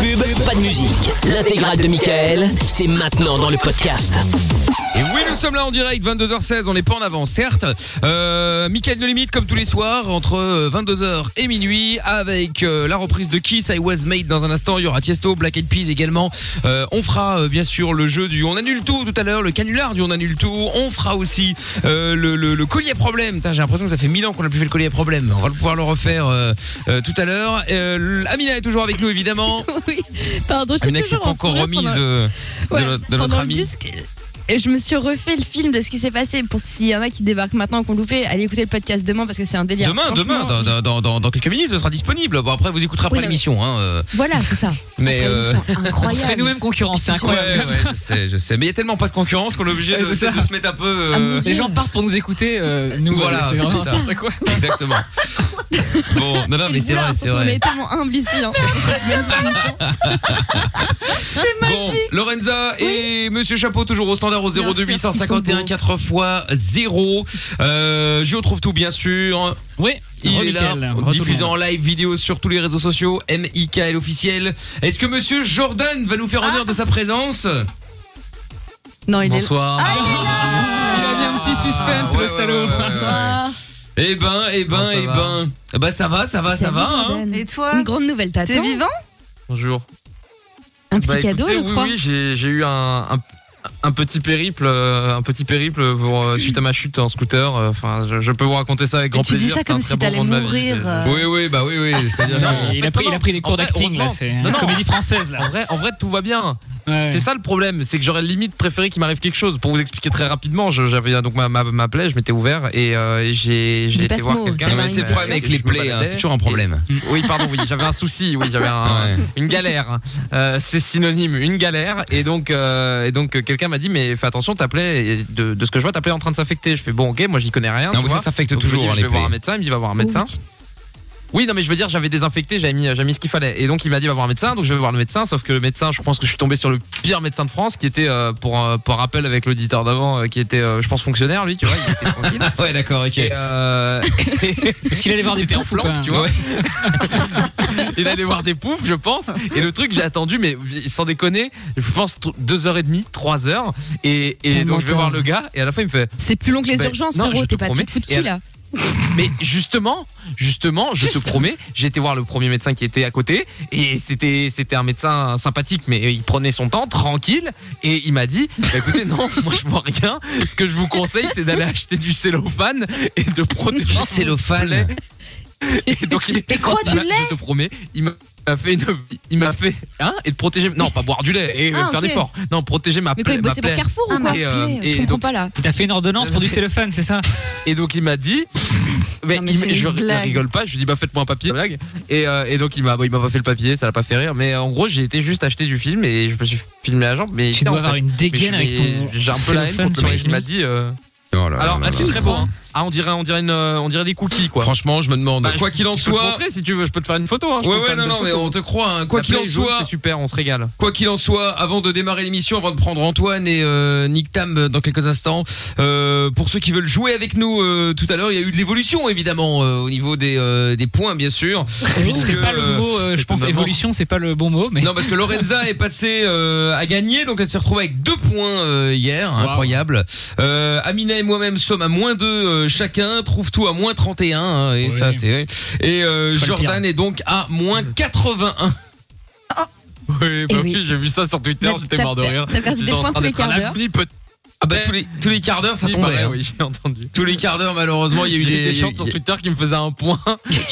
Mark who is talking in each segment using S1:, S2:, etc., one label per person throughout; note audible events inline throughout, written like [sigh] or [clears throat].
S1: pub, pas de musique. L'intégrale de Michael, c'est maintenant dans le podcast.
S2: Et oui, nous sommes là en direct, 22h16, on n'est pas en avance, certes. Euh, Mickaël de Limite, comme tous les soirs, entre euh, 22h et minuit, avec euh, la reprise de Kiss, I Was Made dans un instant. Il y aura Tiesto, Black Eyed Peas également. Euh, on fera euh, bien sûr le jeu du On annule tout tout à l'heure, le canular du On annule tout. On fera aussi euh, le, le- le collier problème. Putain, J'ai l'impression que ça fait 1000 ans qu'on n'a plus fait le collier problème. On va pouvoir le refaire euh, euh, tout à l'heure. Euh, Amina est toujours avec nous, évidemment.
S3: Oui, pardon, je suis
S2: Amina qui s'est
S3: toujours
S2: pas
S3: en
S2: encore
S3: fourrure
S2: remise
S3: pendant-
S2: euh, de,
S3: Ouais,
S2: notre- de notre
S3: pendant le
S2: ami.
S3: disque. Et je me suis refait le film de ce qui s'est passé. Pour s'il y en a qui débarquent maintenant, qu'on loupé, allez écouter le podcast demain parce que c'est un délire.
S2: Demain, demain,
S3: Franchement,
S2: dans, dans- dans- dans- dans quelques minutes, ce sera disponible. Bon, après, vous écouterez après
S3: Oui, non, mais-
S2: l'émission. Hein, euh,
S3: Voilà, c'est ça.
S2: mais euh, [laughs]
S3: Émission
S4: On se fait
S3: Incroyable.
S4: nous-mêmes concurrence, [laughs] c'est incroyable.
S2: ouais, ouais, je sais, je sais. Mais il y a tellement pas de concurrence qu'on est obligé
S4: Ouais,
S2: de,
S4: c'est ça.
S2: de se mettre un
S3: Ah,
S2: peu. euh,
S4: Les gens partent pour nous écouter, euh, nous
S2: Voilà,
S4: voilà, c'est
S2: c'est
S4: vraiment
S2: ça.
S4: n'importe quoi.
S2: exactement. [laughs] Bon, non, non, mais
S3: Quel
S2: c'est vrai,
S5: Ah,
S3: boulard,
S2: c'est
S3: surtout, On
S2: vrai.
S3: est tellement humbles ici. hein.
S5: hein.
S2: Bon, [laughs] Lorenza et Monsieur Chapeau toujours au standard au 02851 4 x 0. Euh, Gio trouve tout bien sûr.
S4: Oui,
S2: Il
S4: re-
S2: est là,
S4: nickel, re- tout
S2: diffusant
S4: le
S2: en live vidéo sur tous les réseaux sociaux, MIKL officiel. Est-ce que Monsieur Jordan va nous
S3: Ah.
S2: faire honneur de sa présence
S6: Non, il est.
S2: Bonsoir.
S3: Ah,
S4: monde. Il a mis un petit suspense,
S2: Ah, ouais,
S4: le
S2: ouais,
S4: salaud.
S2: ouais, ouais, ouais. Eh ben, eh ben,
S4: ça
S2: eh
S4: va.
S2: ben. Ah Bah ça va, ça va, ça
S3: Salut,
S2: va. hein.
S3: Jordan.
S6: Et toi
S3: Une grande nouvelle
S6: T'es
S3: t'attend.
S6: vivant
S7: Bonjour.
S3: Un petit
S7: Bah,
S3: cadeau,
S7: écoutez,
S3: je
S7: oui,
S3: crois.
S7: Oui, j'ai j'ai eu un, un, un petit périple, euh, un petit périple pour, euh, suite à ma chute en scooter. euh, Enfin, je, je peux vous raconter ça avec grand
S6: Tu dis
S7: plaisir.
S6: ça comme si
S7: c'était un très
S6: t'allais
S7: bon moment de ma vie,
S6: mourir.
S7: c'est-
S6: euh,
S2: Oui, oui, bah oui, oui. C'est-à-dire
S4: Non,
S2: que-
S4: il, a pris, il a pris des cours
S7: En fait,
S4: d'acting là,
S7: heureusement.
S4: c'est
S7: Non,
S4: une
S7: non.
S4: comédie française là.
S7: En vrai, en vrai, tout va bien.
S4: Ouais.
S7: C'est ça le problème, c'est que j'aurais limite préféré qu'il m'arrive quelque chose. Pour vous expliquer très rapidement, je- j'avais donc ma, ma, ma plaie, je m'étais ouvert et euh, et j'ai j'ai
S3: Dis pas ce
S7: été voir
S3: mot,
S7: quelqu'un.
S2: Non,
S3: t'as
S2: mais c'est le problème avec les
S7: Je me
S2: plaies, hein,
S7: baladais.
S2: c'est toujours un problème.
S7: Oui, pardon, oui, j'avais un souci, oui, j'avais un-
S2: Ouais.
S7: une galère. Euh, c'est synonyme, une galère. Et donc, euh, et donc euh, quelqu'un m'a dit, mais fais attention, ta plaie, et de, de ce que je vois, ta plaie est en train de s'affecter. Je fais, bon, ok, moi j'y connais rien.
S2: Non,
S7: tu
S2: mais
S7: vois.
S2: ça s'affecte
S7: Donc, je me
S2: toujours
S7: dis,
S2: hein,
S7: je
S2: les
S7: vais voir
S2: plaies.
S7: un médecin, il me dit, va voir un médecin. Oui, non, mais je veux dire, j'avais désinfecté, j'avais mis, j'avais mis ce qu'il fallait. Et donc, il m'a dit, va voir un médecin. Donc, je vais voir le médecin. Sauf que le médecin, je pense que je suis tombé sur le pire médecin de France, qui était, euh, pour, un- pour rappel avec l'auditeur d'avant, euh, qui était, euh, je pense, fonctionnaire, lui, tu vois. Il était tranquille.
S2: [laughs] Ouais, d'accord, ok.
S7: Et, euh,
S4: Est-ce qu'il
S7: [laughs]
S4: allait voir des
S7: C'était en
S4: poufs ou
S7: flanc,
S4: pas
S7: tu vois.
S2: Ouais.
S7: il allait voir des poufs, je pense. Et le truc, j'ai attendu, mais sans déconner, je pense tr- deux heures et demie, trois heures. Et, et
S3: Bon
S7: donc je vais
S3: menteur.
S7: voir le gars, et à la fin, il me fait
S3: C'est plus long que les
S7: Ben,
S3: urgences,
S7: non, je
S3: frérot.
S7: te
S3: T'es pas
S7: promets.
S3: petite foot
S7: Et
S3: qui
S7: à-
S3: là.
S7: Mais justement, justement, je te promets, j'ai été voir le premier médecin qui était à côté et c'était c'était un médecin sympathique mais il prenait son temps tranquille et il m'a dit Bah, écoutez non, [laughs] moi je vois rien. Ce que je vous conseille c'est d'aller acheter du cellophane et de protéger
S2: Du cellophane.
S7: Et donc il
S6: Mais quoi,
S7: il
S6: du
S7: m'a- Je te promets, il m'a il m'a fait une il m'a fait hein et de protéger non, pas boire du lait et
S3: Ah,
S7: euh, faire
S3: ok.
S7: des l'effort. Non, protéger ma
S3: Mais quoi,
S7: plaie,
S3: il
S7: ma
S3: bossait pour
S7: plaie.
S3: Carrefour
S6: Ah,
S3: ou quoi
S6: ma-
S7: Et, euh,
S6: plaie,
S7: et
S3: Je comprends pas là.
S4: T'as fait une ordonnance pour du cellophane, c'est ça
S7: [laughs] Et donc il m'a dit, mais,
S6: Non, mais
S7: il-
S6: c'est une
S7: je ne
S6: blague.
S7: rigole pas, je lui dis bah faites-moi un papier, blague. Et, euh, et donc il m'a bon, il m'a pas fait le papier, ça l'a pas fait rire. Mais euh, en gros j'ai été juste acheter du film et je me suis filmé la jambe. Mais
S4: Tu
S7: j'étais
S4: dois
S7: en
S4: avoir
S7: fait-
S4: une
S7: mais je-
S4: dégaine avec ton.
S7: mais J'ai un peu la haine
S4: cellophane
S7: contre
S4: sur
S7: le
S4: les
S7: mec qui m'a
S4: genoux.
S7: dit. euh,
S2: Oh là là
S7: Alors
S2: là
S7: ah, c'est
S2: là.
S7: très beau. hein. Ah on dirait on dirait une euh, on dirait des cookies quoi.
S2: Franchement, je me demande.
S7: Bah, je-
S2: quoi qu'il en
S7: je peux te
S2: soit.
S7: montrer si tu veux, je peux te faire une photo. Hein, je
S2: Ouais,
S7: peux te faire
S2: ouais, non,
S7: une
S2: non,
S7: belle
S2: mais
S7: photo.
S2: on te croit. hein. Quoi
S7: La
S2: qu'il en
S7: plaie jaune,
S2: soit.
S7: c'est super, on se régale.
S2: Quoi qu'il en soit, avant de démarrer l'émission, avant de prendre Antoine et euh, Nick Tam euh, dans quelques instants, euh, pour ceux qui veulent jouer avec nous euh, tout à l'heure, il y a eu de l'évolution évidemment euh, au niveau des, euh, des points bien sûr.
S4: C'est
S2: Puisque,
S4: pas le
S2: euh,
S4: mot, euh, je
S2: c'est
S4: pense,
S2: pas bon.
S4: évolution, c'est pas le bon mot, mais.
S2: Non parce que Lorenza est passée euh, à gagner donc elle s'est retrouvée avec deux points euh, hier incroyable. Euh, Amina et moi-même sommes à moins deux euh, chacun trouve tout à moins 31 hein, et
S4: Oui.
S2: ça c'est vrai. et euh,
S4: C'est pas le
S2: Jordan est donc à moins 81
S7: Oh. Oui, bah
S3: Eh oui.
S7: oui, j'ai vu ça sur Twitter,
S3: T'as-
S7: j'étais
S3: t'as-
S7: mort de rire.
S3: t'as perdu des
S7: J'étais en
S3: points
S7: train
S3: tous les
S7: d'être un
S3: quarts d'heure.
S7: abri, peut-
S2: ah bah tous les tous les quarts d'heure ça tombait hein.
S7: Oui, j'ai entendu.
S2: tous les quarts d'heure malheureusement il y a eu
S7: J'ai
S2: des,
S7: des gens sur
S2: il y a-
S7: Twitter qui me faisaient un
S2: [laughs]
S7: point.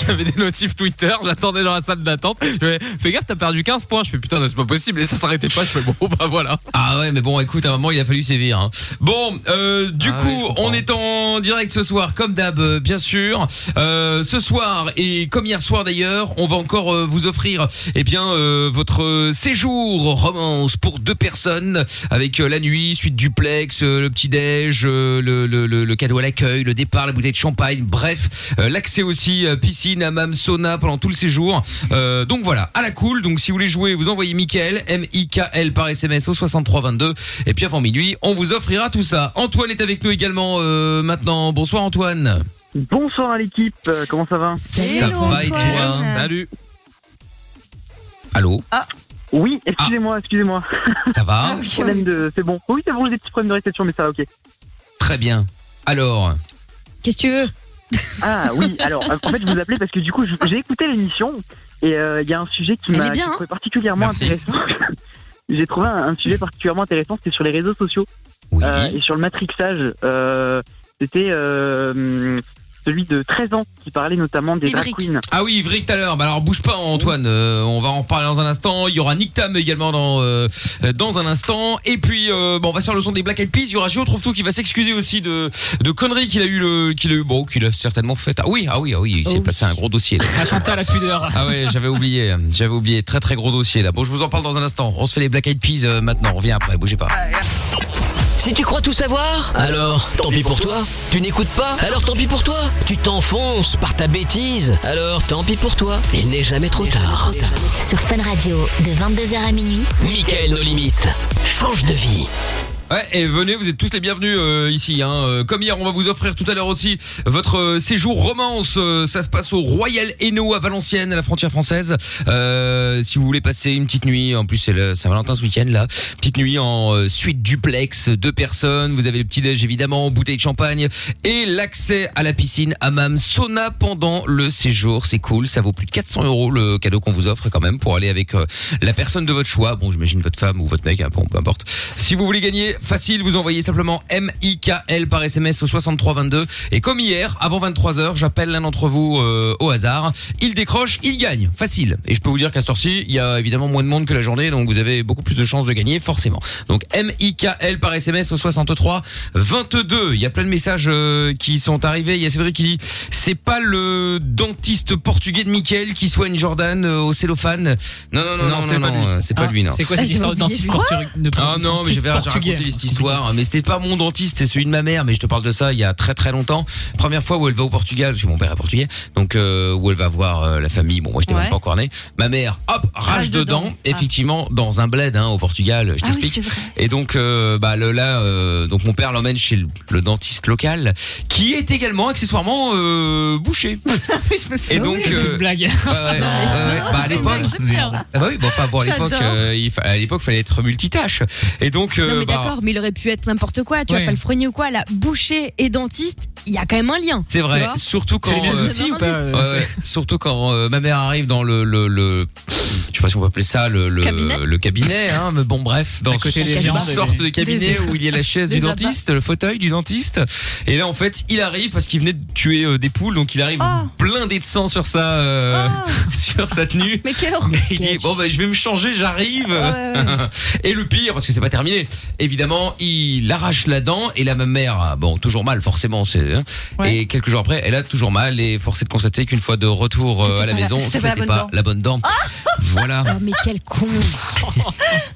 S7: J'avais des notifs Twitter, j'attendais dans la salle d'attente. Je fais, fais gaffe, t'as perdu 15 points. Je fais putain, non, c'est pas possible. Et ça s'arrêtait pas. Je fais bon, bah voilà.
S2: Ah ouais, mais bon, écoute, à un moment, il a fallu sévir. hein. Bon, euh, du
S7: Ah
S2: coup,
S7: oui, je comprends.
S2: on est en direct ce soir, comme d'hab, euh, bien sûr. Euh, ce soir et comme hier soir d'ailleurs, on va encore euh, vous offrir, eh bien, euh, votre séjour romance pour deux personnes, avec euh, la nuit, suite duplex, euh, le petit déj, euh, le, le, le, le cadeau à l'accueil, le départ, la bouteille de champagne, bref, euh, l'accès aussi euh, piscine, hammam, sauna pendant tout le séjour. Euh, donc voilà, à la cool. Donc si vous voulez jouer, vous envoyez Michael, M I K L par SMS au 6322 et puis avant minuit, on vous offrira tout ça. Antoine est avec nous également euh, maintenant. Bonsoir Antoine.
S8: Bonsoir à l'équipe, euh, comment ça va
S2: Ça va et toi
S7: Salut.
S2: Allô
S8: Oui, excusez-moi, excusez-moi.
S2: Ça
S8: [laughs]
S3: Ah,
S2: va
S8: Problème de- C'est bon. Oui, c'est bon, j'ai des petits problèmes de réception, mais ça va, ok.
S2: Très bien. Alors,
S3: Qu'est-ce que tu veux
S8: Ah oui, alors euh, en fait je vous appelais parce que du coup je- j'ai écouté l'émission et euh, il y a un sujet qui
S3: Elle est bien,
S8: m'a que je
S3: hein
S8: trouvais particulièrement
S2: Merci.
S8: intéressant. [laughs] j'ai trouvé un, un sujet particulièrement intéressant, c'était sur les réseaux sociaux
S2: oui.
S8: euh, et sur le matrixage. Euh, c'était euh, hum, celui de 13 ans qui parlait notamment des drag
S6: Ivric.
S8: queens.
S2: Ah oui, Ivric tout à l'heure. Bah alors bouge pas Antoine, Euh, on va en reparler dans un instant. Il y aura Nick Tam également dans euh, euh, dans un instant. Et puis euh, bon, on va faire le son des Black Eyed Peas. Il y aura Gio trouve tout qui va s'excuser aussi de de conneries qu'il a eu le qu'il a eu bon qu'il a certainement fait. Ah oui, ah oui, ah oui, il s'est
S3: Oh
S2: passé un gros dossier. là.
S4: Attentat à la pudeur.
S2: Ah ouais, j'avais oublié, j'avais oublié très très gros dossier là. Bon, je vous en parle dans un instant. On se fait les Black Eyed Peas euh, maintenant. On revient après, bougez pas.
S1: Si tu crois tout savoir, alors tant pis pour toi. Tu n'écoutes pas, alors tant pis pour toi. Tu t'enfonces par ta bêtise, alors tant pis pour toi. Il n'est jamais trop tard.
S9: Sur Fun Radio, de 22h à minuit,
S1: Michael nos limites. Change de vie.
S2: Ouais, et venez, vous êtes tous les bienvenus euh, ici. Hein. Euh, Comme hier, on va vous offrir tout à l'heure aussi votre euh, séjour romance. Euh, ça se passe au Royal Hainaut à Valenciennes, à la frontière française. Euh, si vous voulez passer une petite nuit, en plus c'est le Saint-Valentin ce week-end là, petite nuit en euh, suite duplex, deux personnes. Vous avez le petit déj évidemment, bouteille de champagne et l'accès à la piscine, hammam, sauna pendant le séjour. C'est cool, ça vaut plus de 400 euros le cadeau qu'on vous offre quand même pour aller avec euh, la personne de votre choix. Bon, j'imagine votre femme ou votre mec, hein, bon, peu importe. Si vous voulez gagner, facile, vous envoyez simplement MIKL par SMS au 6322. Et comme hier, avant 23h, j'appelle l'un d'entre vous euh, au hasard. Il décroche, il gagne. Facile. Et je peux vous dire qu'à cette heure-ci, il y a évidemment moins de monde que la journée, donc vous avez beaucoup plus de chances de gagner, forcément. Donc MIKL par SMS au 63 22. Il y a plein de messages euh, qui sont arrivés. Il y a Cédric qui dit c'est pas le dentiste portugais de Michael qui soigne Jordan euh, au cellophane. Non non non non, non, non, euh, c'est pas lui non.
S4: C'est quoi
S3: Ah,
S4: cette
S3: j'ai
S4: histoire de
S3: oublié.
S4: dentiste
S3: Quoi
S4: portugais
S2: Ah non, mais je vais
S4: Dentiste
S2: raconter
S4: portugais.
S2: cette histoire. Mais c'était pas mon dentiste, c'est celui de ma mère. Mais je te parle de ça il y a très très longtemps. Première fois où elle va au Portugal, parce que mon père est portugais, donc euh, où elle va voir euh, la famille. Bon, moi j'étais
S6: Ouais.
S2: même pas encore né. Ma mère, hop, rage,
S6: Rage
S2: dedans.
S6: dedans. Ah.
S2: Effectivement, dans un bled hein, au Portugal. Je
S6: Ah oui,
S2: t'explique.
S6: c'est vrai.
S2: Et donc, euh, bah le, là, euh, donc mon père l'emmène chez le, le dentiste local, qui est également accessoirement
S6: [laughs]
S2: euh, bouché.
S6: Ah
S2: Et donc,
S4: C'est
S2: euh,
S4: une blague.
S2: ouais, ouais, ouais, ouais. Bah, à l'époque, ah bah oui, bon, enfin, bon, à l'époque,
S6: J'adore.
S2: euh, il fa- à l'époque, fallait être multitâche. Et donc, euh,
S3: Non, mais
S2: bah,
S3: d'accord, mais il aurait pu être n'importe quoi. Tu
S4: Ouais.
S3: vois, pas le frenier ou quoi. Là, boucher et dentiste, il y a quand même un lien.
S2: c'est
S3: tu
S2: vrai,
S3: vois.
S2: surtout quand,
S4: C'est les
S2: euh,
S4: mêmes outils ou pas euh,
S2: ouais, ouais, surtout quand euh, ma mère arrive dans le, le, le- je sais pas si on peut appeler ça le, le
S6: Cabinet
S2: le cabinet, hein, mais bon, bref, dans
S4: À côté
S2: ce-
S4: des
S2: une
S4: viandes,
S2: sorte
S4: des-
S2: de cabinet
S6: des-
S2: où il y a la chaise
S6: des
S2: du
S6: abats.
S2: dentiste, le fauteuil du dentiste, et là en fait, il arrive parce qu'il venait de tuer euh, des poules, donc il arrive
S6: Ah.
S2: blindé de sang sur sa, euh,
S6: Ah.
S2: [laughs] sur sa tenue.
S6: Mais Ah, quelle horreur.
S2: Il dit bon bah je vais me changer, j'arrive. [laughs] et le pire parce que c'est pas terminé. Évidemment, il arrache la dent et là ma mère a, bon toujours mal forcément c'est hein.
S6: Ouais.
S2: et quelques jours après elle a toujours mal et forcé de constater qu'une fois de retour euh, à la
S6: pas la-
S2: maison, ce
S6: c'était
S2: n'était
S6: pas la
S2: pas,
S6: bonne dent. Ah,
S2: la bonne dent. voilà.
S3: Oh, mais quel con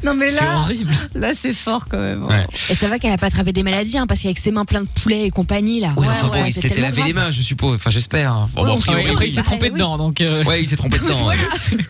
S6: Non, mais
S4: C'est
S6: là,
S4: horrible.
S6: là c'est fort quand même.
S2: Ouais.
S3: Et ça va qu'elle a pas attrapé des maladies, hein, parce qu'avec ses mains pleines de poulet et compagnie, là.
S2: Ouais, enfin, bon,
S3: ouais,
S2: il
S3: c'est
S2: s'était
S3: tellement
S2: lavé les
S3: grave.
S2: mains, je suppose. Enfin, j'espère. Bon,
S3: Ouais,
S2: bon, a
S3: on s'en
S2: priori,
S3: fout.
S4: Après, il s'est
S3: bah,
S4: trompé
S3: oui.
S4: dedans, donc euh,
S2: Ouais, il s'est trompé dedans.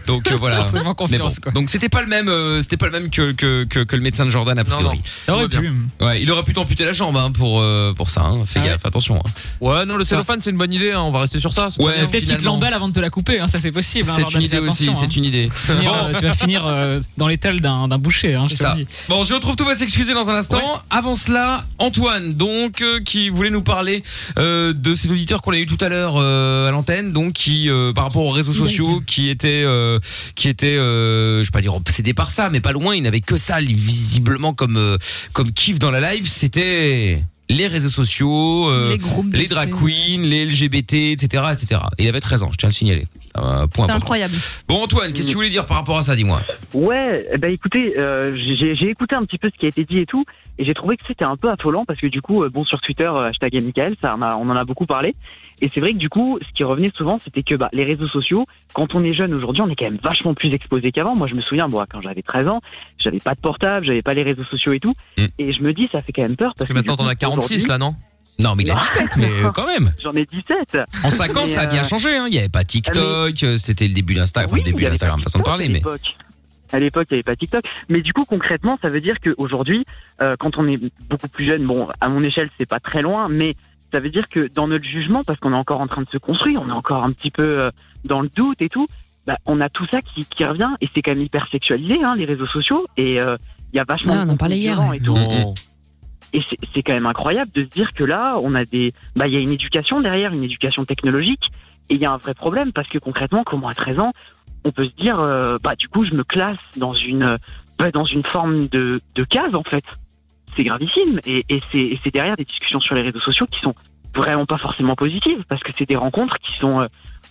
S2: Donc euh,
S4: [laughs]
S2: voilà.
S4: forcément
S2: Mais bon.
S4: confiance quoi.
S2: Donc c'était pas le même, euh, c'était pas le même que, que, que, que le médecin de Jordan a
S7: Non,
S2: priori.
S7: non.
S4: Ça aurait
S7: Tout va
S4: pu.
S2: Ouais, il aurait pu t'amputer la jambe hein, pour euh, pour ça. hein. Fais
S4: Ah ouais.
S2: gaffe, attention. hein.
S7: Ouais, non, le cellophane, c'est une bonne idée, hein, on va rester sur ça. c'est
S2: Ouais,
S7: très bien.
S4: Peut-être qu'il te
S2: finalement.
S4: l'emballe avant de te la couper, hein, ça c'est possible. hein,
S2: C'est
S4: Jordan,
S2: une idée
S4: fais
S2: aussi,
S4: attention, hein.
S2: c'est une idée.
S4: Finir,
S2: Bon.
S4: euh, tu vas finir euh, dans l'étal d'un d'un boucher, hein, je
S2: C'est
S4: te le
S2: ça.
S4: dis.
S2: Bon, je retrouve tout va s'excuser dans un instant. Avant cela, Antoine, donc, euh, qui voulait nous parler euh, de cet auditeur qu'on a eu tout à l'heure euh, à l'antenne, donc qui, euh, par rapport aux réseaux sociaux, qui était, euh, qui était, euh, je vais pas dire obsédé par ça, mais pas loin. Il n'avait que ça, visiblement comme, euh, comme kiff dans la live. C'était les réseaux sociaux, euh,
S6: les groupes. de
S2: les drag
S6: filles.
S2: queens, les LGBT, etc., etc. Et il avait 13 ans. Je tiens à le signaler. Euh, point
S6: C'est
S2: important.
S6: incroyable.
S2: Bon, Antoine, qu'est-ce que tu voulais dire par rapport à ça, dis-moi.
S8: Ouais, eh ben écoutez, euh, j'ai j'ai écouté un petit peu ce qui a été dit et tout, et j'ai trouvé que c'était un peu affolant parce que du coup, euh, bon sur Twitter, euh, hashtag Michael, ça on, a- on en a beaucoup parlé, et c'est vrai que du coup, ce qui revenait souvent, c'était que bah, les réseaux sociaux, quand on est jeune aujourd'hui, on est quand même vachement plus exposé qu'avant. Moi, je me souviens, moi, quand j'avais 13 ans, j'avais pas de portable, j'avais pas les réseaux sociaux et tout,
S2: Mm.
S8: et je me dis, ça fait quand même peur parce
S7: Parce
S8: que
S7: que maintenant,
S8: du
S7: t'en
S8: coup,
S7: as 46
S8: aujourd'hui,
S7: là,
S8: [laughs]
S7: non
S2: Non, mais il a 17, mais euh, quand même.
S8: J'en ai 17.
S2: En 5 ans,
S8: Mais,
S2: ça a bien
S8: euh,
S2: changé. Hein. Il n'y avait pas TikTok, euh, c'était le début d'Instagram. Enfin,
S8: Oui, il
S2: le début
S8: y avait
S2: d'Instagram,
S8: pas
S2: façon de
S8: TikTok
S2: parler,
S8: à
S2: mais.
S8: l'époque. À l'époque, il n'y avait pas TikTok. Mais du coup, concrètement, ça veut dire qu'aujourd'hui, euh, quand on est beaucoup plus jeune, bon, à mon échelle, c'est pas très loin, mais ça veut dire que dans notre jugement, parce qu'on est encore en train de se construire, on est encore un petit peu euh, dans le doute et tout, bah, on a tout ça qui, qui revient et c'est quand même hyper sexualisé, hein, les réseaux sociaux. Et euh, il y a vachement.
S5: Ouais, Ah, on en
S8: de
S5: parlait hier,
S8: violents
S5: ouais.
S8: Et, tout. Et c'est- c'est quand même incroyable de se dire que là, on a des. Bah, il y a une éducation derrière, une éducation technologique. Et il y a un vrai problème parce que concrètement, comment à 13 ans, on peut se dire, euh, bah, du coup, je me classe dans une, bah, dans une forme de, de case, en fait. C'est gravissime. Et, et c'est et c'est derrière des discussions sur les réseaux sociaux qui sont vraiment pas forcément positives parce que c'est des rencontres qui sont. euh,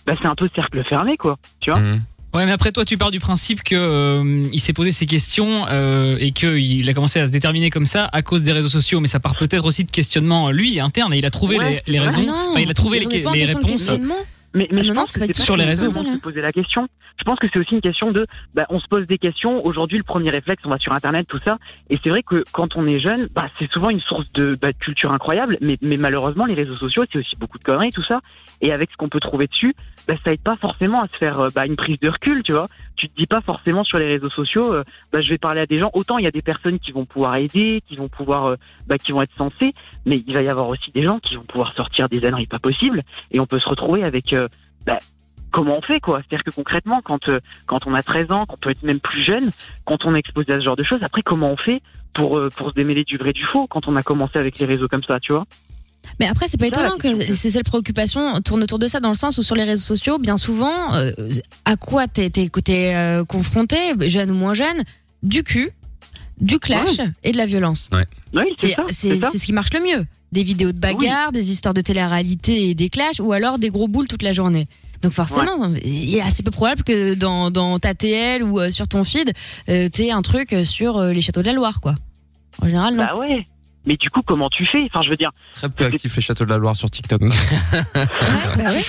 S8: bah, c'est un peu cercle fermé, quoi. Tu vois
S4: Mmh. Ouais, mais après toi, tu pars du principe que euh, il s'est posé ces questions euh, et que il a commencé à se déterminer comme ça à cause des réseaux sociaux, mais ça part peut-être aussi de questionnements euh, lui internes et il a trouvé
S8: Ouais,
S4: les, les
S8: ouais.
S4: raisons,
S5: Ah non,
S4: enfin, il a trouvé
S5: il
S4: les,
S5: remet pas en
S4: les
S5: question le
S4: réponses.
S5: questionnement.
S8: Mais, mais
S5: Ah
S8: je
S5: non, non,
S8: pense
S5: c'est
S8: que
S5: pas
S8: c'est
S5: du tout
S4: sur les réseaux.
S8: simplement se poser la question. Je pense que c'est aussi une question de, bah, on se pose des questions. Aujourd'hui, le premier réflexe, on va sur Internet, tout ça. Et c'est vrai que quand on est jeune, bah, c'est souvent une source de, bah, de culture incroyable. Mais, mais malheureusement, les réseaux sociaux, c'est aussi beaucoup de conneries, tout ça. Et avec ce qu'on peut trouver dessus, bah, ça aide pas forcément à se faire euh, bah, une prise de recul, tu vois. Tu te dis pas forcément sur les réseaux sociaux, euh, bah, je vais parler à des gens. Autant il y a des personnes qui vont pouvoir aider, qui vont pouvoir, euh, bah, qui vont être sensées. Mais il va y avoir aussi des gens qui vont pouvoir sortir des âneries pas possibles. Et on peut se retrouver avec euh, comment on fait quoi C'est-à-dire que concrètement, quand euh, quand on a 13 ans, qu'on peut être même plus jeune, quand on est exposé à ce genre de choses, après comment on fait pour euh, pour se démêler du vrai du faux quand on a commencé avec les réseaux comme ça, tu vois
S5: Mais après, c'est pas
S8: Ça, la
S5: étonnant
S8: question
S5: que
S8: que-
S5: ces cette préoccupation tourne autour de ça, dans le sens où sur les réseaux sociaux, bien souvent, euh, à quoi t'es t'es- t'es, euh, confronté, jeune ou moins jeune, du cul, du clash et de la violence.
S8: Oui, c'est
S5: C'est
S8: ça.
S5: c'est-
S8: C'est ça.
S5: c'est ce qui marche le mieux. Des vidéos de bagarres, des histoires de télé-réalité et des clashs, ou alors des gros boules toute la journée. Donc forcément, il est assez peu probable que dans, dans ta TL ou euh, sur ton feed, euh, tu un truc euh, sur euh, les châteaux de la Loire, quoi. En général, non.
S8: Bah ouais. Mais du coup, comment tu fais Enfin, je veux dire,
S7: Très peu actif les châteaux de la Loire sur TikTok.
S5: Ouais, bah ouais.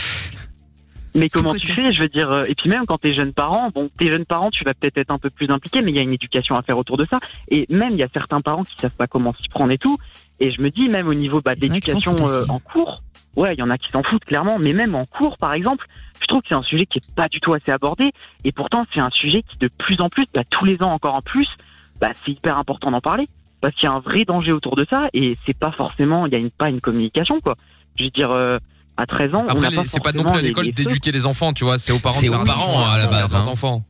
S8: mais comment tu
S5: côté.
S8: fais Je veux dire, euh, et puis même quand t'es jeune parent, bon, t'es jeune parent, tu vas peut-être être un peu plus impliqué, mais il y a une éducation à faire autour de ça. Et même, il y a certains parents qui savent pas comment s'y prendre et tout. Et je me dis, même au niveau bah,
S5: Il y en a qui s'en
S8: d'éducation
S5: foutent
S8: euh,
S5: aussi.
S8: en cours, ouais, il y en a qui s'en foutent clairement, mais même en cours, par exemple, je trouve que c'est un sujet qui est pas du tout assez abordé. Et pourtant, c'est un sujet qui, de plus en plus, bah, tous les ans encore en plus, bah, c'est hyper important d'en parler. Parce qu'il y a un vrai danger autour de ça, et c'est pas forcément, il y a une, pas une communication, quoi. Je veux dire, euh, à 13 ans, on
S7: Après,
S8: n'a
S7: les-
S8: pas
S7: c'est pas non
S8: forcément
S7: plus à
S8: les-
S7: l'école
S8: les feux.
S7: d'éduquer les enfants, tu vois, c'est aux parents.
S2: C'est
S7: de faire
S2: aux
S7: des
S2: parents,
S7: enfants,
S2: à la
S7: de faire
S2: base,
S7: des
S2: hein.
S7: enfants.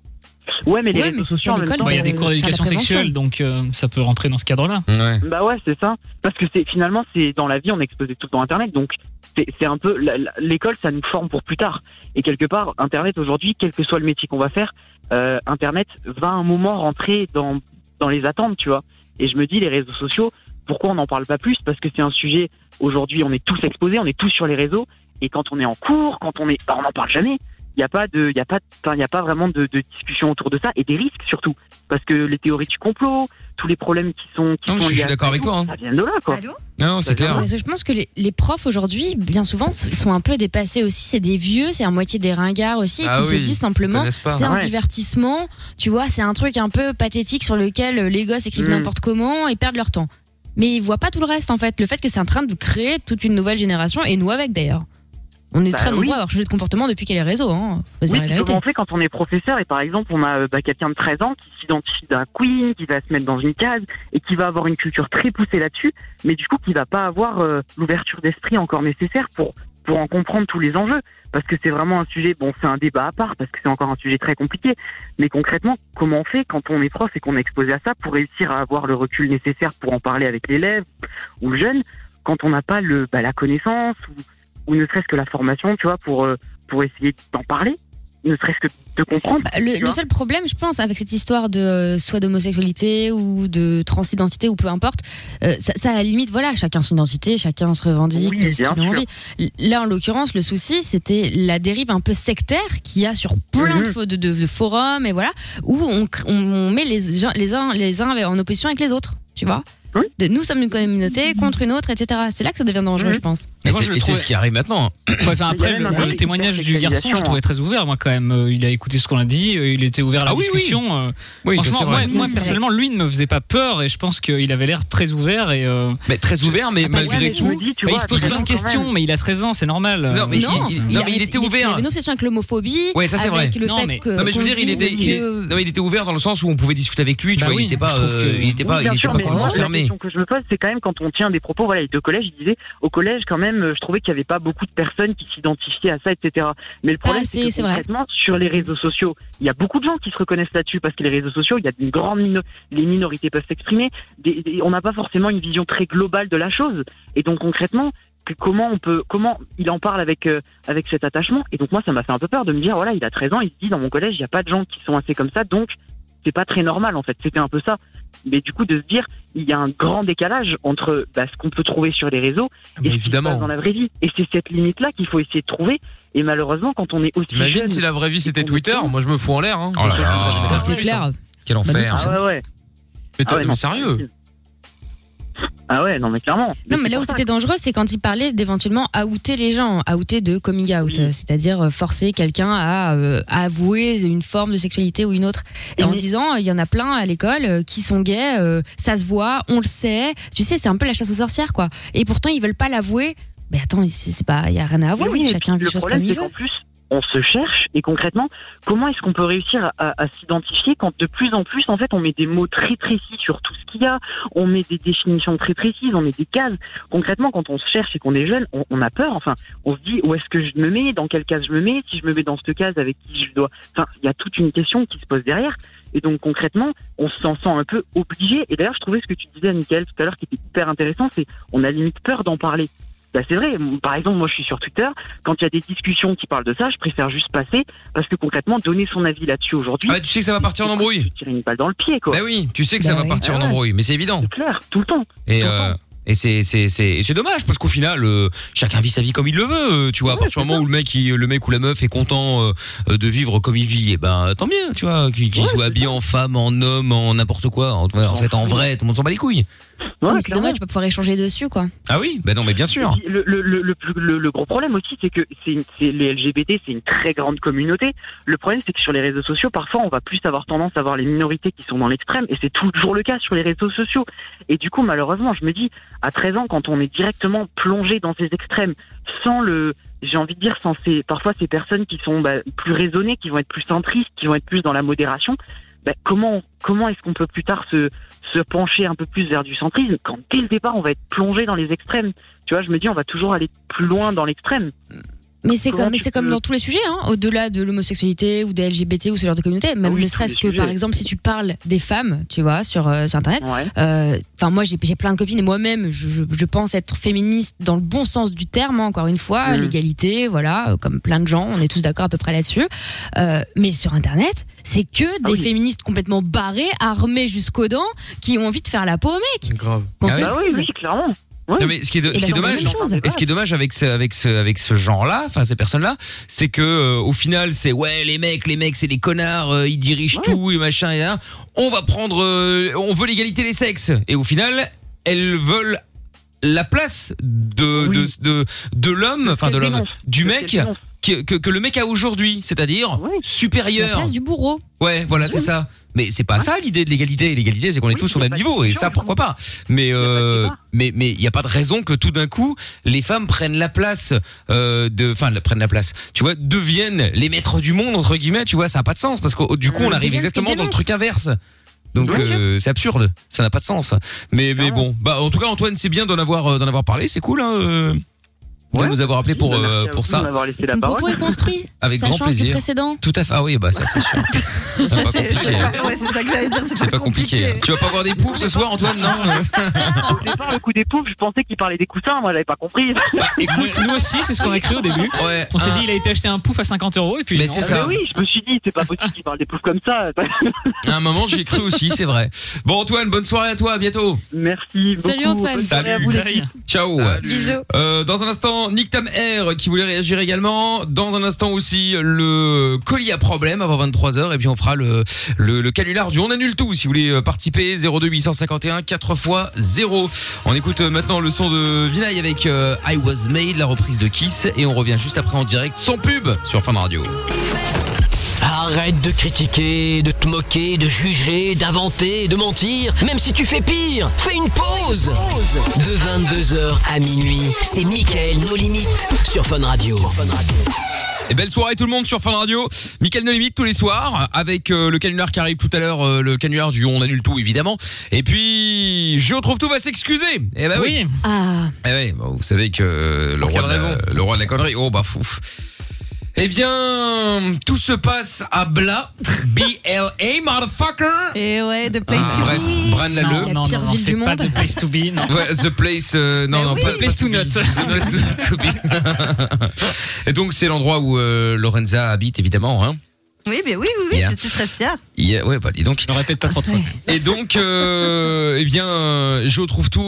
S8: Ouais, mais les
S5: Ouais,
S8: réseaux
S5: mais c'est aussi
S8: sociaux,
S5: à
S8: en même
S5: l'école
S8: temps,
S4: Bon, Bah, il y a des
S5: Euh,
S4: cours d'éducation
S5: faire de la
S4: sexuelle, donc euh, ça peut rentrer dans ce cadre-là.
S2: Ouais.
S8: Bah ouais, c'est ça. Parce que c'est finalement, c'est dans la vie, on est exposé tout le temps à Internet, donc c'est c'est un peu la- la- l'école, ça nous forme pour plus tard. Et quelque part, Internet aujourd'hui, quel que soit le métier qu'on va faire, euh, Internet va à un moment rentrer dans dans les attentes, tu vois. Et je me dis, les réseaux sociaux, pourquoi on n'en parle pas plus Parce que c'est un sujet. Aujourd'hui, on est tous exposés, on est tous sur les réseaux, et quand on est en cours, quand on est, bah, on n'en parle jamais. Il n'y a pas de, il y a pas, de- enfin, il y a pas vraiment de, de discussion autour de ça et des risques surtout, parce que les théories du complot, tous les problèmes qui sont, qui
S2: Non, mais
S8: sont
S2: je suis
S8: liés à
S2: d'accord
S8: ça,
S2: avec toi, hein.
S8: Ça vient de là, quoi.
S6: Allô
S2: Non, c'est
S5: Ouais,
S2: clair.
S5: parce que je pense que les, les profs aujourd'hui, bien souvent, s- sont un peu dépassés aussi. C'est des vieux, c'est à moitié des ringards aussi, et
S7: Ah
S5: qui se
S7: oui,
S5: disent simplement,
S7: connaissent pas.
S5: c'est un
S8: Ouais.
S5: divertissement, tu vois, c'est un truc un peu pathétique sur lequel euh, les gosses écrivent
S8: Mm.
S5: n'importe comment et perdent leur temps. Mais ils voient pas tout le reste en fait. Le fait que c'est en train de créer toute une nouvelle génération, et nous avec d'ailleurs. On est
S8: Bah
S5: très
S8: oui.
S5: nombreux à avoir changé de comportement depuis qu'il y a les réseaux, hein. Faut se
S8: Oui,
S5: dire la
S8: puis
S5: vérité.
S8: comment on fait quand on est professeur et par exemple on a euh, bah, quelqu'un de 13 ans qui s'identifie d'un queen, qui va se mettre dans une case et qui va avoir une culture très poussée là-dessus, mais du coup qui va pas avoir euh, l'ouverture d'esprit encore nécessaire pour pour en comprendre tous les enjeux, parce que c'est vraiment un sujet, bon c'est un débat à part, parce que c'est encore un sujet très compliqué, mais concrètement comment on fait quand on est prof et qu'on est exposé à ça pour réussir à avoir le recul nécessaire pour en parler avec l'élève ou le jeune, quand on n'a pas le bah, la connaissance ou, ou ne serait-ce que la formation, tu vois, pour euh, pour essayer d'en parler ne serait-ce que de comprendre.
S5: Bah, le,
S8: tu
S5: le
S8: vois.
S5: seul problème, je pense, avec cette histoire de euh, soit d'homosexualité ou de transidentité ou peu importe, euh, ça, ça, à la limite, voilà, chacun son identité, chacun se revendique
S8: Oui,
S5: de ce
S8: bien
S5: qu'il a
S8: sûr.
S5: envie. L- Là, en l'occurrence, le souci, c'était la dérive un peu sectaire qu'il y a sur plein de
S8: Mhm.
S5: fo- de, de- de forums et voilà, où on, cr- on- on met les, gens- les uns les uns en opposition avec les autres, tu vois.
S8: Oui.
S5: De, nous sommes une communauté
S2: Mhm.
S5: contre une autre, etc. C'est là que ça devient dangereux,
S8: Mhm.
S5: je pense.
S2: Et
S4: Mais moi,
S2: c'est
S4: je le
S2: et c'est
S4: trouvais-
S2: ce qui arrive maintenant.
S4: Ouais, Bah, enfin,
S8: Il y a
S4: après,
S8: même
S4: le,
S8: un
S4: le
S8: côté
S4: témoignage du garçon, je
S8: sexualisation,
S4: trouvais très ouvert, moi, quand même. Euh, Il a écouté ce qu'on a dit, euh, il était ouvert à la
S2: Ah oui, oui.
S4: discussion. euh,
S2: Oui, ça, c'est
S4: Franchement, moi,
S2: vrai.
S5: Oui,
S4: moi,
S5: c'est vrai.
S4: personnellement, lui ne me faisait pas peur et je pense qu'il avait l'air très ouvert et euh,
S2: Mais très ouvert, mais malgré
S8: Ouais, mais je me
S2: tout.
S8: dis, tu
S4: bah, il
S8: vois,
S4: se pose
S8: à
S4: plein de
S8: 13 ans, quand
S4: questions,
S8: même.
S4: mais il a 13 ans, c'est normal.
S2: Non, mais
S4: Euh,
S2: il- il- non, mais il
S5: arrête-
S2: était
S5: Il
S2: ouvert.
S5: avait une obsession avec l'homophobie.
S2: Ouais, ça, c'est
S5: avec
S2: vrai.
S5: Le
S4: Non,
S5: fait
S4: mais-
S5: que
S2: Non mais je veux
S5: qu'on
S2: dire il
S5: dise
S2: était il est-
S5: que-
S2: non, mais il était ouvert dans le sens où on pouvait discuter avec lui tu
S4: Bah
S2: vois
S4: oui,
S2: il était pas
S4: je trouve
S2: euh,
S4: que-
S2: il était pas
S8: Oui,
S2: il
S8: bien
S2: était
S8: sûr,
S2: pas
S8: mais
S2: complètement
S8: moi,
S2: fermé
S8: question que je me pose, c'est quand même quand on tient des propos, voilà, et de collège, il disait, au collège, quand même, euh, je trouvais qu'il n'y avait pas beaucoup de personnes qui s'identifiaient à ça, etc. Mais le problème,
S5: Ah, si,
S8: c'est que
S5: c'est vrai.
S8: concrètement, sur les réseaux sociaux, il y a beaucoup de gens qui se reconnaissent là-dessus, parce que les réseaux sociaux, il y a une grande mino- les minorités peuvent s'exprimer, des- des- on n'a pas forcément une vision très globale de la chose. Et donc, concrètement, que comment on peut, comment il en parle avec, euh, avec cet attachement. Et donc, moi, ça m'a fait un peu peur de me dire, voilà, il a 13 ans, il se dit, dans mon collège, il n'y a pas de gens qui sont assez comme ça, donc, c'est pas très normal, en fait. C'était un peu ça. Mais du coup, de se dire, il y a un grand décalage entre bah, ce qu'on peut trouver sur les réseaux et ce qui se passe dans la vraie vie. Et c'est cette limite-là qu'il faut essayer de trouver. Et malheureusement, quand on est aussi
S7: T'imagines
S8: jeune,
S7: si la vraie vie c'était Twitter Moi je me fous en l'air. Hein.
S2: Oh là
S7: Je sais
S2: là.
S7: que la génération-
S5: Ah, C'est clair. Bah,
S2: Quel enfer.
S8: ah ouais, ouais.
S7: Mais toi,
S8: Ah ouais,
S7: mais
S8: non.
S7: sérieux
S8: Ah ouais, non mais clairement.
S5: Non, mais là où
S8: c'est pour ça.
S5: c'était dangereux, c'est quand il parlait d'éventuellement outer les gens, outer de coming out,
S8: Oui.
S5: euh, c'est-à-dire euh, forcer quelqu'un à, euh, à avouer une forme de sexualité ou une autre. Et en
S8: Oui.
S5: disant, euh, il y en a plein à l'école euh, qui sont gays, euh, ça se voit, on le sait. Tu sais, c'est un peu la chasse aux sorcières, quoi. Et pourtant, ils veulent pas l'avouer. Mais attends, c'est c'est pas, il y a rien à avouer.
S8: Mais oui, mais
S5: Ah Chacun vit
S8: le
S5: les choses comme
S8: problème,
S5: il
S8: c'est
S5: veut.
S8: qu'en plus, on se cherche et concrètement, comment est-ce qu'on peut réussir à, à s'identifier quand de plus en plus, en fait, on met des mots très précis sur tout ce qu'il y a, on met des définitions très précises, on met des cases. Concrètement, quand on se cherche et qu'on est jeune, on, on a peur. Enfin, on se dit où est-ce que je me mets, dans quelle case je me mets, si je me mets dans cette case, avec qui je dois. Enfin, il y a toute une question qui se pose derrière. Et donc concrètement, on s'en sent un peu obligé. Et d'ailleurs, je trouvais ce que tu disais, Michael, tout à l'heure, qui était hyper intéressant, c'est on a limite peur d'en parler. Bah, c'est vrai. Par exemple, moi, je suis sur Twitter quand il y a des discussions qui parlent de ça, je préfère juste passer parce que concrètement, donner son avis là-dessus aujourd'hui,
S2: Ah ouais, tu sais que ça va partir en embrouille.
S8: c'est tirer une balle dans le pied, quoi.
S2: Bah oui, tu sais que ça
S5: Bah
S2: va
S5: oui.
S2: partir en
S8: Ah ouais.
S2: embrouille, mais c'est évident.
S8: C'est clair, tout le temps.
S2: Et, euh, et c'est c'est c'est et c'est dommage parce qu'au final euh, chacun vit sa vie comme il le veut euh, tu vois à partir du moment où le mec il- le mec ou la meuf est content euh, euh, de vivre comme il vit et ben tant mieux tu vois qu'il qu'il
S8: Ouais,
S2: soit
S8: c'est
S2: habillé en femme en homme en n'importe quoi en, en fait en vrai tout le monde s'en bat les couilles
S8: Ouais,
S5: Ah, mais c'est
S8: clairement.
S5: dommage, tu vas pas pouvoir échanger dessus, quoi.
S2: ah oui bah non mais bien sûr
S8: Et puis, Le, le, le, le plus- le- le gros problème aussi, c'est que c'est une- c'est- les LGBT, c'est une très grande communauté. Le problème, c'est que sur les réseaux sociaux, parfois, on va plus avoir tendance à voir les minorités qui sont dans l'extrême, et c'est toujours le cas sur les réseaux sociaux. Et du coup, malheureusement, je me dis, à 13 ans, quand on est directement plongé dans ces extrêmes, sans le, j'ai envie de dire, sans ces, parfois ces personnes qui sont bah, plus raisonnées, qui vont être plus centristes, qui vont être plus dans la modération, bah, comment, comment est-ce qu'on peut plus tard se, se pencher un peu plus vers du centrisme quand dès le départ on va être plongé dans les extrêmes tu vois, je me dis, on va toujours aller plus loin dans l'extrême.
S2: Euh,
S5: Mais c'est
S8: Comment
S5: comme, mais
S8: tu
S5: c'est comme
S8: peux-
S5: dans tous les sujets, hein, au-delà de l'homosexualité ou des LGBT ou ce genre de communauté, même
S8: Ah oui,
S5: ne
S8: tous
S5: serait-ce
S8: les
S5: que
S8: sujets.
S5: par exemple si tu parles des femmes, tu vois, sur, euh, sur Internet.
S8: Ouais.
S5: euh, Enfin, moi j'ai j'ai plein de copines et moi-même je, je- je pense être féministe dans le bon sens du terme, hein, encore une fois,
S8: Mhm.
S5: l'égalité, voilà, euh, comme plein de gens, on est tous d'accord à peu près là-dessus. Euh, mais sur Internet, c'est que des
S8: Ah oui.
S5: féministes complètement barrées, armées jusqu'aux dents, qui ont envie de faire la peau au mec.
S7: Grave.
S5: Qu'on se
S2: Ah
S5: le
S8: Bah oui,
S5: dise.
S8: oui, clairement. Oui.
S2: Non, mais ce qui est, do-
S5: Et
S2: ce qui
S5: bah, c'est
S2: est
S5: la
S2: dommage
S5: même chose.
S2: Et ce qui est dommage avec ce avec ce avec ce genre-là, enfin ces personnes-là, c'est que euh, au final c'est ouais les mecs, les mecs c'est des connards, euh, ils dirigent tout et machin et là. On va prendre, euh, on veut l'égalité des sexes et au final elles veulent la place de
S8: Oui.
S2: de de, de l'homme, enfin de
S8: qu'elles
S2: l'homme,
S8: dénoncent.
S2: du
S8: Parce
S2: mec
S8: qu'elles dénoncent.
S2: que, que que le mec a aujourd'hui, c'est-à-dire
S8: Oui.
S5: La
S2: supérieur.
S5: place du bourreau.
S2: Ouais, voilà c'est ça. Mais c'est pas ça l'idée de l'égalité. L'égalité, c'est qu'on est
S8: Oui,
S2: tous au
S8: y a
S2: même
S8: pas de
S2: niveau, et
S8: question,
S2: ça, pourquoi pas Mais
S8: de
S2: euh,
S8: débat.
S2: mais mais il y a pas de raison que tout d'un coup les femmes prennent la place euh, de, enfin la- prennent la place. Tu vois, deviennent les maîtres du monde entre guillemets. Tu vois, ça a pas de sens parce que oh, du coup on
S5: Deviennent
S8: Euh,
S5: ce
S2: arrive
S5: qu'ils
S2: exactement dans le
S5: dénoncent.
S2: truc inverse. Donc
S5: Bien
S2: euh, c'est absurde, ça n'a pas de sens. Mais mais
S8: Clairement.
S2: bon, bah en tout cas Antoine, c'est bien d'en avoir euh, d'en avoir parlé, c'est cool. Hein, euh, de
S8: Ouais.
S2: nous avoir appelé pour
S8: Bah, merci
S2: euh,
S8: à vous
S2: pour
S8: de
S2: ça.
S8: m'avoir laissé la
S5: Ton
S8: parole.
S5: propos est construit.
S2: [laughs] Avec
S5: ça
S2: grand
S5: change du
S2: plaisir.
S5: précédent.
S2: Tout à fait. Ah oui, bah ça
S6: [laughs]
S2: c'est sûr. C'est pas
S6: C'est
S2: compliqué. hein.
S6: ouais, c'est ça que j'allais dire.
S2: C'est pas compliqué. hein. Tu vas pas avoir des poufs ce soir, Antoine, non euh.
S8: [laughs] Au départ, le coup des poufs, je pensais qu'il parlait des coussins, moi j'avais pas compris.
S2: Bah, Écoute,
S4: Nous aussi, c'est ce qu'on a cru au début.
S2: [laughs] ouais.
S4: On s'est
S2: un-
S4: dit, il a été acheté un pouf à 50 euros et puis.
S2: Mais
S4: non.
S2: c'est
S8: Ah,
S2: ça.
S8: bah oui, je me suis dit, c'est pas possible qu'il parle des poufs comme ça.
S2: À un moment, j'y ai cru aussi, c'est vrai. Bon, Antoine, bonne soirée à toi, à bientôt.
S8: Merci beaucoup.
S5: Salut Antoine.
S8: Bonne soirée à
S4: Salut.
S8: vous, les
S4: Salut.
S2: Ciao.
S5: Bisous.
S2: Euh, dans un instant, Nick Tam Air qui voulait réagir également. Dans un instant aussi, le colis à problème avant 23h. Et puis on fera le, le, le canular du On annule tout. Si vous voulez euh, participer, 02 851 4 x 0. On écoute euh, maintenant le son de Vinay avec euh, I Was Made, la reprise de Kiss. Et on revient juste après en direct, sans pub, sur Fun Radio.
S1: Arrête de critiquer, de te moquer, de juger, d'inventer, de mentir. Même si tu fais pire, fais une pause. De 22h à minuit, c'est Mickaël nos limites sur Fun Radio.
S2: Et belle soirée tout le monde sur Fun Radio. Michael No Limite tous les soirs avec euh, le canular qui arrive tout à l'heure, euh, le canular du on annule tout évidemment. Et puis je retrouve tout va s'excuser. [laughs] Eh ben oui.
S5: Ah.
S2: Eh oui, bah, vous savez que euh, le, roi de la, le roi de la connerie. Oh bah fou. Eh bien, tout se passe à Bla, BLA, motherfucker.
S6: Et Eh ouais, The Place to
S2: Ah, Bref,
S6: Be.
S2: Bran Laleu.
S4: Non, non, non, c'est pas The Place to Be. Non.
S2: Ouais, the Place, euh, non,
S4: Mais
S2: non,
S4: oui.
S2: pas
S4: The Place
S2: pas
S4: to
S2: be.
S4: Not.
S2: The
S4: [laughs]
S2: Place to- to be. Et donc, c'est l'endroit où euh, Lorenza habite, évidemment. Hein.
S6: Oui, mais oui, oui, oui,
S2: Yeah.
S6: je suis très fière.
S2: Il y a- ouais, bah, dis donc.
S4: Ne répète pas trop de fois.
S2: Et donc, euh, eh bien, euh, je retrouve tout.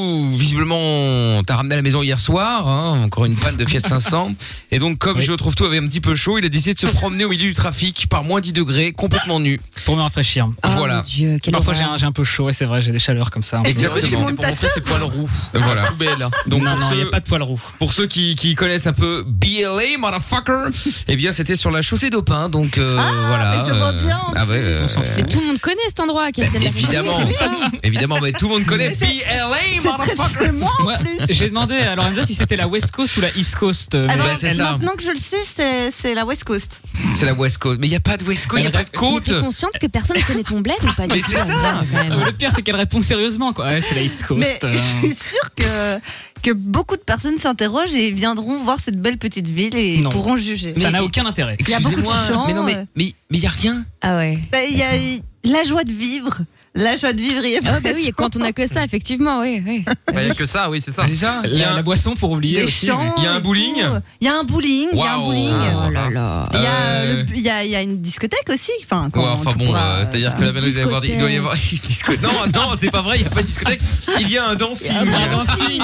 S2: Visiblement, t'as ramené à la maison hier soir, hein, encore une panne de Fiat 500. Et donc, comme
S4: Oui.
S2: je retrouve tout avait un petit peu chaud, il a décidé de se promener au milieu du trafic par moins 10 degrés, complètement nu.
S4: Pour me rafraîchir.
S5: Oh
S2: Voilà.
S5: mon Dieu, quelle
S4: Parfois j'ai
S5: horreur.
S4: un, j'ai un peu chaud, ouais, c'est vrai, j'ai des chaleurs comme ça. hein. un peu.
S2: Exactement.
S7: C'est pour montrer ses poils roux.
S2: Euh, Voilà.
S7: Poubelle.
S2: Donc,
S4: non,
S2: pour
S4: non, il
S2: ceux-
S4: n'y a pas de poil roux.
S2: Pour ceux qui, qui connaissent un peu BLA, motherfucker, eh bien c'était sur la chaussée d'Aupin, donc euh, voilà.
S6: mais je vois bien.
S2: Ah ouais, euh,
S4: On s'en
S5: Mais tout le monde connaît cet endroit. quel est
S2: bah,
S5: la- [laughs]
S2: évidemment, [laughs] évidemment, mais tout le monde connaît BLA, motherfucker.
S6: C'est moi
S4: Ouais,
S6: en plus.
S4: J'ai demandé à Lorenza si c'était la West Coast ou la East Coast. euh,
S6: Alors,
S4: mais
S2: bah, c'est ça.
S6: Ah, maintenant que je le sais, c'est- c'est la West Coast.
S2: C'est la West Coast, mais il y a pas de West Coast, il y a pas de
S5: Mais
S2: côte.
S5: t'es consciente que personne ne connaît ton bled ou pas du
S2: Mais
S5: tout,
S2: c'est
S5: en
S6: hein,
S2: ça.
S5: vrai, quand
S2: [laughs]
S5: même.
S4: euh, le pire, c'est qu'elle répond sérieusement, quoi. Ouais, c'est la East
S6: Mais
S4: Coast. euh.
S6: je suis sûre que, que beaucoup de personnes s'interrogent et viendront voir cette belle petite ville et
S4: Non.
S6: pourront juger.
S4: Ça
S2: Mais-
S4: n'a aucun intérêt.
S6: y a beaucoup de
S2: Excusez-moi,
S6: gens,
S2: mais non, mais
S6: euh.
S2: mais mais il y a rien.
S5: Ah ouais.
S6: Bah, Il y a la joie de vivre. La joie de vivre. il y a
S5: Ah bah oui, et quand on a que ça, effectivement, oui, oui.
S7: Il n'y Bah, a que ça, oui, c'est ça.
S2: Ah, C'est ça. Il y
S4: La,
S2: a
S4: la boisson pour oublier
S6: des
S4: aussi.
S6: champs.
S2: Il y a un
S6: et
S2: bowling
S6: tout. Il y a un bowling. Il y a un
S2: Waouh. Ah.
S6: bowling.
S7: Ah,
S5: Oh là là.
S6: Il y, a
S2: Euh.
S6: le- il y a, il y a une discothèque aussi. Enfin,
S2: Ouais,
S6: quand
S2: enfin
S6: tu
S2: bon,
S6: pourras,
S2: euh, c'est-à-dire que la il doit y avoir, des- il doit y avoir une discothèque. Non, non, c'est pas vrai, il y a pas de discothèque. Il y a un dancing.
S4: mais- Un dancing.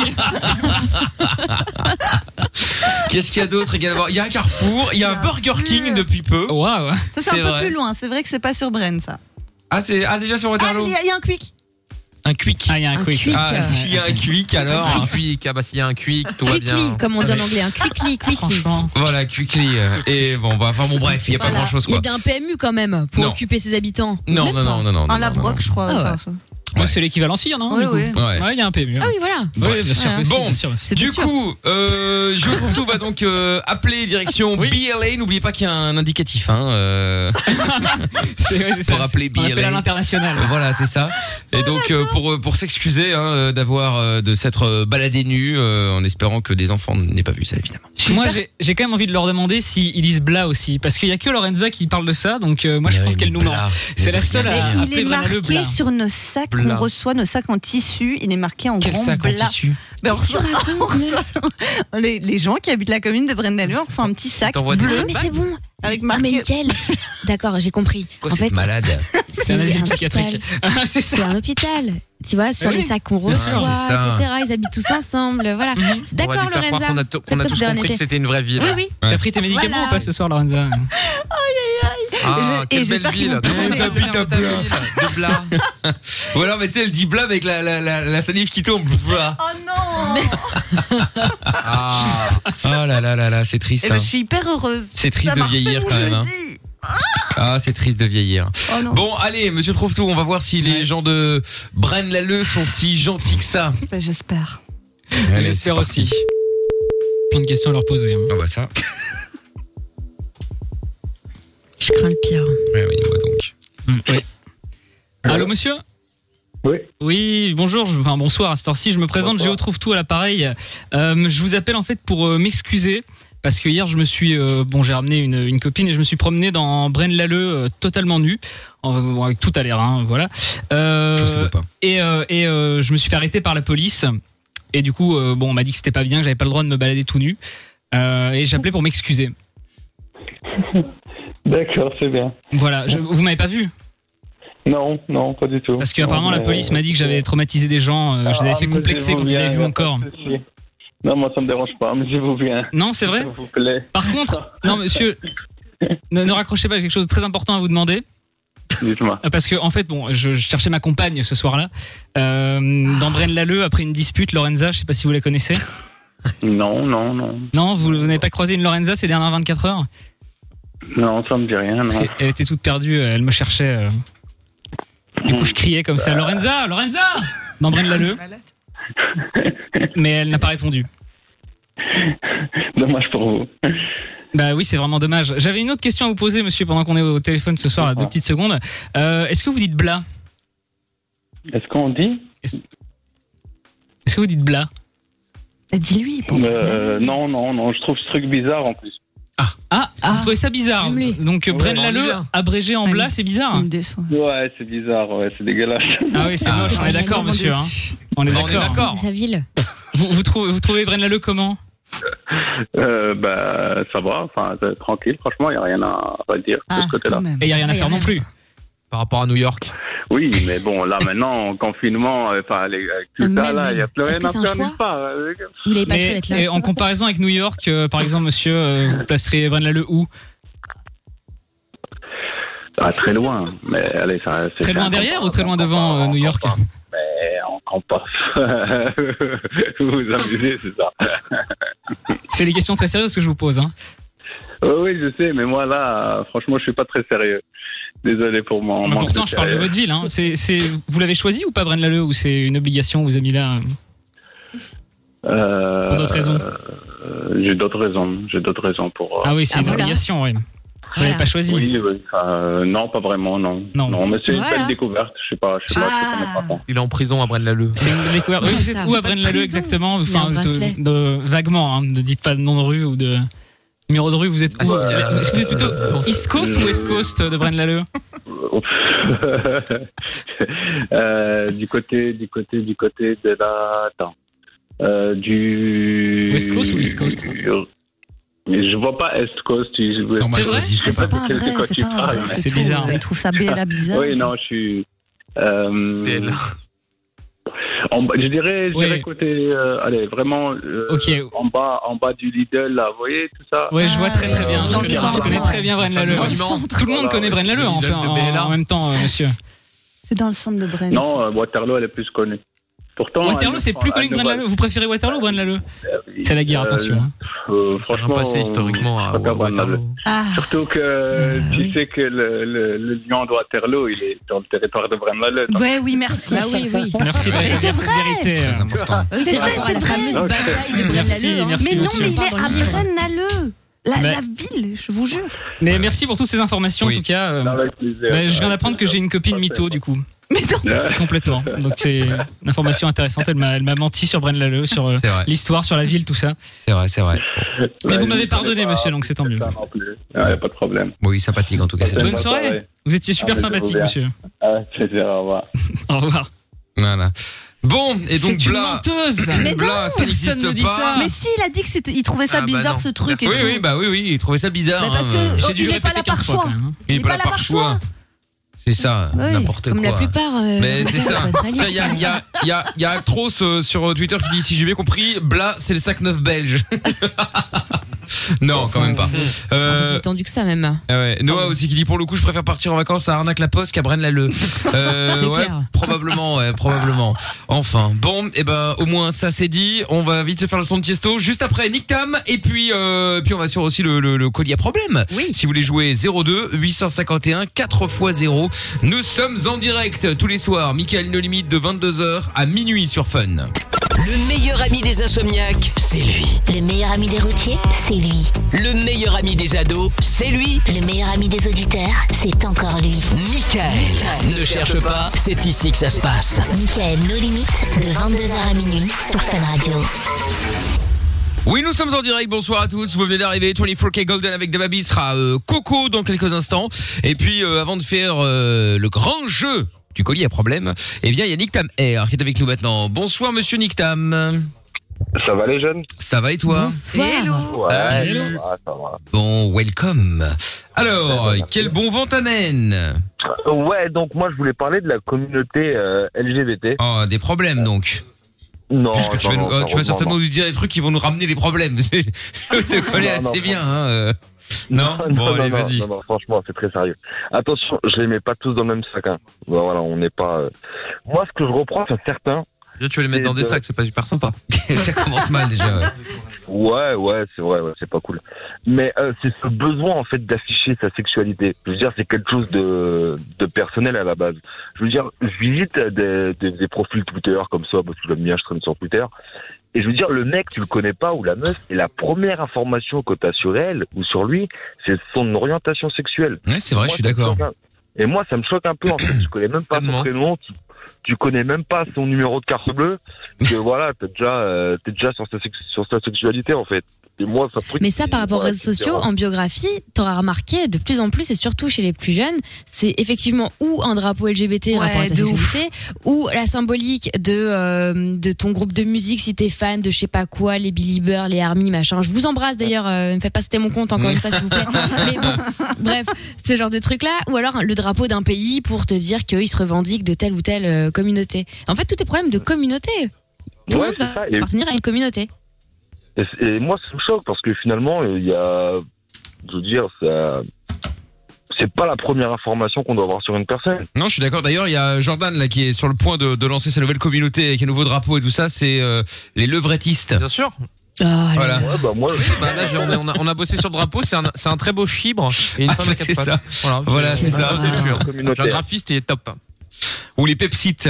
S2: Qu'est-ce qu'il y a d'autre également Il y a un Carrefour, il y a un
S6: Bien
S2: Burger
S6: sûr.
S2: King depuis peu.
S4: Waouh.
S6: Ça, c'est
S2: c'est
S6: un peu
S2: vrai.
S6: plus loin. C'est vrai que c'est pas sur Bren, ça.
S2: Ah c'est ah déjà sur
S6: Ah,
S2: Waterloo.
S6: il y, a- il y a un quick.
S2: Un quick.
S4: Ah, il y a un
S5: Un
S4: quick.
S5: quick.
S2: Ah,
S5: euh,
S2: s'il y a un quick, alors.
S7: Un quick, ah bah s'il y a un quick, tout va
S5: Quickly,
S7: bien.
S5: comme on dit en anglais, un quickly, quickly.
S4: Franchement.
S2: Voilà, quickly. euh, Et bon, bah, enfin bon, bref, il n'y a pas
S5: Voilà.
S2: grand chose,
S5: Il y
S2: quoi.
S5: a bien un PMU quand même pour
S2: Non.
S5: occuper ses habitants.
S2: Non,
S5: Même
S2: non,
S5: pas.
S2: non, non, non.
S6: Un
S2: non,
S6: labroc, je crois.
S5: Ah
S6: enfin,
S5: ouais.
S6: ça.
S4: Ouais, C'est l'équivalent si, non
S6: Oui,
S4: du coup.
S6: oui.
S2: Ouais.
S4: Ouais, il y a un PMU.
S5: Ah oui, voilà.
S4: hein. Ouais, bien sûr.
S5: Voilà.
S4: que si,
S2: Bon.
S4: bien sûr, bien sûr.
S2: Du
S5: sûr.
S2: coup, euh, je trouve tout va donc euh, appeler direction
S4: Oui.
S2: BLA. N'oubliez pas qu'il y a un indicatif, hein. euh,
S4: [laughs] C'est ouais, c'est
S2: Pour
S4: ça.
S2: appeler
S4: On appelle
S2: BLM.
S4: à l'international.
S2: voilà, c'est ça. Et donc euh, pour euh, pour s'excuser hein, euh, d'avoir euh, de s'être euh, baladé nu, euh, en espérant que des enfants n'aient pas vu ça, évidemment.
S4: Moi, j'ai- j'ai quand même envie de leur demander s'ils disent bla aussi, parce qu'il y a que Lorenza qui parle de ça, donc euh, moi je
S2: Mais
S4: pense
S2: oui,
S4: qu'elle
S2: mais
S4: nous ment.
S2: Blas,
S4: C'est
S2: mais
S4: la
S2: Blas.
S4: seule à-
S6: Et
S4: Ah,
S6: il est
S4: après, Bren a le
S6: marqué
S4: blas.
S6: sur nos sacs
S7: Blas.
S6: qu'on reçoit, nos sacs en tissu. Il est marqué en
S2: Quel
S6: grand
S2: sac en
S6: blas.
S2: tissu
S6: Mais on
S5: Qu'est-ce que
S6: reçoit-
S5: tu racontes, meuf
S6: [laughs] les, les gens qui habitent la commune de Brendalu, on reçoit un petit sac
S7: T'envoies des-
S5: Ah, mais c'est bon.
S6: avec
S5: Ah, mais
S6: marqué
S5: nickel. D'accord, j'ai compris.
S2: Quoi,
S5: en
S2: cette
S5: fait,
S2: malade
S4: C'est un asile
S5: hôpital.
S4: psychiatrique. [laughs] Ah, c'est
S5: C'est
S4: ça.
S5: un hôpital. Tu vois, sur
S4: Oui.
S5: les sacs qu'on reçoit,
S2: sûr, c'est ça.
S5: etc. Ils habitent tous ensemble. Voilà.
S4: Mhm.
S5: C'est
S7: On va
S5: D'accord,
S7: lui faire croire
S5: Lorenza.
S7: qu'on a, to- qu'on a
S5: Faites
S7: tous
S5: comme si de rien
S7: compris que
S5: n'était.
S7: c'était une vraie ville.
S5: Oui, oui.
S4: T'as pris tes médicaments
S5: Voilà.
S4: ou pas ce soir, Lorenza
S7: Ah,
S6: Et je- et
S7: quelle belle
S6: j'espère qu'ils
S7: ville.
S6: vont tourner.
S7: Bla, bla, bla, bla, de bla.
S2: Ou alors, mais tu sais, elle dit bla avec la la la, la salive qui tombe. Bla.
S6: [laughs] Oh
S2: [laughs]
S6: non
S7: Ah.
S2: Oh là là là là, c'est triste.
S6: Eh ben,
S2: hein.
S6: Je suis hyper heureuse.
S2: C'est triste
S6: Ça
S2: de
S6: m'a refait
S2: vieillir
S6: mon
S2: quand même. hein.
S6: jeudi.
S2: Ah, c'est triste de vieillir.
S6: Oh non.
S2: Bon, allez, monsieur trouve on va voir si les gens de Braine-l'Alleud sont si gentils que ça.
S6: Bah, J'espère.
S4: J'espère aussi. Plein de questions à leur poser. hein.
S2: Ah bah ça.
S5: Je crains le pire.
S2: Ouais, oui, moi donc.
S4: Allô, monsieur
S10: Oui.
S4: Oui, bonjour, je- enfin bonsoir à cette heure-ci. Je me présente,
S10: Bonsoir.
S4: Géo trouve tout à l'appareil. Euh, je vous appelle en fait pour euh, m'excuser. Parce que hier, je me suis, euh, bon, j'ai ramené une, une copine et je me suis promené dans Braine-l'Alleud euh, totalement nu, en- bon, avec tout à l'air, hein, voilà. Euh,
S2: Je sais pas.
S4: et, euh, et, euh, je me suis fait arrêter par la police. Et du coup, euh, bon, on m'a dit que c'était pas bien, que j'avais pas le droit de me balader tout nu. Euh, et j'appelais pour m'excuser.
S10: D'accord, c'est bien.
S4: Voilà, je- vous m'avez pas vu
S10: Non, non, pas du tout.
S4: parce que apparemment la
S10: Mais,
S4: police m'a dit que j'avais
S10: euh,
S4: traumatisé des gens, euh, je les
S10: ah,
S4: avais fait
S10: mais
S4: complexer
S10: je vous
S4: quand ils
S10: viens,
S4: avaient vu
S10: y a
S4: mon
S10: pas de
S4: corps.
S10: souci. Non, moi ça me dérange pas, mais je vous viens.
S4: Non, c'est vrai.
S10: S'il vous plaît.
S4: Par contre, non monsieur, ne, ne raccrochez pas, j'ai quelque chose de très important à vous demander
S10: Dites-moi.
S4: Euh, parce que en fait, bon, je, je cherchais ma compagne ce soir-là euh, dans Braine-l'Alleud après une dispute. Lorenza, je sais pas si vous la connaissez.
S10: Non, non, non.
S4: Non, vous, vous n'avez pas croisé une Lorenza ces dernières 24 heures
S10: Non, ça me dit rien,
S4: Parce
S10: non.
S4: qu'elle était toute perdue, elle me cherchait. euh. Du coup, je criais comme ça Lorenza, Lorenza dans Braine-l'Alleud, mais elle n'a pas répondu.
S11: [laughs]
S10: Dommage pour vous.
S4: Bah oui, c'est vraiment dommage. J'avais une autre question à vous poser, monsieur, pendant qu'on est au téléphone ce soir, à
S12: Ah.
S4: deux petites secondes. Euh, Est-ce que vous dites bla
S12: Est-ce qu'on dit
S4: Est-ce que vous dites bla
S6: Dis-lui.
S12: Euh, non, non, non, je trouve ce truc bizarre en plus.
S4: Ah, vous trouvez ça bizarre Donc, euh,
S12: Ouais,
S4: Bren
S12: non,
S4: Lalleux,
S12: bizarre.
S4: abrégé en bla, c'est bizarre
S12: Ouais, c'est bizarre, ouais, c'est dégueulasse.
S4: Ah oui, c'est moche, on est d'accord, monsieur. hein. On est d'accord.
S5: sa ville.
S4: Vous, vous trouvez, vous trouvez Bren Lalleux comment
S12: Euh, bah, ça va, enfin, euh, tranquille, franchement, il n'y a rien à, à dire de
S4: Ah,
S12: ce côté-là.
S4: Et il n'y a rien à faire non plus.
S12: Par rapport à New York. Oui, mais bon, là maintenant, en confinement, euh, enfin, les- avec tout ça, là, il n'y a plus rien à faire nulle part. euh,
S4: Mais- et en comparaison avec New York, euh, par exemple, monsieur, euh, vous placerez Bren Lalleux où
S12: Ah, très loin, mais allez, ça. c'est-
S4: Très
S12: c'est
S4: loin
S12: un
S4: derrière
S12: compas,
S4: ou très loin devant euh, New York
S12: Mais en compas. [laughs] vous vous amusez, c'est ça.
S4: C'est les questions très sérieuses que je vous pose. Hein.
S12: Euh, oui, je sais, mais moi là, euh, franchement, je suis pas très sérieux. Désolé pour mon.
S4: Mais
S12: manque
S4: Bah, pourtant, je parle de
S12: sérieux.
S4: votre ville. Hein. C'est- c'est- vous l'avez choisi ou pas, Bren Lalleux, ou c'est une obligation que vous avez mis là euh
S12: Euh,
S4: Pour d'autres raisons.
S12: euh, J'ai d'autres raisons. J'ai d'autres raisons pour. euh,
S4: Ah oui, c'est une obligation, oui. Vous l'avez pas choisi.
S12: Oui, oui, enfin, euh, non, pas vraiment, non. Non, mais c'est
S4: Voilà. Ah,
S12: une belle découverte. Je sais pas, je sais pas, je sais pas comment
S2: Il est en prison à Braine-l'Alleud.
S4: C'est une
S2: [laughs]
S4: découverte. Bah Oui, vous êtes où à Braine Lalleux exactement
S2: Il y a un
S4: Enfin, de,
S2: bracelet.
S4: de- vaguement, hein, ne dites pas de nom de rue ou de numéro de rue. Vous
S12: Ah,
S4: êtes où
S2: Euh,
S4: Est-ce que vous êtes plutôt
S2: euh,
S4: East Coast
S2: je-
S4: ou West Coast de Braine Lalleux
S12: [laughs] Euh, du côté, du côté, du côté de la. Attends. Euh, du.
S4: West Coast ou East Coast
S12: Mais je vois pas East Coast. C'est
S4: normal, C'est ça vrai
S12: Je sais pas
S6: pas un
S12: de
S6: vrai,
S12: quoi
S6: c'est
S12: tu
S6: pas un
S12: parles,
S6: vrai,
S12: mais-
S6: c'est tout. Il trouve ça BLA bizarre.
S12: Oui, non, je suis. Euh, en bas- je dirais, je dirais côté, euh, allez, vraiment, euh, en bas, en bas du Lidl, là, vous voyez tout ça.
S4: Ouais, je vois très très bien.
S12: Ah,
S4: Je
S12: Dans le
S4: connais,
S12: centre,
S4: je connais
S12: ouais.
S4: très bien Braine Lalleux.
S12: Dans le
S4: Tout le monde connaît Braine Lalleux
S12: Voilà,
S4: enfin,
S12: ouais.
S4: en, en même temps, euh, monsieur.
S6: C'est dans le centre de Brenne.
S12: Non, euh, Waterloo, elle est plus connue. Pourtant,
S4: Waterloo,
S12: elle-
S4: c'est plus
S12: elle
S4: connu que
S12: ne
S4: Braine
S12: va-
S4: Lalleux. Vous préférez Waterloo ou Braine Lalleux C'est la guerre,
S12: Euh,
S4: attention. hein.
S12: euh,
S2: Ça a
S12: franchement,
S2: passé historiquement à
S12: je préfère Waterloo.
S5: Ah.
S12: Surtout que tu
S6: oui.
S12: sais que le, le, le lion de Waterloo, il est sur le territoire de Braine-l'Alleud.
S6: Ouais, oui, merci.
S5: Bah oui, oui.
S4: Merci de
S6: Mais
S4: rétablir
S6: c'est
S4: cette
S6: vrai.
S4: vérité.
S2: Très important.
S5: Oui, c'est
S6: Mais ça,
S5: par rapport à
S6: c'est
S5: la
S6: vrai.
S5: fameuse
S6: Donc,
S5: bataille de
S4: Merci,
S5: Braine-l'Alleud. hein.
S4: merci,
S6: Mais non,
S4: monsieur.
S6: mais il est
S5: Pardon,
S6: à
S5: livre.
S6: Braine-l'Alleud. La,
S4: Mais-
S6: la ville, je vous jure.
S4: Mais merci pour toutes ces informations, en tout cas. euh, bah, je viens d'apprendre que j'ai une copine mytho, du [laughs] coup. Complètement. Donc c'est une information intéressante. Elle m'a, elle m'a menti sur Bren Lalleux, sur euh,
S2: C'est vrai.
S4: l'histoire, sur la ville, tout ça.
S2: C'est vrai, c'est vrai.
S4: Mais vous m'avez pardonné, monsieur, donc c'est tant mieux.
S12: Ouais, pas de problème.
S2: Oui, sympathique en tout cas. cette
S4: Bonne
S2: chose.
S4: soirée. Vous étiez super
S2: Ah, mais je vous
S4: sympathique,
S2: verrai.
S4: monsieur.
S12: [laughs] Ah, c'est ça, au revoir.
S4: Au revoir.
S2: Voilà. Bon, et donc
S4: C'est une
S2: Bla.
S4: menteuse.
S6: Mais
S2: Bla,
S6: non,
S2: ça n'existe pas.
S6: Mais si, il a dit que c'était, il trouvait ça
S2: Ah, bah
S6: bizarre
S2: non.
S6: ce truc. Et
S2: Oui,
S6: tout.
S2: oui, bah oui, oui, il trouvait ça bizarre.
S6: Bah, parce
S2: hein,
S6: que,
S2: euh,
S6: oh, il est pas là par choix.
S2: hein. Il est pas là par choix. C'est ça,
S6: Oui.
S2: n'importe quoi.
S5: Comme la plupart. euh,
S2: Mais
S5: dans
S2: c'est
S5: la
S2: ça.
S5: bonne valise.
S2: Tiens, Il y a, il y a, il y a, il y a Actros euh, sur Twitter qui dit si j'ai bien compris, Bla, c'est le 5-9 belge. [laughs] non, quand même pas. Euh,
S5: Plus tendu que ça, même.
S2: ah ouais. Noah aussi qui dit pour le coup je préfère partir en vacances à Arnaque la Poste qu'à
S5: [laughs]
S2: Braine l'Alleud.
S5: C'est
S2: ouais,
S5: clair.
S2: probablement, ouais, probablement. [laughs] Enfin, bon, et ben au moins ça c'est dit. On va vite se faire le son de Tiesto juste après Nick Tam et puis euh, puis on va sur aussi le, le, le collier à problème. Si vous voulez jouer 02 851 4 x 0. Nous sommes en direct tous les soirs. Michael No Limite de 22h à minuit sur Fun.
S1: Le meilleur ami des insomniaques, c'est lui.
S9: Le meilleur ami des routiers, c'est lui.
S1: Le meilleur ami des ados, c'est lui.
S9: Le meilleur ami des auditeurs, c'est encore lui.
S1: Michael. Ne cherche pas, c'est ici que ça se passe.
S9: Michael, nos limites, de 22h à minuit sur Fun Radio.
S2: Oui, nous sommes en direct. Bonsoir à tous. Vous venez d'arriver. 24K Golden avec Dababy sera euh, Coco dans quelques instants. Et puis, euh, avant de faire euh, le grand jeu du colis à problème, eh bien, il y a Nick Tam Air qui est avec nous maintenant. Bonsoir, monsieur Nick Tam.
S11: Ça va les jeunes
S2: Ça va et toi
S11: Hello. Ouais,
S2: Salut.
S11: ça va, ça va.
S2: Bon, welcome. Alors, quel bon vent t'amène
S11: Euh, Ouais, donc moi je voulais parler de la communauté euh, LGBT.
S2: Oh, des problèmes donc.
S11: Euh, Non,
S2: Parce que tu,
S11: non,
S2: vas, nous- oh,
S11: non,
S2: tu vas
S11: heureusement,
S2: certainement
S11: non.
S2: nous dire des trucs qui vont nous ramener des problèmes. [laughs] Je te connais
S11: Non, non,
S2: assez
S11: non.
S2: bien. Hein, euh. Non,
S11: [laughs]
S2: bon,
S11: Non, non,
S2: allez,
S11: non,
S2: vas-y.
S11: non, non, franchement, c'est très sérieux. Attention, je les mets pas tous dans le même sac. hein. Bah, voilà, on n'est pas. euh, Moi, ce que je reprends, c'est certains.
S2: [laughs] Déjà, tu vas les mettre dans des sacs, c'est pas super sympa. ça commence mal déjà. ouais.
S11: Ouais, ouais, c'est vrai, ouais, c'est pas cool. Mais euh, c'est ce besoin en fait d'afficher sa sexualité. Je veux dire, c'est quelque chose de, de personnel à la base. Je veux dire, je visite des, des, des profils Twitter comme ça parce que j'aime bien, je traîne sur Twitter. Et je veux dire, le mec, tu le connais pas ou la meuf, et la première information que t'as sur elle ou sur lui, c'est son orientation sexuelle.
S2: Ouais, c'est vrai,
S11: Moi,
S2: je suis
S11: ça me
S2: d'accord.
S11: choque un- Et moi, ça me choque un peu en fait. Tu connais même pas son prénom, tu, tu connais même pas son numéro de carte bleue.
S5: [laughs]
S11: Que voilà, t'es déjà, euh, t'es déjà sur sa, sex- sur sa sexualité en fait. Et moi, ça me truc
S5: Mais ça, par rapport aux
S11: Ouais,
S5: réseaux
S11: c'est
S5: sociaux,
S11: vrai.
S5: en biographie, t'auras remarqué de plus en plus, et surtout chez les plus jeunes, c'est effectivement ou un drapeau LGBT rapport à ta
S6: de ouf.
S5: sexualité, ou la symbolique de euh, de ton groupe de musique si t'es fan de je sais pas quoi, les Billy Burr, les Army, machin. Je vous embrasse d'ailleurs, euh, ne faites pas c'était mon compte encore une fois s'il vous
S11: [laughs]
S5: plaît. Mais bon, bref, ce genre de truc là, ou alors le drapeau d'un pays pour te dire qu'ils se revendiquent de telle ou telle euh, communauté. En fait, tout est problème de communauté. Tout le
S11: Ouais,
S5: monde
S11: c'est
S5: va
S11: ça, et-
S5: appartenir à une communauté.
S11: Et, c'est- et moi, ça me choque parce que finalement, euh, il y a, je veux dire, ça, c'est pas la première information qu'on doit avoir sur une personne.
S2: Non, je suis d'accord. D'ailleurs, il y a Jordan là qui est sur le point de, de lancer sa nouvelle communauté avec un nouveau drapeau et tout ça. C'est euh, les levrettistes. Bien
S7: sûr.
S5: Oh
S2: Voilà.
S7: Bah là, j'ai- on, a, on a- on a bossé sur le drapeau, c'est un, c'est un très beau chibre et une
S2: Ah,
S7: femme
S2: bah,
S7: à quatre
S2: c'est
S7: pattes.
S2: ça. Voilà, c'est ça.
S7: un beau début, hein.
S11: Communautaire.
S7: J'ai un graphiste, il est top.
S2: Ou les pepsites.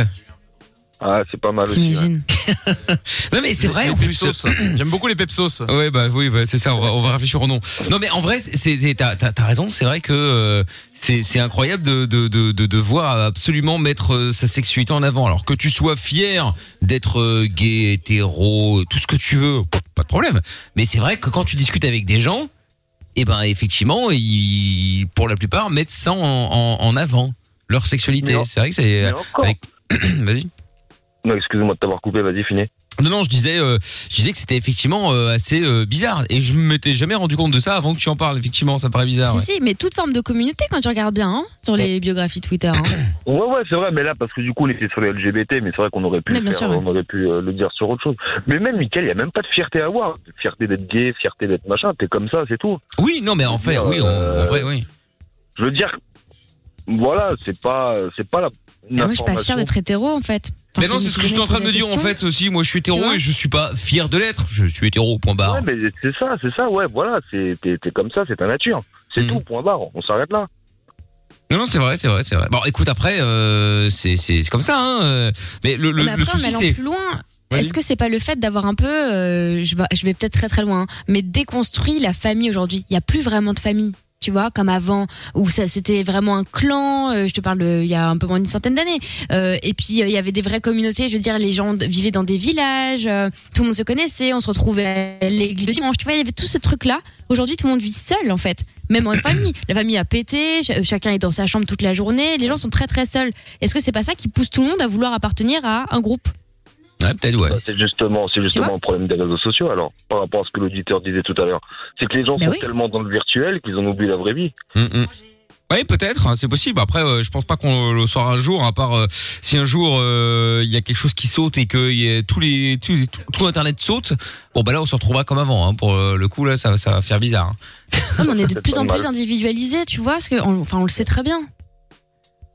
S11: Ah, c'est pas mal. aussi, ouais.
S2: non mais c'est vrai
S7: Les
S2: en plus.
S7: Pepsos. [clears throat] J'aime beaucoup les pepsos.
S2: Ouais bah oui bah, c'est ça on va, on va réfléchir au nom. Non mais en vrai c'est- c'est t'as t'as t'as raison c'est vrai que euh, c'est c'est incroyable de de de de devoir absolument mettre euh, sa sexualité en avant alors que tu sois fier d'être euh, gay hétéro tout ce que tu veux pff, pas de problème mais c'est vrai que quand tu discutes avec des gens eh ben effectivement ils pour la plupart mettent ça en en, en avant leur sexualité
S11: Mais en-
S2: c'est vrai que c'est
S11: mais encore.
S2: avec- vas-y
S11: Non, excuse-moi de t'avoir coupé. Vas-y, finis.
S2: non, non, je disais, euh, je disais que c'était effectivement euh, assez euh, bizarre et je m'étais jamais rendu compte de ça avant que tu en parles. Effectivement, ça me paraît bizarre. ouais.
S5: Si, si, mais toute forme de communauté quand tu regardes bien hein, sur les biographies Twitter.
S2: [coughs]
S5: hein.
S11: Ouais, ouais, c'est vrai, mais là, parce que du coup, on était sur les LGBT, mais c'est vrai qu'on aurait pu,
S5: Oui,
S11: le
S5: bien
S11: faire,
S5: sûr, ouais.
S11: on aurait pu euh, le dire sur autre chose. Mais même, Michael, il n'y a même pas de fierté à avoir. Fierté d'être gay, fierté d'être machin, t'es comme ça, c'est tout.
S2: Oui, non, mais en fait, oui, en-
S11: Euh.
S2: en vrai, oui.
S11: Je veux dire, voilà, c'est pas, c'est pas la.
S5: Ah, moi, je suis pas fière d'être hétéro en fait. Enfin,
S2: mais non, c'est ce que je suis en train de me dire en fait aussi. Moi, je suis hétéro et je suis pas fier de l'être. Je suis hétéro. Point barre.
S11: Ouais, mais c'est ça, c'est ça, ouais, voilà, c'est- t'es t'es comme ça, c'est ta nature. C'est
S2: Mm.
S11: tout, point barre, on s'arrête là.
S2: Non, non, c'est vrai, c'est vrai, c'est vrai. Bon, écoute, après, euh, c'est c'est c'est comme ça. Hein, euh, mais le le,
S5: mais
S2: le
S5: après, en
S2: souci
S5: allant
S2: c'est.
S5: plus loin,
S2: Vas-y.
S5: est-ce que c'est pas le fait d'avoir un peu, euh, je, vais, je vais peut-être très très loin, hein, mais déconstruit la famille aujourd'hui Il y a plus vraiment de famille. Tu vois, comme avant, où ça c'était vraiment un clan. euh, je te parle de- il y a un peu moins d'une centaine d'années. Euh, et puis euh, il y avait des vraies communautés. Je veux dire, les gens d- vivaient dans des villages. euh, tout le monde se connaissait. On se retrouvait à l'église le dimanche. Tu vois, il y avait tout ce truc-là. Aujourd'hui, tout le monde vit seul en fait. Même en famille, la famille a pété. ch- euh, chacun est dans sa chambre toute la journée. Les gens sont très très seuls. Est-ce que c'est pas ça qui pousse tout le monde à vouloir appartenir à un groupe
S2: Ouais, peut-être, ouais.
S11: C'est justement, c'est justement un problème des réseaux sociaux, alors, par rapport à ce que l'auditeur disait tout à l'heure. C'est que les gens
S5: Bah
S11: sont
S5: oui.
S11: tellement dans le virtuel qu'ils ont oublié la vraie vie.
S2: Mm, mm. Oui, peut-être, hein, c'est possible. Après, euh, je pense pas qu'on le saura un jour, à part euh, si un jour euh, il y a quelque chose qui saute et que il y a tous les tout, tout, tout Internet saute. Bon, bah là, on se retrouvera comme avant. hein. pour euh, le coup, là, ça, ça va faire bizarre. hein.
S5: Non, mais on [laughs] est de plus en
S2: normal.
S5: plus individualisé, tu vois, parce que on- enfin on le sait très bien.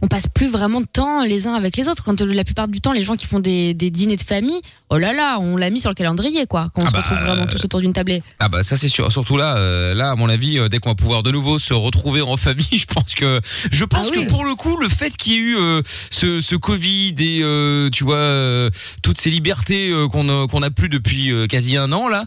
S5: On passe plus vraiment de temps les uns avec les autres. Quand euh, la plupart du temps, les gens qui font des, des dîners de famille, oh là là, on l'a mis sur le calendrier, quoi. Quand on
S2: Ah
S5: se
S2: bah,
S5: retrouve vraiment tous autour d'une tablée.
S2: Ah bah ça c'est sûr. Surtout là, euh, là à mon avis, euh, dès qu'on va pouvoir de nouveau se retrouver en famille, [laughs] je pense que je pense
S5: Ah oui.
S2: que pour le coup, le fait qu'il y ait eu euh, ce, ce Covid et euh, tu vois euh, toutes ces libertés euh, qu'on a- qu'on a plus depuis euh, quasi un an là.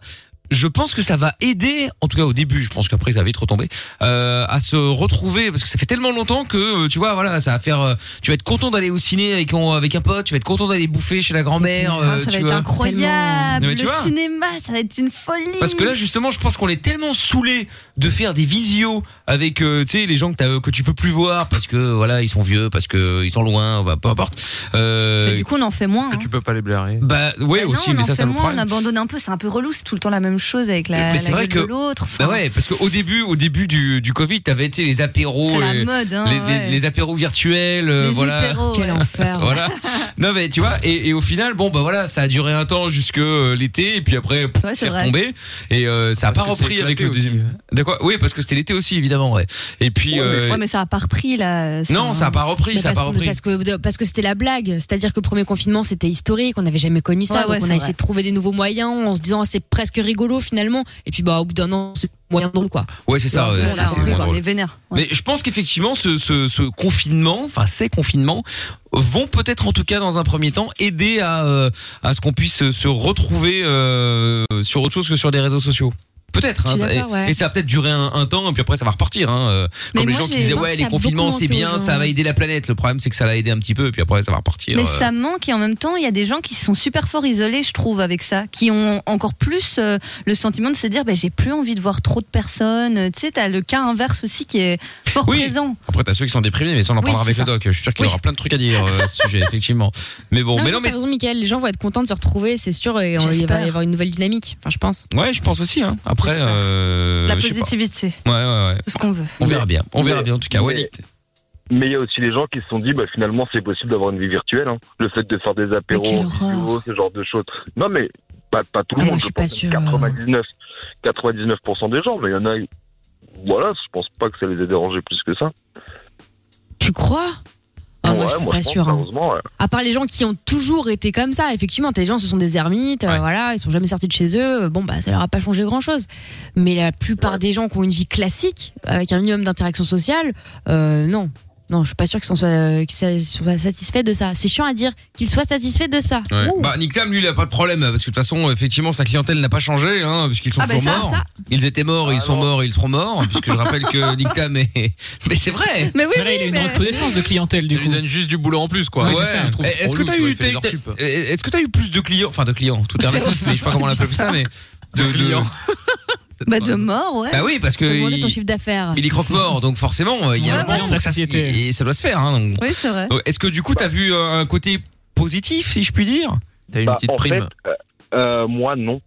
S2: Je pense que ça va aider, en tout cas au début. Je pense qu'après ça va vite retomber euh, à se retrouver parce que ça fait tellement longtemps que euh, tu vois, voilà, ça va faire. euh, tu vas être content d'aller au ciné avec on- avec un pote, tu vas être content d'aller bouffer chez la grand-mère.
S6: Ah,
S2: euh,
S6: ça
S2: tu
S6: va être [laughs]
S2: vois.
S6: incroyable.
S2: Non, mais tu
S6: le
S2: vois.
S6: cinéma, ça va être une folie.
S2: Parce que là justement, je pense qu'on est tellement saoulé de faire des visios avec euh, tu sais les gens que, t'as- que tu peux plus voir parce que voilà ils sont vieux, parce que ils sont loin, bah, peu importe. Euh,
S6: Mais du coup, on en fait moins. hein.
S7: Tu peux pas les blairer.
S2: bah ouais
S6: Non,
S2: aussi,
S6: on
S2: mais
S6: en
S2: ça
S6: fait
S2: ça nous
S6: moins,
S2: prend.
S6: on abandonne un peu. C'est un peu relou, c'est tout le temps la même chose avec la,
S2: mais
S6: la
S2: c'est vrai
S6: gueule
S2: que
S6: de l'autre.
S2: bah ouais parce qu'au début au début du, du Covid t'avais tu sais les apéros
S6: C'est la
S2: les,
S6: mode, hein,
S2: les, les-
S6: ouais.
S2: les apéros virtuels euh, voilà
S5: Quel
S13: Ah
S5: enfer.
S2: voilà non mais tu vois et, et au final bon bah voilà ça a duré un temps jusque euh, l'été et puis après pff,
S7: Ouais, c'est
S2: c'est
S7: vrai.
S2: retombé et euh, ça a
S7: Parce
S2: pas
S7: que c'est
S2: repris avec
S7: éclaté
S2: le deuxième de quoi oui parce que c'était l'été aussi évidemment ouais et puis euh,
S6: Ouais, mais ça a pas repris là.
S2: Non, ça a pas repris,
S5: Mais
S2: ça a
S5: parce,
S2: pas
S5: qu'on-
S2: repris.
S5: parce que parce que c'était la blague, c'est-à-dire que le premier confinement c'était historique, on n'avait jamais connu ça,
S6: Ouais, ouais,
S5: donc on
S6: c'est
S5: a
S6: vrai.
S5: essayé de trouver des nouveaux moyens en se disant ah, c'est presque rigolo drôle finalement. Et puis bah au bout d'un an, c'est moyen drôle quoi.
S2: Ouais, c'est ça.
S5: Ouais,
S2: ouais,
S5: voilà,
S2: c'est-
S5: on
S2: c'est
S5: peut
S2: moins
S5: voir
S2: drôle.
S5: les vénères.
S2: Mais je pense qu'effectivement, ce, ce, ce confinement, enfin ces confinements, vont peut-être en tout cas dans un premier temps aider à, euh, à ce qu'on puisse se retrouver euh, sur autre chose que sur des réseaux sociaux. Peut-être.
S7: Je
S2: hein,
S7: suis
S2: ça- et,
S7: d'accord, ouais.
S2: et ça va peut-être durer un, un temps, et puis après ça va repartir. Hein, euh,
S7: Mais
S2: comme les
S6: moi,
S2: gens qui
S6: j'ai-
S2: disaient
S6: moi,
S2: ouais,
S6: ça
S2: les
S6: a beaucoup
S2: confinements c'est
S6: manqué aux
S2: bien,
S6: gens.
S2: ça va aider la planète. Le problème c'est que ça l'a aidé un petit peu, et puis après ça va repartir.
S6: Mais
S2: euh.
S6: ça manque et en même temps, il y a des gens qui sont super fort isolés, je trouve, avec ça, qui ont encore plus euh, le sentiment de se dire, ben j'ai plus envie de voir trop de personnes. Euh, Tu sais, t'as le cas inverse aussi qui est fort présent.
S2: Après, t'as ceux qui sont déprimés, mais ça, on en
S6: Oui,
S2: parlera avec le doc. Je suis sûr qu'il y aura plein de trucs à dire euh, à ce sujet, effectivement. Mais bon,
S5: Non,
S2: mais
S5: mais
S2: non, mais.
S5: raison, Michael. Les gens vont être contents de se retrouver, c'est sûr, et on- il va y avoir une nouvelle dynamique. Enfin, je pense.
S2: Ouais, je pense aussi, hein. Après, euh, je sais pas. Ouais, ouais, ouais.
S6: Tout ce qu'on veut.
S2: On verra bien. On verra bien, en tout cas. Walid.
S11: Mais il y a aussi les gens qui se sont dit, bah, finalement, c'est possible d'avoir une vie virtuelle. hein. Le fait de faire des apéros, duos, ce genre de choses. Non, mais pas, pas
S6: Ah
S11: tout le monde. je
S5: pas
S11: pense que 99, 99% des gens, mais il y en a. Voilà, je pense pas que ça les ait dérangés plus que ça.
S5: Tu crois Ah, moi, je suis pas
S11: pense,
S5: sûre, hein.
S11: malheureusement, ouais.
S5: À part les gens qui ont toujours été comme ça, effectivement, t'as des gens, ce sont des ermites, euh, voilà, ils sont jamais sortis de chez eux. Bon, bah, ça leur a pas changé grand chose. Mais la plupart des gens qui ont une vie classique, avec un minimum d'interaction sociale, euh, non. Non, je suis pas sûr qu'ils s'en soient, euh, qu'ils sa- soient satisfaits de ça. C'est chiant à dire qu'ils soient satisfaits de ça.
S2: Ouais.
S5: Ouh.
S2: Bah, Nick Tam, lui, il a pas de problème, parce que de toute façon, effectivement, sa clientèle n'a pas changé, hein, puisqu'ils sont
S5: Ah, bah,
S2: toujours
S5: ça,
S2: morts.
S5: ça.
S2: Ils étaient morts,
S4: Ah
S2: ils sont morts, ils
S4: [laughs]
S2: seront morts, puisque je rappelle que Nick Tam est. [laughs] Mais c'est vrai
S6: Mais oui,
S4: Là, il a une recrudescence de clientèle, du coup. Il donne
S7: juste du boulot en plus, quoi.
S4: Ouais,
S2: Ouais.
S4: c'est ça.
S2: Eh, Est-ce que t'as eu, t'as- t'as- eh, est-ce que t'as eu plus de clients, enfin de clients, tout
S4: [laughs]
S2: est relatif, mais je sais pas comment on appelle ça, mais de, de-
S6: Bah, de mort, ouais.
S2: Bah oui, parce que
S5: Demander ton
S2: il,
S5: chiffre d'affaires.
S2: il est croque-mort, donc forcément, il y a un moment où ça, se- et ça doit se faire. Hein, donc.
S6: Oui, c'est vrai. [laughs]
S2: Euh, Est-ce que du coup, t'as vu euh, un côté positif, si je puis dire T'as eu
S11: Bah, en fait, euh, euh, Moi, non.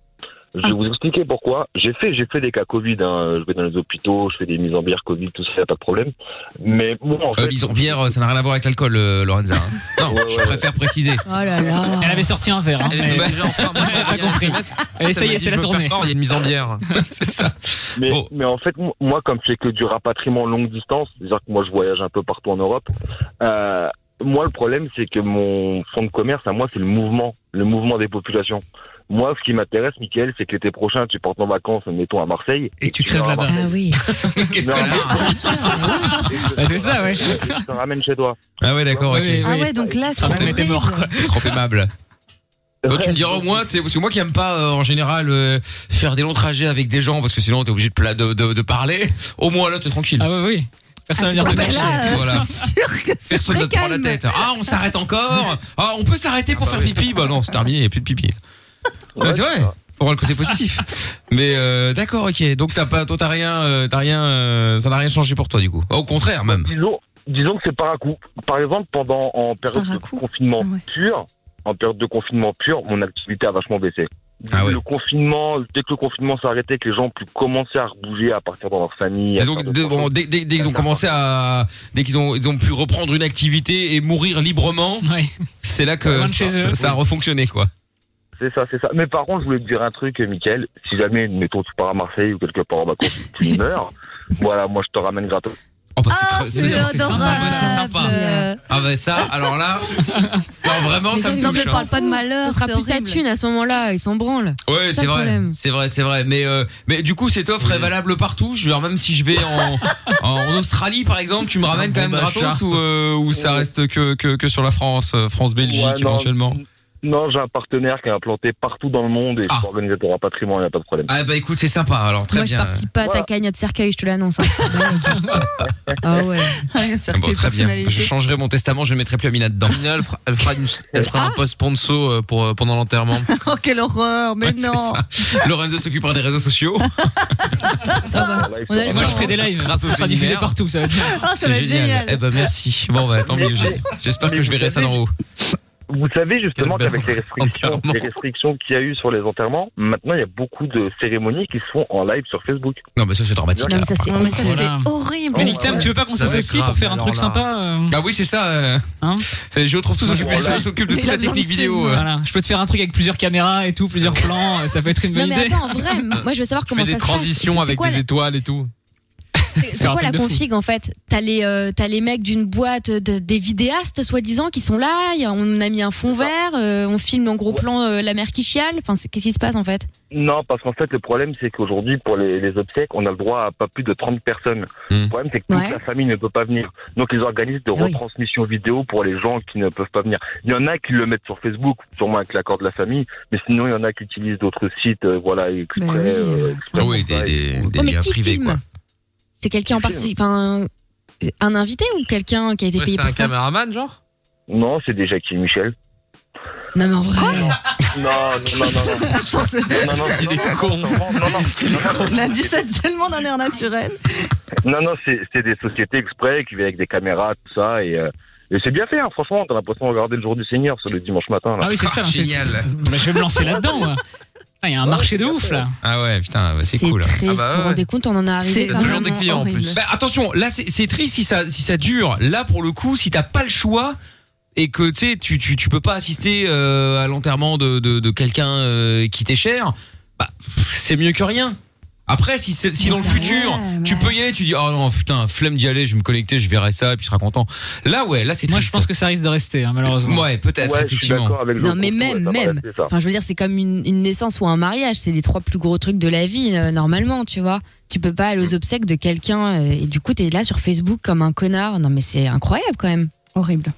S11: Je
S4: Ah.
S11: vais vous expliquer pourquoi. J'ai fait, j'ai fait des cas Covid. hein. Je vais dans les hôpitaux, je fais des mises en bière Covid, tout ça, y a pas de problème. Mais moi, en fait,
S2: Lison bière, euh, ça n'a rien à voir avec l'alcool, euh, Lorenza. hein. Non, je préfère préciser.
S5: Oh là là.
S4: Elle avait sorti un verre. hein. Elle
S2: Bah,
S4: avait pas compris. Allez, ça y est, c'est la tournée.
S7: Il y a une mise en
S4: [laughs]
S7: bière.
S2: c'est ça.
S11: Mais, mais en fait, mo- moi, comme c'est que du rapatriement longue distance, c'est-à-dire que moi, je voyage un peu partout en Europe, euh, moi, le problème, c'est que mon fonds de commerce, à moi, c'est le mouvement, le mouvement des populations. Moi, ce qui m'intéresse, Mickaël, c'est que l'été prochain, tu portes en vacances, mettons, à Marseille.
S4: Et tu crèves
S11: vas à
S4: là-bas.
S6: Ah
S11: Marseille.
S2: [laughs]
S5: oui.
S11: Non,
S4: Bah, c'est ça, ouais.
S11: mais tu te ramènes chez toi.
S2: Ah ouais, d'accord, ok.
S6: Ah ouais, donc là, c'est
S2: Trop aimable.
S6: horrible.
S2: Trop aimable. Bah, tu me diras au moins, tu sais, parce que moi qui aime pas euh, en général euh, faire des longs trajets avec des gens, parce que sinon t'es obligé de, pla- de, de, de parler, au moins là t'es tranquille. Ah
S4: oui, oui. Personne
S2: ne
S4: va venir
S6: bah
S4: te chercher.
S6: euh,
S2: Voilà. Personne ne te prend la
S4: calme.
S2: tête. Ah, on s'arrête encore. Ah, on peut s'arrêter pour faire pipi. Bah non, c'est terminé, il n'y a plus de pipi. Non, c'est vrai. Pour voir le côté positif. Mais euh, d'accord, ok. Donc t'as pas, toi t'as rien, euh, t'as rien, euh, ça n'a rien changé pour toi du coup. Bah, Au contraire même.
S11: Disons, disons que c'est par à coup. Par exemple, pendant en période de confinement pur, en période de confinement pur, mon activité a vachement baissé.
S2: Ah
S11: le confinement, dès que le confinement s'est arrêté, que les gens ont pu commencer à rebouger à partir dans leur famille. à
S2: Disons que
S11: faire de-
S2: dès, bon, dès, dès- dès qu'ils ont commencé à, dès qu'ils ont, ils ont pu reprendre une activité et mourir librement, c'est là que
S11: Loin de chez
S2: ça,
S11: eux.
S2: ça a refonctionné quoi.
S11: C'est ça, c'est ça. Mais par contre, je voulais te dire un truc, euh, Mickaël. Si jamais, mettons, tu pars à Marseille ou quelque part en vacances, tu
S2: [laughs]
S11: meurs. voilà, moi, je te ramène gratos.
S2: Oh bah c'est très- c'est- c'est sympa, ouais, c'est sympa.
S5: Euh,
S2: Ah bah ça, alors là, non vraiment ça me touche. hein.
S5: pas de malheur. Ça sera plus sa thune à ce moment-là, ils s'en branlent.
S2: Ouais,
S5: Ça,
S2: c'est
S5: le
S2: vrai,
S5: problème.
S2: c'est vrai, c'est vrai. Mais euh, mais du coup, cette offre est valable partout. Je veux dire, même si je vais
S7: [laughs]
S2: en, en Australie par exemple, tu me ramènes quand même
S7: bon
S2: gratos
S7: d'achat.
S2: ou euh, ou ça reste que que que sur la France, euh, France Belgique
S11: Ouais, non.
S2: éventuellement.
S11: Non, j'ai un partenaire qui est implanté partout dans le monde et je peux organiser ton rapatriement, il n'y a pas de problème.
S2: Ah bah écoute, c'est sympa. Alors très
S5: Moi,
S2: bien.
S5: je participe pas à ta cagnotte cercueil, je te l'annonce.
S2: [laughs]
S5: hein. ah ouais.
S2: Bon, très bien. Je changerai mon testament, je ne mettrai plus Amina dedans.
S7: Amina, elle fera, elle fera une- elle fera un post ponso euh, pour, euh, pendant l'enterrement.
S6: Oh, quelle horreur, mais
S7: Ouais, c'est
S6: non.
S2: Lorenzo s'occupera des réseaux sociaux.
S4: On a- Moi, je ferai des lives.
S2: Grâce au
S4: Ça sera diffusé
S2: séminaire.
S4: partout, ça va être bien.
S6: Ah,
S2: C'est génial. Eh ben merci. Bon bah tant mieux. j'ai- J'espère que je verrai ça d'en haut.
S11: Vous savez justement qu'avec les restrictions, les restrictions qu'il y a eu sur les enterrements, maintenant il y a beaucoup de cérémonies qui se font en live sur Facebook.
S2: Non mais ça c'est dramatique.
S4: Non, mais ça, c'est
S11: Voilà.
S4: horrible. Voilà.
S6: Horrible.
S4: Mais Nick Tam, tu veux pas qu'on
S2: Ça va
S4: s'associe
S2: être
S4: pour faire un
S2: grave,
S4: truc
S2: alors là.
S4: sympa euh,
S2: Ah oui c'est ça. euh, euh, Je retrouve tous occupés,
S4: Voilà.
S2: ceux qui s'occupent de toute la technique vidéo. euh.
S4: Voilà, je peux te faire un truc avec plusieurs caméras et tout, plusieurs plans, euh, ça peut être une
S5: Non
S4: bonne
S5: mais
S4: idée. [laughs]
S5: attends, en vrai, moi je veux savoir
S7: Tu fais
S5: comment
S7: des
S5: ça se passe. C'est-
S7: transitions
S5: c'est
S7: avec
S5: quoi
S7: des
S5: la-
S7: étoiles et tout.
S5: C'est quoi la config en fait T'as les, euh, t'as les mecs d'une boîte de- des vidéastes soi-disant qui sont là. y a- On a mis un fond vert, euh, on filme en gros plan euh, la mer qui chiale. Enfin, c'est- qu'est-ce qui se passe en fait
S11: Non, parce qu'en fait, le problème, c'est qu'aujourd'hui, pour les, les obsèques, on a le droit à pas plus de 30 personnes.
S2: Hmm.
S11: Le problème, c'est que toute
S5: Ouais. Ah
S11: la famille ne peut pas venir. Donc, ils organisent des retransmissions vidéo pour les gens qui ne peuvent pas venir. Il y en a qui le mettent sur Facebook, sûrement avec l'accord de la famille, mais sinon, il y en a qui utilisent d'autres sites, euh, voilà, et qui prêt, euh, etc.
S2: oui, des, des, des
S5: Bah Ouais, Oh, mais
S2: liens
S5: qui
S2: privés,
S5: filme
S2: quoi.
S5: C'est quelqu'un en partie, enfin un invité ou quelqu'un qui a été payé pour ça
S7: caméraman, genre
S11: Non, c'est déjà qui, Michel
S5: Non mais en vrai.
S2: Ah
S11: Non, non, non, non. non, non, il est con.
S6: On a dit ça tellement d'un air naturel.
S11: Non, non, c'est c'est des sociétés exprès qui viennent avec des caméras, tout ça, et, euh, et c'est bien fait, hein, franchement, t'as l'impression de regarder le jour du Seigneur, c'est le dimanche matin. Là.
S4: Ah oui, c'est ça. hein, c'est- Bah, je vais me lancer là-dedans. moi. Putain, Il y a un marché de ouf là.
S2: Ah ouais, putain, ouais, c'est cool.
S5: triste,
S2: Ah bah
S5: vous vous
S2: ouais.
S5: rendez compte, on en est arrivé quand même. hein.
S2: Bah, attention, là c'est c'est triste si ça si ça dure. Là pour le coup, si t'as pas le choix et que tu sais tu tu tu peux pas assister euh, à l'enterrement de de, de quelqu'un euh, qui t'est cher, bah pff, c'est mieux que rien. Après si c'est- si dans le futur tu peux y aller, tu dis oh non putain flemme d'y aller, je vais me connecter, je verrai ça et puis je serai content. Là ouais, là c'est triste. Moi je pense
S4: que ça risque de rester hein, malheureusement.
S2: Ouais peut-être
S11: Ouais, je suis
S2: effectivement.
S11: d'accord avec
S5: Non mais même, même. Enfin, je veux dire, c'est comme une, une naissance ou un mariage. C'est les trois plus gros trucs de la vie euh, normalement, tu vois. Tu peux pas aller aux obsèques de quelqu'un euh, et du coup t'es là sur Facebook comme un connard. Non mais c'est incroyable quand même.
S6: Horrible.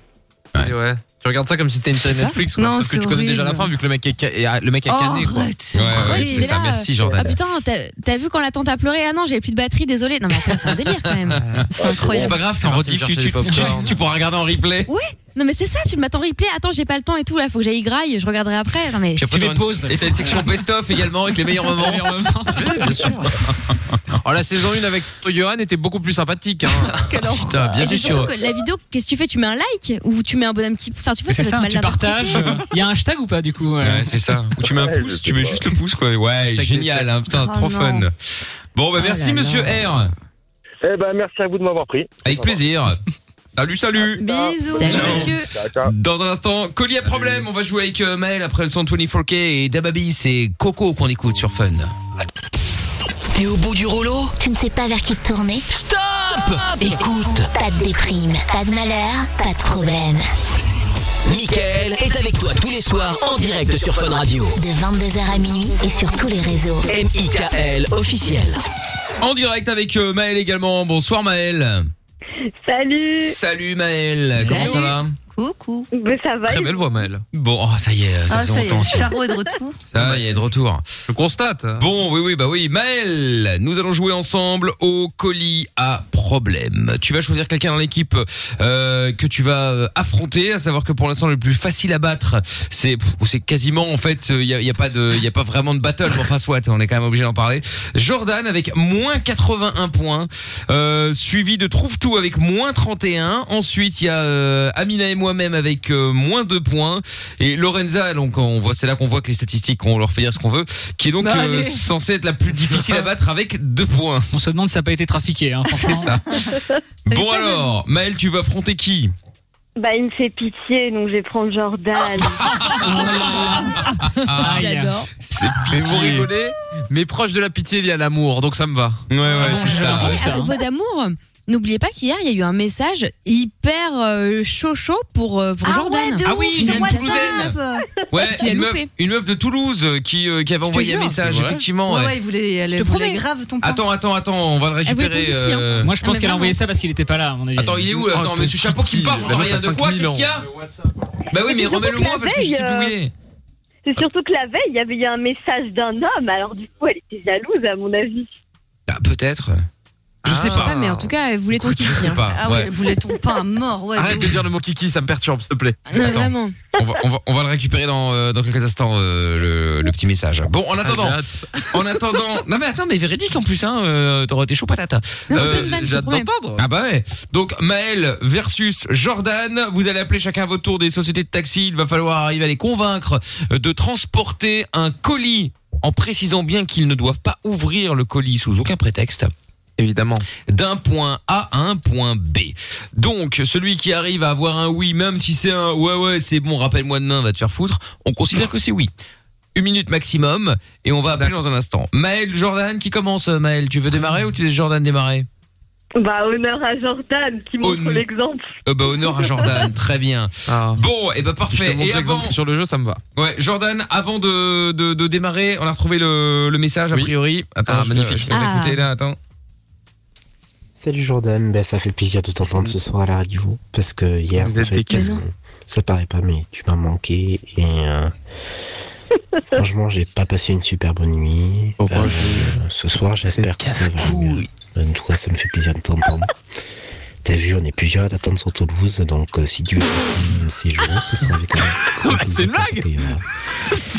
S7: Ouais. ouais. Tu regardes ça comme si t'étais une série Netflix ou
S5: Non,
S7: parce que
S5: c'est
S7: tu connais déjà la
S5: horrible.
S7: fin vu que le mec est ca- et, ah, le mec a
S5: Oh,
S7: cané quoi.
S5: arrête,
S7: Ouais,
S5: Incroyable.
S7: ouais, c'est
S5: T'es
S7: ça.
S5: là,
S7: Merci
S5: euh,
S7: Jordan.
S5: Ah putain, t'as- t'as vu quand la tante a pleuré Ah non, j'avais plus de batterie, désolé. Non mais attends, c'est un délire quand même.
S2: C'est
S5: incroyable.
S2: pas grave, c'est en rediff, tu, tu, tu, tu pourras regarder en replay.
S5: Ouais, non mais c'est ça, tu le m'attends en replay. Attends, j'ai pas le temps et tout là, faut que j'aille graille, je regarderai après. Non mais
S2: Puis après,
S7: Tu
S2: t'auras une-
S7: déposes.
S2: Et t'as une section best-of également avec les meilleurs moments. [laughs]
S7: [laughs] Oh, la saison 1 avec Johan était beaucoup plus sympathique. Hein.
S5: [laughs]
S2: Putain,
S5: Et c'est surtout que la vidéo, qu'est-ce que tu fais Tu mets un like ou tu mets un bonhomme qui Enfin, tu vois, ça
S4: Mais c'est
S5: doit
S4: ça,
S5: être mal
S4: tu partages.
S5: interprété.
S4: euh, Il y a un hashtag ou pas du coup
S2: Ouais, c'est ça. Ou tu mets un pouce, tu mets juste le pouce, quoi. Ouais, génial, hein, putain,
S4: Ah,
S5: Oh
S2: trop
S4: non.
S2: fun. Bon,
S5: Ah
S2: bah,
S4: Oh
S2: merci,
S4: là
S2: monsieur R.
S11: Eh ben, merci à vous de m'avoir pris.
S2: Avec plaisir. Salut, salut.
S11: Bisous. Salut,
S2: Ciao.
S11: monsieur.
S2: Dans un instant, colis à problème. On va jouer avec euh, Maël après le son 24K et Dababi. C'est Coco qu'on écoute sur Fun.
S9: T'es au bout du rouleau Tu ne sais pas vers qui te tourner Stop,
S1: Écoute
S9: Pas de déprime, pas de malheur, pas de problème.
S1: Michael est avec toi tous les soirs en direct sur Fun Radio.
S9: De 22h à minuit et sur tous les réseaux.
S1: M.I.K.L. officiel.
S2: En direct avec euh, Maël également. Bonsoir, Maël.
S13: Salut.
S2: Salut, Maël. Comment ça
S13: Salut.
S2: va
S6: Coucou.
S13: Mais ça va.
S7: Très belle voix Maël.
S2: Bon, oh, ça y est, ça
S6: Ah,
S2: faisait
S6: ça y
S2: longtemps.
S6: est,
S2: ça.
S6: Charo est de retour.
S2: Ça, il est de retour.
S7: Je constate. hein.
S2: Bon, oui, oui, bah oui. Maël, nous allons jouer ensemble au colis à problème. Tu vas choisir quelqu'un dans l'équipe euh, que tu vas euh, affronter, à savoir que pour l'instant le plus facile à battre, c'est pff, c'est quasiment en fait, il y a, y a pas de, il y a pas vraiment de battle. Mais enfin soit, on est quand même obligé d'en parler. Jordan avec moins 81 points, euh, suivi de Trouve tout avec moins 31. Ensuite, il y a euh, Amina et moi-même avec euh, moins 2 points et Lorenza. Donc on voit, c'est là qu'on voit que les statistiques, on leur fait dire ce qu'on veut, qui est donc
S4: Bah,
S2: euh,
S4: allez.
S2: censée être la
S4: [laughs]
S2: plus difficile à battre avec deux points.
S4: On se demande si ça n'a pas été trafiqué. Hein,
S2: [laughs] C'est ça.
S5: [laughs]
S2: Bon alors, Maël, tu vas affronter qui
S13: Bah, il me fait pitié, donc je vais prendre Jordan.
S5: [laughs]
S7: Ah,
S13: J'adore.
S2: C'est
S7: Mais vous rigolez, mais proche de la pitié, il y a l'amour, donc ça me va.
S2: Ouais, ouais, hein.
S7: c'est
S5: Ah oui, à propos d'amour, n'oubliez pas qu'hier, il y a eu un message hyper euh, chaud chaud pour, euh, pour
S6: Ah
S5: Jordan.
S6: ouais, de
S2: Ah oui,
S6: ouf,
S2: une
S6: sur WhatsApp.
S2: Toulousaine. Ouais,
S6: Ah,
S5: Tu l'as
S2: une meuf,
S5: loupé.
S2: une meuf de Toulouse euh, qui, euh, qui avait envoyé un
S6: jure.
S2: message,
S6: C'est vrai
S2: effectivement.
S6: Ouais,
S2: ouais.
S6: ouais, il voulait, elle
S5: te
S6: voulait
S5: promets.
S6: grave ton pain.
S2: Attends, attends, attends, on va le récupérer. euh,
S4: Moi, je pense qu'elle a
S2: vraiment.
S4: envoyé ça parce qu'il n'était pas là, à mon avis.
S2: Attends, il est
S7: Oh,
S2: où là Attends, monsieur Chapeau qui me parle, j'entends rien de quoi, qu'est-ce qu'il y a Bah oui, mais
S13: Et puis,
S2: remets-le
S13: surtout
S2: moi
S13: que
S2: parce que je
S13: la
S2: sais plus où il
S13: veille,
S2: est.
S13: C'est surtout que la veille, il y avait eu un message d'un homme, alors du coup, elle était jalouse, à mon avis.
S2: Ah, peut-être. Je sais pas.
S5: Ah, mais en tout cas, elle voulait ton
S2: Écoute, je
S5: kiki.
S2: sais
S5: hein.
S2: pas,
S6: Ah
S2: ouais.
S6: ouais, voulait ton pain à mort, ouais.
S7: Arrête
S6: de
S7: de dire le mot kiki, ça me perturbe, s'il te plaît.
S5: Non, mais
S2: Attends.
S5: vraiment.
S2: On va, on, va, on va le récupérer dans, euh, dans quelques instants, euh, le, le petit message. Bon, en attendant,
S7: Ah,
S5: [laughs]
S2: en attendant, non mais attends, mais véridique en plus, hein, euh, t'aurais été chaud patate.
S5: Non, c'est pas une vanne,
S2: j'ai hâte
S5: je te promets.
S2: d'entendre. Ah bah ouais. Donc Maël versus Jordan, vous allez appeler chacun à votre tour des sociétés de taxi. Il va falloir arriver à les convaincre de transporter un colis en précisant bien qu'ils ne doivent pas ouvrir le colis sous aucun prétexte.
S7: Évidemment.
S2: D'un point A à un point B. Donc, celui qui arrive à avoir un oui, même si c'est un ouais, ouais, c'est bon, rappelle-moi demain, va te faire foutre, on considère que c'est oui. Une minute maximum, et on va appeler dans un instant. Maël, Jordan, qui commence, euh, Maël? Tu veux démarrer ou tu laisses Jordan démarrer?
S13: [laughs] Bah, honneur à Jordan qui
S2: Oh,
S13: montre l'exemple.
S2: Euh, bah, honneur à Jordan, très bien. Bon, et bah
S7: Je te
S2: parfait.
S7: montre
S2: Et
S7: l'exemple
S2: avant,
S7: sur le jeu, ça me va.
S2: ouais, Jordan, avant de, de, de démarrer, on a retrouvé le, le message a priori. Attends,
S7: Ah,
S2: je, magnifique.
S7: magnifique.
S2: je vais
S7: Ah.
S2: l'écouter là, attends.
S14: Salut Jordan, ben, ça fait plaisir de t'entendre ce soir à la radio parce que hier en fait, euh, ça paraît pas mais tu m'as manqué et
S4: [laughs]
S14: euh, franchement j'ai pas passé une super bonne nuit. Euh, ce soir j'espère que ça va mieux. En tout cas ça me fait plaisir de t'entendre. T'as vu on est plusieurs à t'attendre sur Toulouse donc euh, si tu veux un séjour ce sera avec moi. C'est une blague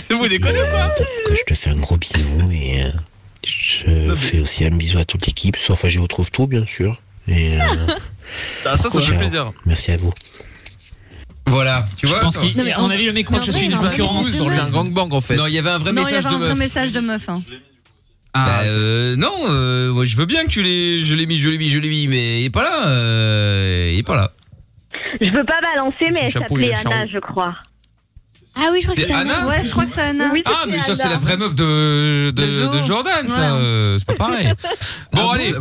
S7: Vous déconnez ou
S14: pas Je te fais un gros bisou et euh, je fais aussi un bisou à toute l'équipe sauf à Géo Trouve Tout bien sûr.
S11: [laughs]
S14: Et, euh,
S2: [laughs]
S11: Bah,
S2: Ah, ça, ça fait
S14: Ciao.
S2: plaisir.
S14: Merci à vous.
S2: Voilà, tu vois.
S4: pense qu'il-
S2: toi.
S4: Non, mais à mon en- avis, le mec croit que je suis une concurrence.
S2: C'est un gangbang en fait. Non, il y avait un vrai
S6: non, il y
S2: message
S6: avait
S2: de
S6: un vrai
S2: meuf.
S6: message de meuf. hein.
S2: Bah, euh, non, euh, ouais, je veux bien que tu l'aies, je l'ai mis, je l'ai mis, je l'ai mis, mais il est pas là, euh, il est pas là.
S13: Je veux pas balancer, mais elle
S2: Chapeau, il y
S13: s'appelait
S2: a le
S13: Anna,
S2: charron.
S13: je crois.
S5: Ah oui, je crois
S2: que C'est c'était Anna Anna
S6: Ouais, je crois que c'est Anna.
S2: Ah, mais ça, c'est la vraie meuf de, de, de Jordan, ça.
S6: Voilà.
S2: euh, C'est
S6: [laughs]
S2: pas pareil. Bon, allez.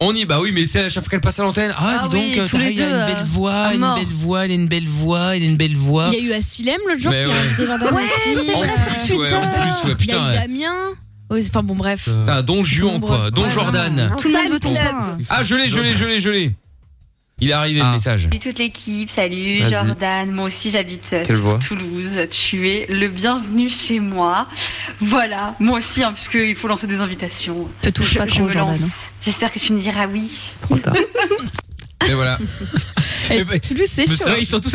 S2: On y, bah oui, mais c'est à chaque fois qu'elle passe à l'antenne. Ah,
S5: Ah
S2: dis donc,
S5: oui,
S2: euh,
S5: tous les
S2: Tara, il a
S5: deux,
S2: une
S5: euh,
S2: belle voix,
S5: à
S2: une
S5: mort.
S2: belle voix, il a une belle voix, il a une belle voix.
S5: Il y a eu Asilem l'autre jour qui
S2: Mais
S5: a
S2: ouais.
S5: invité Jordan
S6: Ouais,
S5: aussi.
S6: c'est vrai,
S5: Euh,
S2: sur Twitter. Ouais, en plus, ouais, putain,
S5: Il y
S2: ouais.
S5: a eu Damien. Ouais, Enfin bon, bref.
S2: Ah, Don Juan, quoi. Don Jordan.
S6: Tout le monde veut ton pain.
S2: Ah, je l'ai, je l'ai, je l'ai, je l'ai. Il est arrivé le
S5: [laughs]
S2: message.
S15: Salut toute l'équipe, salut
S2: Vas-y.
S15: Jordan, moi aussi j'habite euh,
S2: Quelle voix.
S15: sur Toulouse, tu es le bienvenu chez moi. Voilà, moi aussi, hein, puisqu'il faut lancer des invitations.
S6: Te touche
S15: Je-
S6: pas
S15: je
S6: trop,
S15: me
S6: Jordan,
S15: lance. J'espère que tu me diras oui.
S2: Et voilà.
S5: Eh, Toulouse, c'est
S2: Eh ben, Mais
S5: chaud. hein.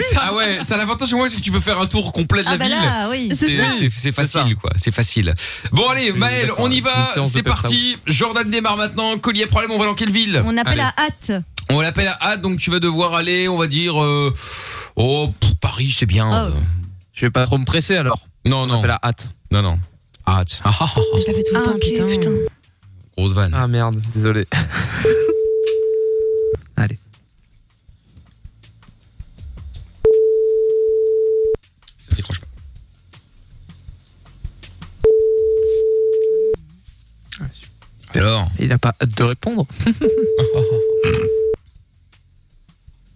S2: ça, Ah ouais, ça l'avantage chez moi, c'est que tu peux faire un tour complet de la
S5: Ah bah
S2: ville.
S5: là, oui. C'est ça.
S2: c'est- c'est facile, quoi. C'est facile. Bon, allez, Maël,
S7: d'accord.
S2: on y va.
S7: Une séance de
S2: C'est
S7: pep
S2: parti. Jordan démarre maintenant. Collier problème, on va dans quelle ville
S6: On appelle
S2: Allez.
S6: à hâte.
S2: On l'appelle à hâte, donc tu vas devoir aller, on va dire. euh, oh, pff, Paris, c'est bien.
S6: Oh.
S2: Je vais pas trop me presser alors. Non, non. On l'appelle à hâte. Non, non. Hâte. Ah, ah, ah,
S5: Je la fais tout le temps, putain.
S2: [laughs] grosse vanne.
S7: Ah merde,
S2: [laughs]
S7: désolé.
S2: ça décroche pas. Ah, Alors
S7: Il n'a pas hâte de
S2: [laughs]
S7: répondre.
S2: On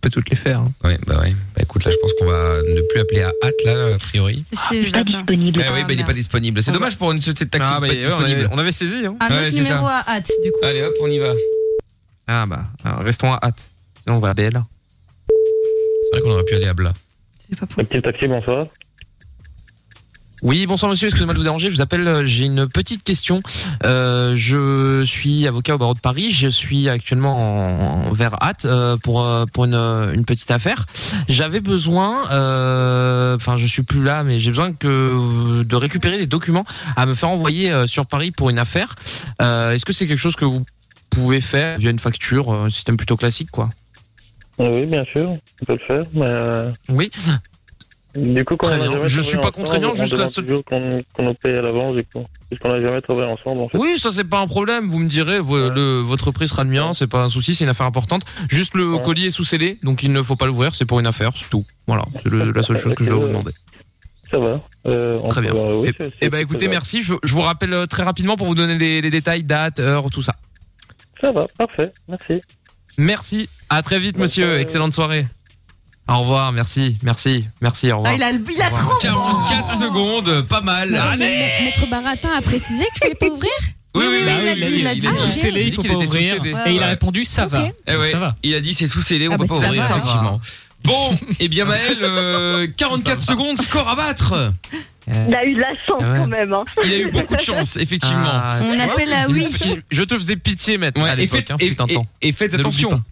S2: peut toutes les faire. Ouais, bah ouais. Bah écoute, là, je pense qu'on va ne plus appeler à hâte, là, a priori.
S6: Pas disponible.
S2: Ah oui, bah, il n'est pas disponible. C'est dommage pour une société de taxi
S7: Ah,
S2: de
S7: bah,
S2: pas
S7: ouais,
S2: être disponible.
S7: on avait saisi, hein.
S6: Un
S2: Ouais,
S6: autre
S2: c'est
S6: numéro
S2: ça.
S6: à hâte, du coup.
S2: Allez, hop, on y va.
S7: Ah bah, alors, restons à hâte. Sinon on va à BL.
S2: C'est vrai qu'on aurait pu aller à Bla.
S10: Petit taxi, bonsoir.
S7: Oui, bonsoir monsieur, excusez-moi de vous déranger, je vous appelle, euh, j'ai une petite question. Euh, je suis avocat au barreau de Paris, je suis actuellement en, en- vers hâte euh, pour, euh, pour une, euh, une petite affaire. J'avais besoin, euh, enfin je suis plus là, mais j'ai besoin que, euh, de récupérer des documents à me faire envoyer euh, sur Paris pour une affaire. Euh, Est-ce que c'est quelque chose que vous pouvez faire via une facture, euh, un système plutôt classique quoi
S10: Oui, bien sûr, on peut le faire, mais. euh,
S7: Oui.
S10: Du coup, quand
S7: Très
S10: on a
S7: bien.
S10: jamais
S7: Je
S10: travaillé
S7: suis pas
S10: ensemble,
S7: contraignant,
S10: on
S7: juste la
S10: demande
S7: seule-
S10: toujours qu'on qu'on nous paye à l'avance, du coup. Parce qu'on n'a jamais travaillé ensemble, en fait.
S7: Oui, ça c'est pas un problème. Vous me direz, vo- le- votre prix sera le mien, c'est pas un souci, c'est une affaire importante. Juste le colis est sous scellé, donc il ne faut pas l'ouvrir. C'est pour une affaire, c'est tout. Voilà, c'est le- la seule chose que je dois vous demander.
S10: euh, Ça va. Euh, on
S7: Très bien.
S10: peut- oui,
S7: Eh-
S10: c'est-
S7: Eh
S10: c'est-
S7: ben écoutez,
S10: c'est-
S7: merci. Je, je vous rappelle euh, très rapidement pour vous donner les, les détails, date, heure, tout ça.
S10: Ça va, parfait, merci.
S7: Merci. À très vite, monsieur. Excellente soirée. Au revoir. Merci, merci, merci. Au revoir.
S6: Ah, il a, il a
S7: Au revoir.
S6: trop.
S2: 44 secondes, pas mal.
S5: Non, Ah, mais
S2: Allez
S5: Ma- Maître Baratin a précisé qu'il fallait pas ouvrir
S2: Oui, oui,
S4: Bah oui,
S2: oui, il a dit,
S4: il a
S2: il
S4: dit
S2: a
S5: Ah,
S2: dit.
S4: sous scellé,
S2: Il
S4: il
S2: dit
S4: faut
S2: qu'il
S4: pas
S2: était sous
S4: ouvrir.
S2: scellé.
S4: Et il a
S2: Ouais.
S4: répondu ça va.
S2: Eh
S4: Donc
S2: ouais,
S4: Ça va.
S2: Il a dit c'est sous scellé, on
S4: Ah
S2: peut
S4: bah,
S2: pas
S4: ça
S2: ouvrir
S4: va,
S2: effectivement. Bon, et bien Maël, euh, 44 secondes, score à battre.
S13: Il a Bah, eu de la chance
S2: Ah ouais.
S13: quand même. Hein.
S2: Il a eu beaucoup de chance, effectivement.
S7: Ah,
S13: On
S7: tu vois
S13: appelle à
S7: Il me
S13: oui.
S7: fait- Je te faisais pitié, maître.
S2: Ouais,
S7: à
S2: et,
S7: l'époque,
S2: faites,
S7: hein,
S2: et-
S7: putain de
S2: et-
S7: temps.
S2: et faites
S7: Ne l'oublie pas.
S2: attention.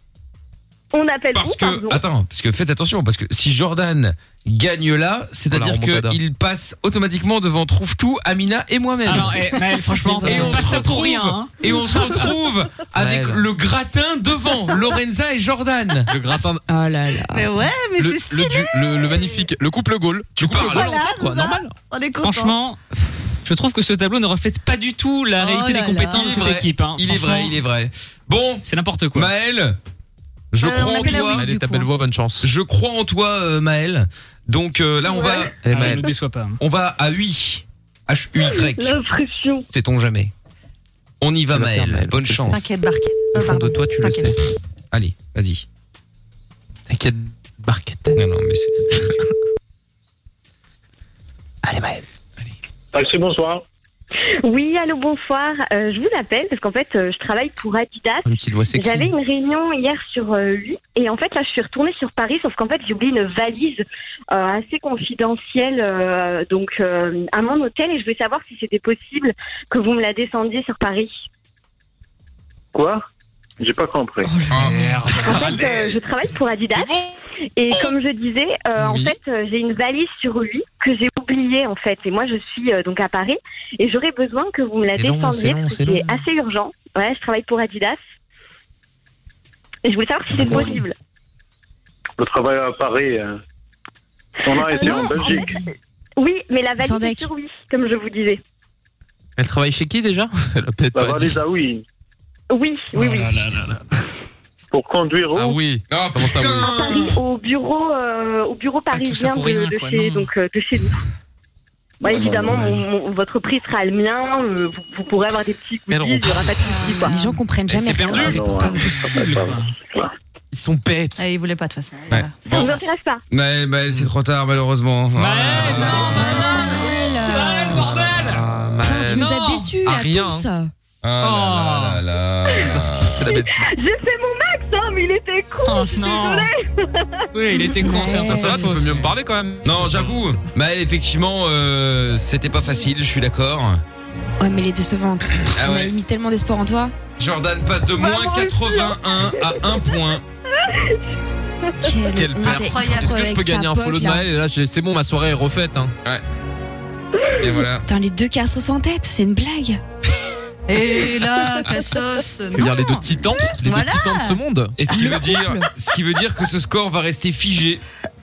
S13: On appelle
S2: Parce
S13: vous, pardon.
S2: que, attends, parce que faites attention, parce que si Jordan gagne là, c'est-à-dire
S7: Voilà, remontada.
S2: qu'il passe automatiquement devant Trouve Tout, Amina et moi-même.
S4: Alors, eh, Maël, franchement,
S2: et
S4: on
S2: on
S4: fait
S2: se
S4: ça pour
S2: retrouve,
S4: rien, hein.
S2: et on se retrouve avec
S7: Maël.
S2: le gratin devant Lorenza et Jordan.
S7: Le gratin.
S5: Oh là là.
S6: Mais ouais, mais
S7: le,
S6: c'est
S7: le du- le- le magnifique, le couple Gaulle. Tu parles
S6: voilà,
S7: longtemps, quoi,
S6: ça.
S7: normal.
S6: On est content.
S4: Franchement, je trouve que ce tableau ne reflète pas du tout la
S6: Oh
S4: réalité
S6: là
S4: des compétences
S2: là.
S4: de
S2: Il est
S4: cette
S2: vrai.
S4: équipe. hein.
S2: Il est vrai,
S4: Franchement,
S2: il est vrai. Bon,
S4: C'est n'importe quoi.
S2: Maël, je
S6: Euh, on
S2: crois en
S6: appelle la
S2: toi.
S6: Wii, Allez, du ta coup, belle hein.
S7: voix, bonne chance.
S2: Je crois en toi, euh, Maël. Donc euh, là, on va,
S4: Ah,
S7: Allez,
S4: il
S7: Maël.
S4: ne déçoit pas. hein.
S2: on va à UI. H U Y.
S13: L'impression.
S2: Sait-on jamais. On y va, Maël. Bonne chance.
S6: T'inquiète, Barquette.
S2: Au fond de toi, tu le sais. Allez, vas-y. T'inquiète, Barquette. Non, non, mais c'est.
S10: Allez, Maël.
S7: ben-
S10: Taxi, bonsoir.
S13: Oui, allô, bonsoir. Euh, je vous appelle parce qu'en fait, euh, je travaille pour Adidas.
S7: Une petite voix sexy.
S13: J'avais une réunion hier sur euh, lui et en fait, là, je suis retournée sur Paris, sauf qu'en fait, j'ai oublié une valise euh, assez confidentielle, euh, donc euh, à mon hôtel, et je voulais savoir si c'était possible que vous me la descendiez sur Paris.
S10: Quoi J'ai pas compris.
S13: En fait, euh, je travaille pour Adidas. Et comme je disais, euh, en fait, euh, j'ai une valise sur lui que j'ai oubliée, en fait. Et moi, je suis euh, donc à Paris. Et j'aurais besoin que vous me la
S7: C'est long, c'est
S13: descendiez
S7: long,
S13: parce
S7: c'est
S13: que c'est
S7: long.
S13: assez urgent. Ouais, je travaille pour Adidas. Et je voulais savoir si c'est
S10: D'accord.
S13: possible.
S10: Je travaille à Paris. euh. Son a été
S13: Non,
S10: en
S13: en
S10: Belgique.
S13: Oui, mais la valise est sur lui, comme je vous disais.
S7: Elle travaille chez qui déjà [laughs] Elle a peut-être
S10: La valise, ah oui.
S13: Oui, oui,
S7: Oh
S13: oui.
S10: Pour conduire où Ah
S7: oui.
S10: Comment ça,
S13: À Paris,
S2: Ah.
S13: au bureau, euh, au bureau parisien de,
S10: pour rien,
S13: de
S10: quoi,
S13: chez,
S10: non.
S13: donc, euh, de chez nous. Bah,
S10: Non, non,
S13: évidemment,
S10: non,
S13: mon- mon- votre prix sera le mien. euh, vous, vous pourrez avoir des petits goodies,
S7: Quel
S13: il n'y aura pas de soucis. quoi.
S5: Les gens comprennent jamais rien.
S7: perdu.
S5: c'est pour
S7: Ah,
S5: ça.
S7: non, Ils sont bêtes.
S6: il voulait Eh, pas de toute façon.
S2: Ouais.
S13: Ça
S2: Bon.
S13: vous intéresse pas
S2: Maël, Maël, c'est trop tard, malheureusement. Ah Maël,
S5: Ah, Tu nous as déçus
S2: Ah,
S5: à
S2: rien,
S5: tous.
S2: Ah là là là là.
S13: J'ai fait mon max, hein, mais il était con.
S4: Oh,
S13: je suis
S4: non.
S13: désolée.
S4: Oui, il était con, c'est un peu de sa faute.
S2: mieux me parler quand même. Non, j'avoue, Maël, effectivement, euh, c'était pas facile, je suis d'accord.
S5: Ouais, mais elle est décevante.
S2: Ah
S5: On
S2: ouais.
S5: a mis tellement d'espoir en
S13: [laughs]
S5: toi.
S2: Jordan passe de moins 81 à 1 point.
S5: Quelle,
S7: Quelle
S5: honte.
S7: perte.
S5: Il se
S7: Est-ce
S5: retrouve
S7: que je
S5: avec
S7: peux
S5: sa
S7: gagner un
S5: pote,
S7: follow de
S5: là.
S7: Maël Et là, j'ai- c'est bon, ma soirée est refaite. Hein.
S2: Ouais. Et voilà.
S5: Putain, les deux cassos en tête, c'est une blague.
S6: Et là, Cassos.
S7: Je veux dire, les deux titans, les deux titans de ce monde.
S2: Et ce qui, veut dire, ce qui veut dire que ce score va rester figé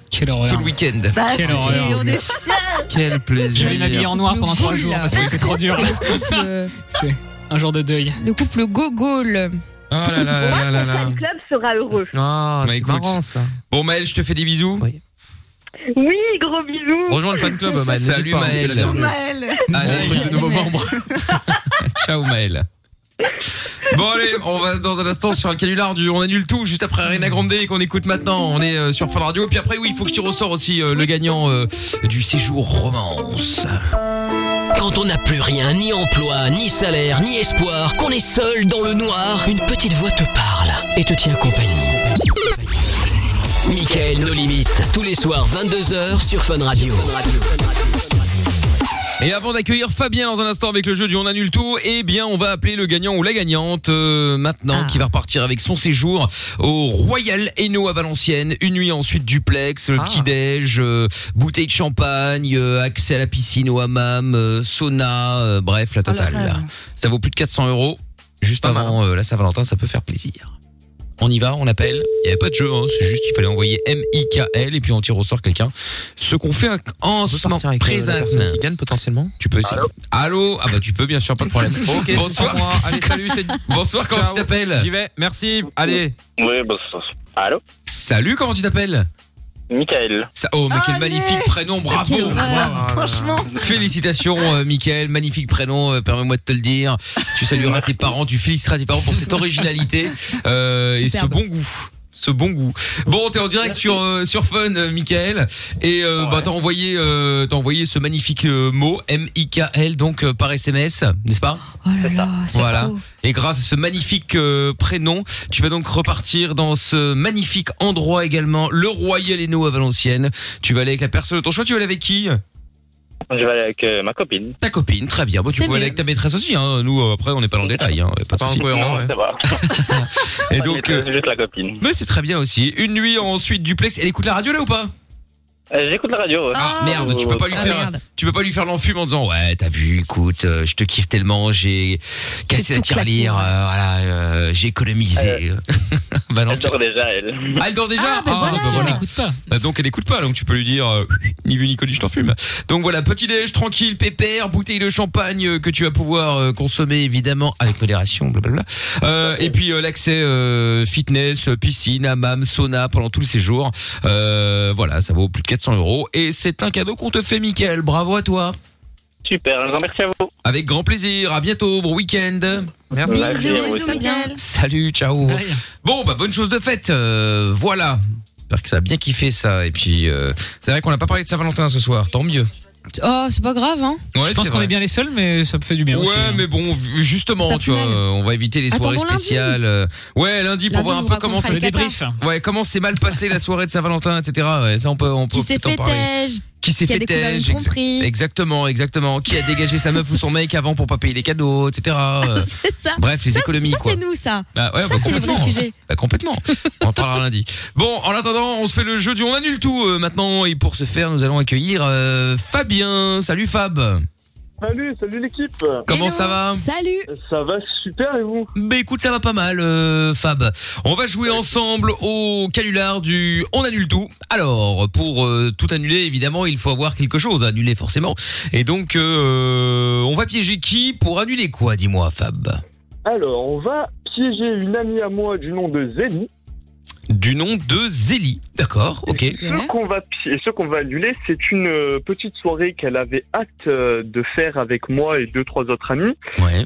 S2: tout le week-end.
S6: Bah, Quelle si, horreur. on est fiers.
S7: Quel plaisir.
S4: Je vais m'habiller en noir pendant trois jours parce que c'est trop dur.
S5: C'est le couple, euh,
S4: [laughs] C'est un jour de deuil.
S5: le couple Gogol.
S2: Oh là là là là là.
S13: Le club sera heureux.
S7: Ah,
S2: c'est marrant
S7: ça.
S2: Bah, Bon Maël, je te fais des bisous.
S13: Oui, gros bisous.
S2: Rejoins le fan club, Maël. Salut Maël. hein, Allez, de nouveaux membres. [laughs] Ciao Maël. Bon allez, on va dans un instant sur un canular du on annule tout juste après Arena Grande et qu'on écoute maintenant. On est euh, sur Fun Radio puis après oui, il faut que je tire au sort aussi euh, le gagnant euh, du séjour romance.
S1: Quand on n'a plus rien, ni emploi, ni salaire, ni espoir, qu'on est seul dans le noir, une petite voix te parle et te tient compagnie. Michael, nos limites, tous les soirs 22h sur Fun Radio.
S2: Et avant d'accueillir Fabien dans un instant avec le jeu du on annule tout, eh bien on va appeler le gagnant ou la gagnante euh, maintenant qui va repartir avec son séjour au Royal Hainaut à Valenciennes, une nuit ensuite duplex, le petit déj, euh, bouteille de champagne, euh, accès à la piscine au hammam, euh, sauna, euh, bref la totale. ça vaut plus de 400 euros juste avant euh, la Saint-Valentin, ça peut faire plaisir. On y va, on appelle. Il n'y avait pas de jeu, hein, c'est juste qu'il fallait envoyer M-I-K-L et puis on tire au sort quelqu'un. Ce qu'on fait en- en ce moment présent.
S7: euh, qui gagne potentiellement
S2: Tu peux essayer. [laughs] Allô Ah bah tu peux bien sûr, pas de problème.
S7: [laughs] Ok,
S2: Bonsoir.
S7: c'est pour moi. Allez, salut, c'est.
S2: [laughs] Bonsoir, comment
S7: Ciao.
S2: tu t'appelles
S7: J'y vais, merci. Allez.
S10: Oui, bonsoir. Allô
S2: Salut, comment tu t'appelles
S10: [laughs] Michael.
S2: Ça, oh, mais quel magnifique prénom, bravo
S10: Quelle
S7: Ah,
S10: horreur.
S2: Franchement Félicitations, euh, Michael, magnifique prénom, euh, permets-moi de te le dire. Tu salueras tes parents, tu féliciteras tes parents pour cette originalité euh, et ce
S7: Superbe.
S2: bon goût. Ce bon goût. Bon, t'es en direct sur euh, sur Fun, euh, Michael, et euh, bah t'as envoyé euh, t'as envoyé ce magnifique euh, mot M I K L donc euh, par SMS, n'est-ce pas
S5: Oh là là, c'est
S2: voilà.
S5: trop.
S2: Et grâce à ce magnifique euh, prénom, tu vas donc repartir dans ce magnifique endroit également, le Royal Hainaut à Valenciennes. Tu vas aller avec la personne de ton choix. Tu vas aller avec qui
S10: Je vais aller avec euh, ma copine.
S2: Ta copine, très bien. Bon, tu
S10: C'est
S2: peux aller
S10: mieux.
S2: avec ta maîtresse aussi. Hein. Nous, euh, après, on n'est pas dans le détail. Hein. Pas, de souci.
S10: Non, ça va.
S2: [laughs] Et donc, euh,
S10: Juste la copine.
S2: mais c'est très bien aussi. Une nuit ensuite duplex. Elle écoute la radio là ou pas
S10: Euh, J'écoute la radio.
S2: Ah merde, tu peux pas lui
S10: oh,
S2: faire, tu peux pas lui faire l'enfume en disant ouais t'as vu, écoute, euh, je te kiffe tellement, j'ai cassé la
S10: tout claqué,
S2: tirelire,
S10: ouais.
S2: euh, voilà, euh, j'ai économisé. [laughs] Bah non,
S10: Euh, Elle dort déjà, elle.
S2: Ah, elle dort déjà Ah,
S10: ben
S2: bah voilà.
S4: Écoute pas.
S2: Bah donc elle écoute pas, donc tu peux lui dire euh, ni vu ni connu, je t'en fume. Donc voilà, petit déj tranquille, pépère, bouteille de champagne euh, que tu vas pouvoir euh, consommer évidemment avec modération, blablabla. Euh, et puis euh, l'accès euh, fitness, euh, piscine, hammam, sauna pendant tout le séjour. Euh, voilà, ça vaut plus de 400 euros et c'est un cadeau qu'on te fait, Mickaël. Bravo à toi.
S10: Super, je vous remercie à vous.
S2: Avec grand plaisir. À bientôt, bon week-end. Merci.
S5: Bisous, bisous, Miguel.
S2: Salut, ciao. Bon, bah bonne chose de faite. euh, voilà. J'espère que ça a bien kiffé ça. Et puis, euh, c'est vrai qu'on n'a pas parlé de Saint-Valentin ce soir. Tant mieux.
S5: Oh, c'est pas grave, hein.
S2: Ouais,
S4: Je pense
S2: c'est
S4: qu'on
S2: vrai.
S4: est bien les seuls, mais ça me fait du bien
S2: ouais,
S4: aussi. hein.
S2: mais bon, vu- justement,
S4: C'est
S2: tu
S4: pas
S2: vois,
S4: plus mal.
S2: euh, on va éviter les
S4: Attendons
S2: soirées
S4: lundi.
S2: spéciales. euh, Ouais, lundi pour
S4: Lundi,
S2: voir
S4: on
S2: un
S4: vous
S2: peu comment
S4: racontera
S2: ça
S4: les débriefs.
S2: Ouais, comment s'est mal passé la soirée de Saint-Valentin, etc. Ouais, ça, on peut, on peut
S5: Qui s'est
S2: peut-être en
S5: fait
S2: parler.
S5: tège
S2: Qui s'est fait
S5: a découvert une
S2: tège, exa-
S5: tromperie.
S2: Exactement, exactement. Qui a dégagé sa meuf ou son mec avant pour pas payer les cadeaux, etc.
S5: [laughs]
S2: euh.
S5: [laughs] C'est ça.
S2: Bref, les
S5: Ça,
S2: économies,
S5: Ça,
S2: quoi.
S5: c'est nous, ça.
S2: Bah ouais,
S5: ça,
S2: bah
S5: c'est les vrais
S2: complètement.
S5: sujets.
S2: Bah complètement. On en parlera lundi. Bon, en attendant, on se fait le jeu du on annule tout euh, maintenant. Et pour ce faire, nous allons accueillir euh, Fabien. Salut Fab.
S12: Salut, salut l'équipe.
S2: Comment ça va
S5: Salut.
S12: Ça va super et vous
S2: Bah écoute, ça va pas mal, euh, Fab. On va jouer ensemble au canular du on annule tout. Alors, pour euh, tout annuler, évidemment, il faut avoir quelque chose à annuler forcément. Et donc, euh, on va piéger qui pour annuler quoi, dis-moi, Fab
S12: Alors, on va piéger une amie à moi du nom de Zélie.
S2: Du nom de Zélie. D'accord, ok.
S12: Ce qu'on va, pi- ce qu'on va annuler, c'est une euh, petite soirée qu'elle avait hâte euh, de faire avec moi et deux, trois autres amis.
S2: Ouais.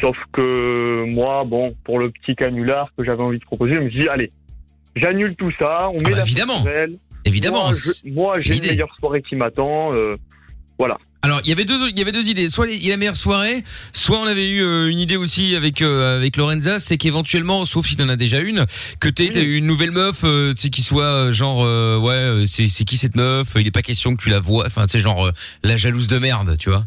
S12: Sauf que moi, bon, pour le petit canular que j'avais envie de proposer, je me suis dit, allez, j'annule tout ça, on met la
S2: Ah bah évidemment.
S12: poubelle.
S2: Évidemment.
S12: Moi, je- Moi, j'ai une meilleure soirée qui m'attend. euh, voilà.
S2: Alors il y avait deux il y avait deux idées soit les- la meilleure soirée soit on avait eu euh, une idée aussi avec euh, avec Lorenza c'est qu'éventuellement sauf s'il en a déjà une que t'aies t'aies eu une nouvelle meuf euh, tu sais qui soit euh, genre euh, ouais euh, c'est c'est qui cette meuf il est pas question que tu la vois enfin tu sais genre euh, la jalouse de merde tu vois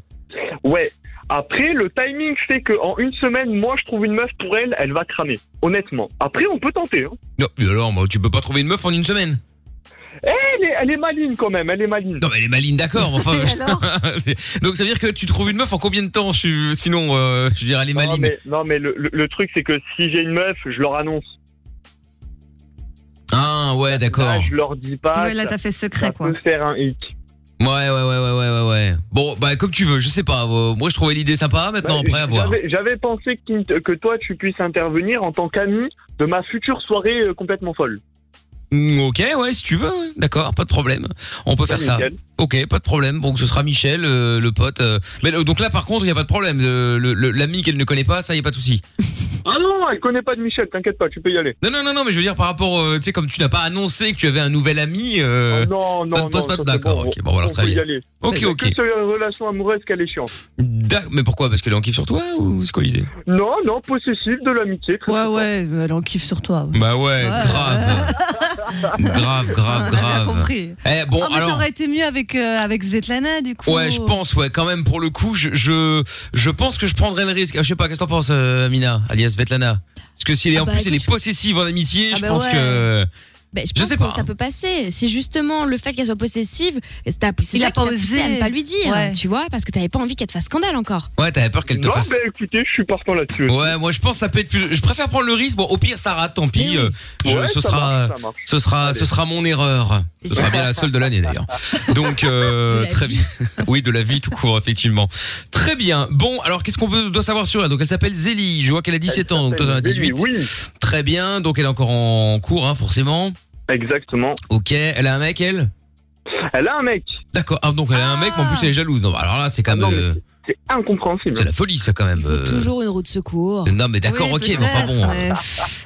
S12: Ouais. Après, le timing fait qu'en une semaine, moi, je trouve une meuf pour elle, elle va cramer. Honnêtement. Après, on peut tenter. hein.
S2: non mais alors bah, tu peux pas trouver une meuf en une semaine
S12: Eh, elle, est, elle est maligne quand même, elle est maligne.
S2: non mais elle est maligne d'accord mais enfin
S12: [laughs] Et alors
S2: [laughs] c'est- donc ça veut dire que tu trouves une meuf en combien de temps je- sinon euh, je veux dire elle est
S12: Non
S2: maligne
S12: mais, non, mais le, le- le truc, c'est que si j'ai une meuf, je leur annonce.
S2: ah ouais d'accord
S12: Là, je leur dis pas.
S6: Ouais, là,
S12: ça-
S6: t'as fait secret,
S12: ça
S6: quoi.
S12: peut faire un hic.
S2: Ouais, ouais, ouais, ouais, ouais, ouais, ouais. Bon, bah, comme tu veux, je sais pas. euh, moi, je trouvais l'idée sympa. Maintenant,
S12: Bah,
S2: après, à voir.
S12: J'avais- J'avais pensé que, tu- que toi, tu puisses intervenir en tant qu'ami de ma future soirée euh, complètement folle.
S2: Mm, ok, ouais, si tu veux. ouais. D'accord, pas de problème. On peut
S12: Ouais,
S2: faire ça.
S12: nickel.
S2: Ok, pas de problème. Donc, ce sera Michel, euh, le pote. euh. Mais euh, donc là, par contre, il y a pas de problème. Euh, le- le- L'ami qu'elle ne connaît pas, ça, il y a pas de souci.
S12: Ah non, elle connaît pas de Michel, t'inquiète pas, tu peux y aller.
S2: Non, non, non, non, mais je veux dire par rapport, euh, tu sais, comme tu n'as pas annoncé que tu avais un nouvel ami, euh,
S12: Ah non,
S2: ça
S12: non,
S2: ne pose
S12: non, ça,
S2: pas de
S12: c'est
S2: d'accord.
S12: bon,
S2: ok, bon, voilà,
S12: on
S2: très
S12: peut y
S2: bien.
S12: aller.
S2: Ok,
S12: C'est
S2: ok.
S12: Que sur les relations amoureuses qu'elle est chiante.
S2: D'ac- Mais pourquoi Parce qu'elle est en kiff sur toi ou c'est quoi l'idée
S12: Non, non, possessif, de l'amitié. Très
S6: Ouais, ouais, elle en kiffe sur toi.
S2: Bah ouais, grave. [laughs] grave, grave, grave.
S6: compris.
S2: Eh, bon,
S6: Oh, mais ça
S2: alors.
S6: aurait été mieux avec, euh, avec Svetlana, du coup.
S2: Ouais, je pense, ouais, quand même, pour le coup, je, je, je pense que je prendrais le risque. Ah, Je sais pas, qu'est-ce que t'en penses, euh, Amina, alias Svetlana Parce que si elle est,
S5: Ah
S2: en
S5: bah,
S2: plus, elle est possessive en amitié,
S5: Ah
S2: je
S5: bah
S2: pense
S5: ouais.
S2: que...
S5: Ben, je
S2: Je
S5: pense
S2: sais
S5: que
S2: pas. hein.
S5: ça peut passer. C'est justement le fait qu'elle soit possessive, c'est t'as- c'est
S6: Il
S5: ça
S6: a
S5: qui
S6: pas
S5: t'a poussé à
S6: osé.
S5: ne pas lui dire,
S6: Ouais.
S5: tu vois, parce que t'avais pas envie qu'elle te fasse scandale encore.
S2: Ouais, t'avais peur qu'elle te
S12: Non,
S2: fasse...
S12: bah écoutez, je suis partant là-dessus.
S2: Ouais, moi je pense que ça peut être plus. Je préfère prendre le risque. Bon, au pire ça rate, tant
S5: Eh
S2: pis. euh, je-
S12: Ouais,
S2: ce
S12: ça
S2: sera,
S12: marche, ça marche.
S2: ce sera, ce sera mon erreur. Ce sera bien la seule de
S5: [laughs]
S2: l'année d'ailleurs.
S10: [laughs]
S2: Donc euh, très bien. [laughs] Oui, de la vie tout court effectivement. Très bien. Bon, alors qu'est-ce qu'on veut- doit savoir sur elle Donc elle s'appelle Zélie. Je vois qu'elle a 17 ans, donc toi t'en as 18. Très bien. Donc elle est encore en cours, hein, forcément.
S12: Exactement.
S2: Ok. Elle a un mec, elle
S12: Elle a un mec. Ah
S2: D'accord. Ah, donc elle a un mec, mais en plus elle est jalouse. Non, bah, alors là c'est quand même. euh,
S12: C'est incompréhensible.
S2: C'est la folie ça quand même. euh.
S5: Toujours une roue de secours.
S2: Non mais d'accord,
S5: Oui,
S2: ok, mais enfin
S5: peut-être,
S2: bon, hein.
S5: mais-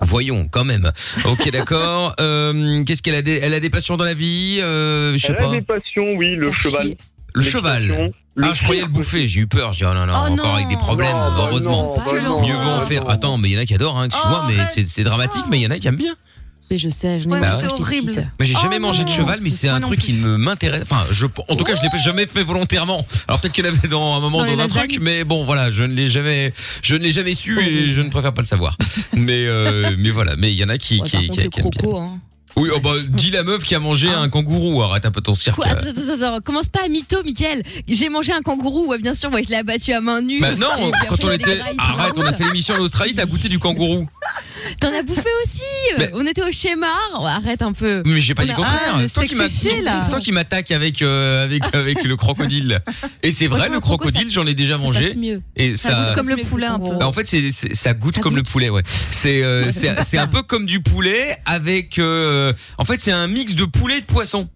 S2: voyons quand même. Ok,
S12: [laughs]
S2: d'accord. Euh, Qu'est-ce qu'elle a des, Elle a des passions dans la vie. Euh, je sais
S12: Elle a
S2: pas.
S12: des passions, oui, le cheval.
S2: Le cheval. Ah, je croyais le bouffer. J'ai eu peur. J'ai dit oh non non,
S12: Oh
S2: encore avec des problèmes.
S12: Non, bah
S2: heureusement.
S12: non, bah Que non,
S2: Mieux vaut en
S12: bah
S2: faire. Attends, mais il y en a qui adorent. Hein, Excuse-moi, mais c'est- c'est dramatique, mais il y en a qui aiment bien. Bah
S5: Mais Oh je sais, je n'ai
S2: Ouais,
S5: pas.
S2: mais c'est
S5: j'étais
S2: horrible.
S5: petite.
S2: Moi, j'ai jamais mangé de cheval, mais c'est un truc qui ne m'intéresse. Enfin, je, en tout cas, je l'ai pas- jamais fait volontairement. Alors peut-être qu'il y en avait dans un moment
S5: Dans
S2: dans,
S5: les
S2: un truc, mais bon, voilà, je ne l'ai jamais, je ne l'ai jamais su et je ne préfère pas le savoir. mais euh, mais voilà, mais il y en a qui
S5: Ouais,
S2: qui,
S5: par
S2: qui-
S5: contre, le
S2: qui aiment bien.
S5: croco, hein.
S2: Oui, oh bah, dis la meuf qui a mangé un kangourou. Arrête un peu ton cirque.
S5: Quoi attends, attends, attends, attends, commence pas à mytho, Michael. J'ai mangé un kangourou, ouais, bien sûr, ouais, je l'ai abattu à main nue.
S2: Bah non,
S5: Et puis
S2: quand
S5: après,
S2: on
S5: les
S2: était,
S5: grailles,
S2: arrête,
S5: tout
S2: on a
S5: drôle.
S2: fait l'émission en Australie, t'as goûté du kangourou.
S5: T'en as bouffé aussi.
S2: Mais-
S5: On était au schéma. Oh, arrête un peu.
S2: Mais j'ai pas
S5: On
S2: dit
S5: a-
S2: le contraire.
S5: Ah, mais
S2: c'est toi qui m'a-
S5: c'est séché, là.
S2: c'est toi qui m'attaque avec euh, [laughs] avec avec le crocodile. Et c'est vrai,
S5: Franchement,
S2: le
S5: le croco,
S2: crocodile, j'en ai déjà
S5: ça
S2: mangé.
S5: passe mieux.
S2: Et
S6: Ça
S2: ça,
S6: goûte comme le poulain, un peu.
S2: Bah, en fait, c'est c'est- ça goûte comme le poulet, ouais. C'est euh, c'est c'est un peu comme du poulet avec. euh, en fait, c'est un mix de poulet et de poisson.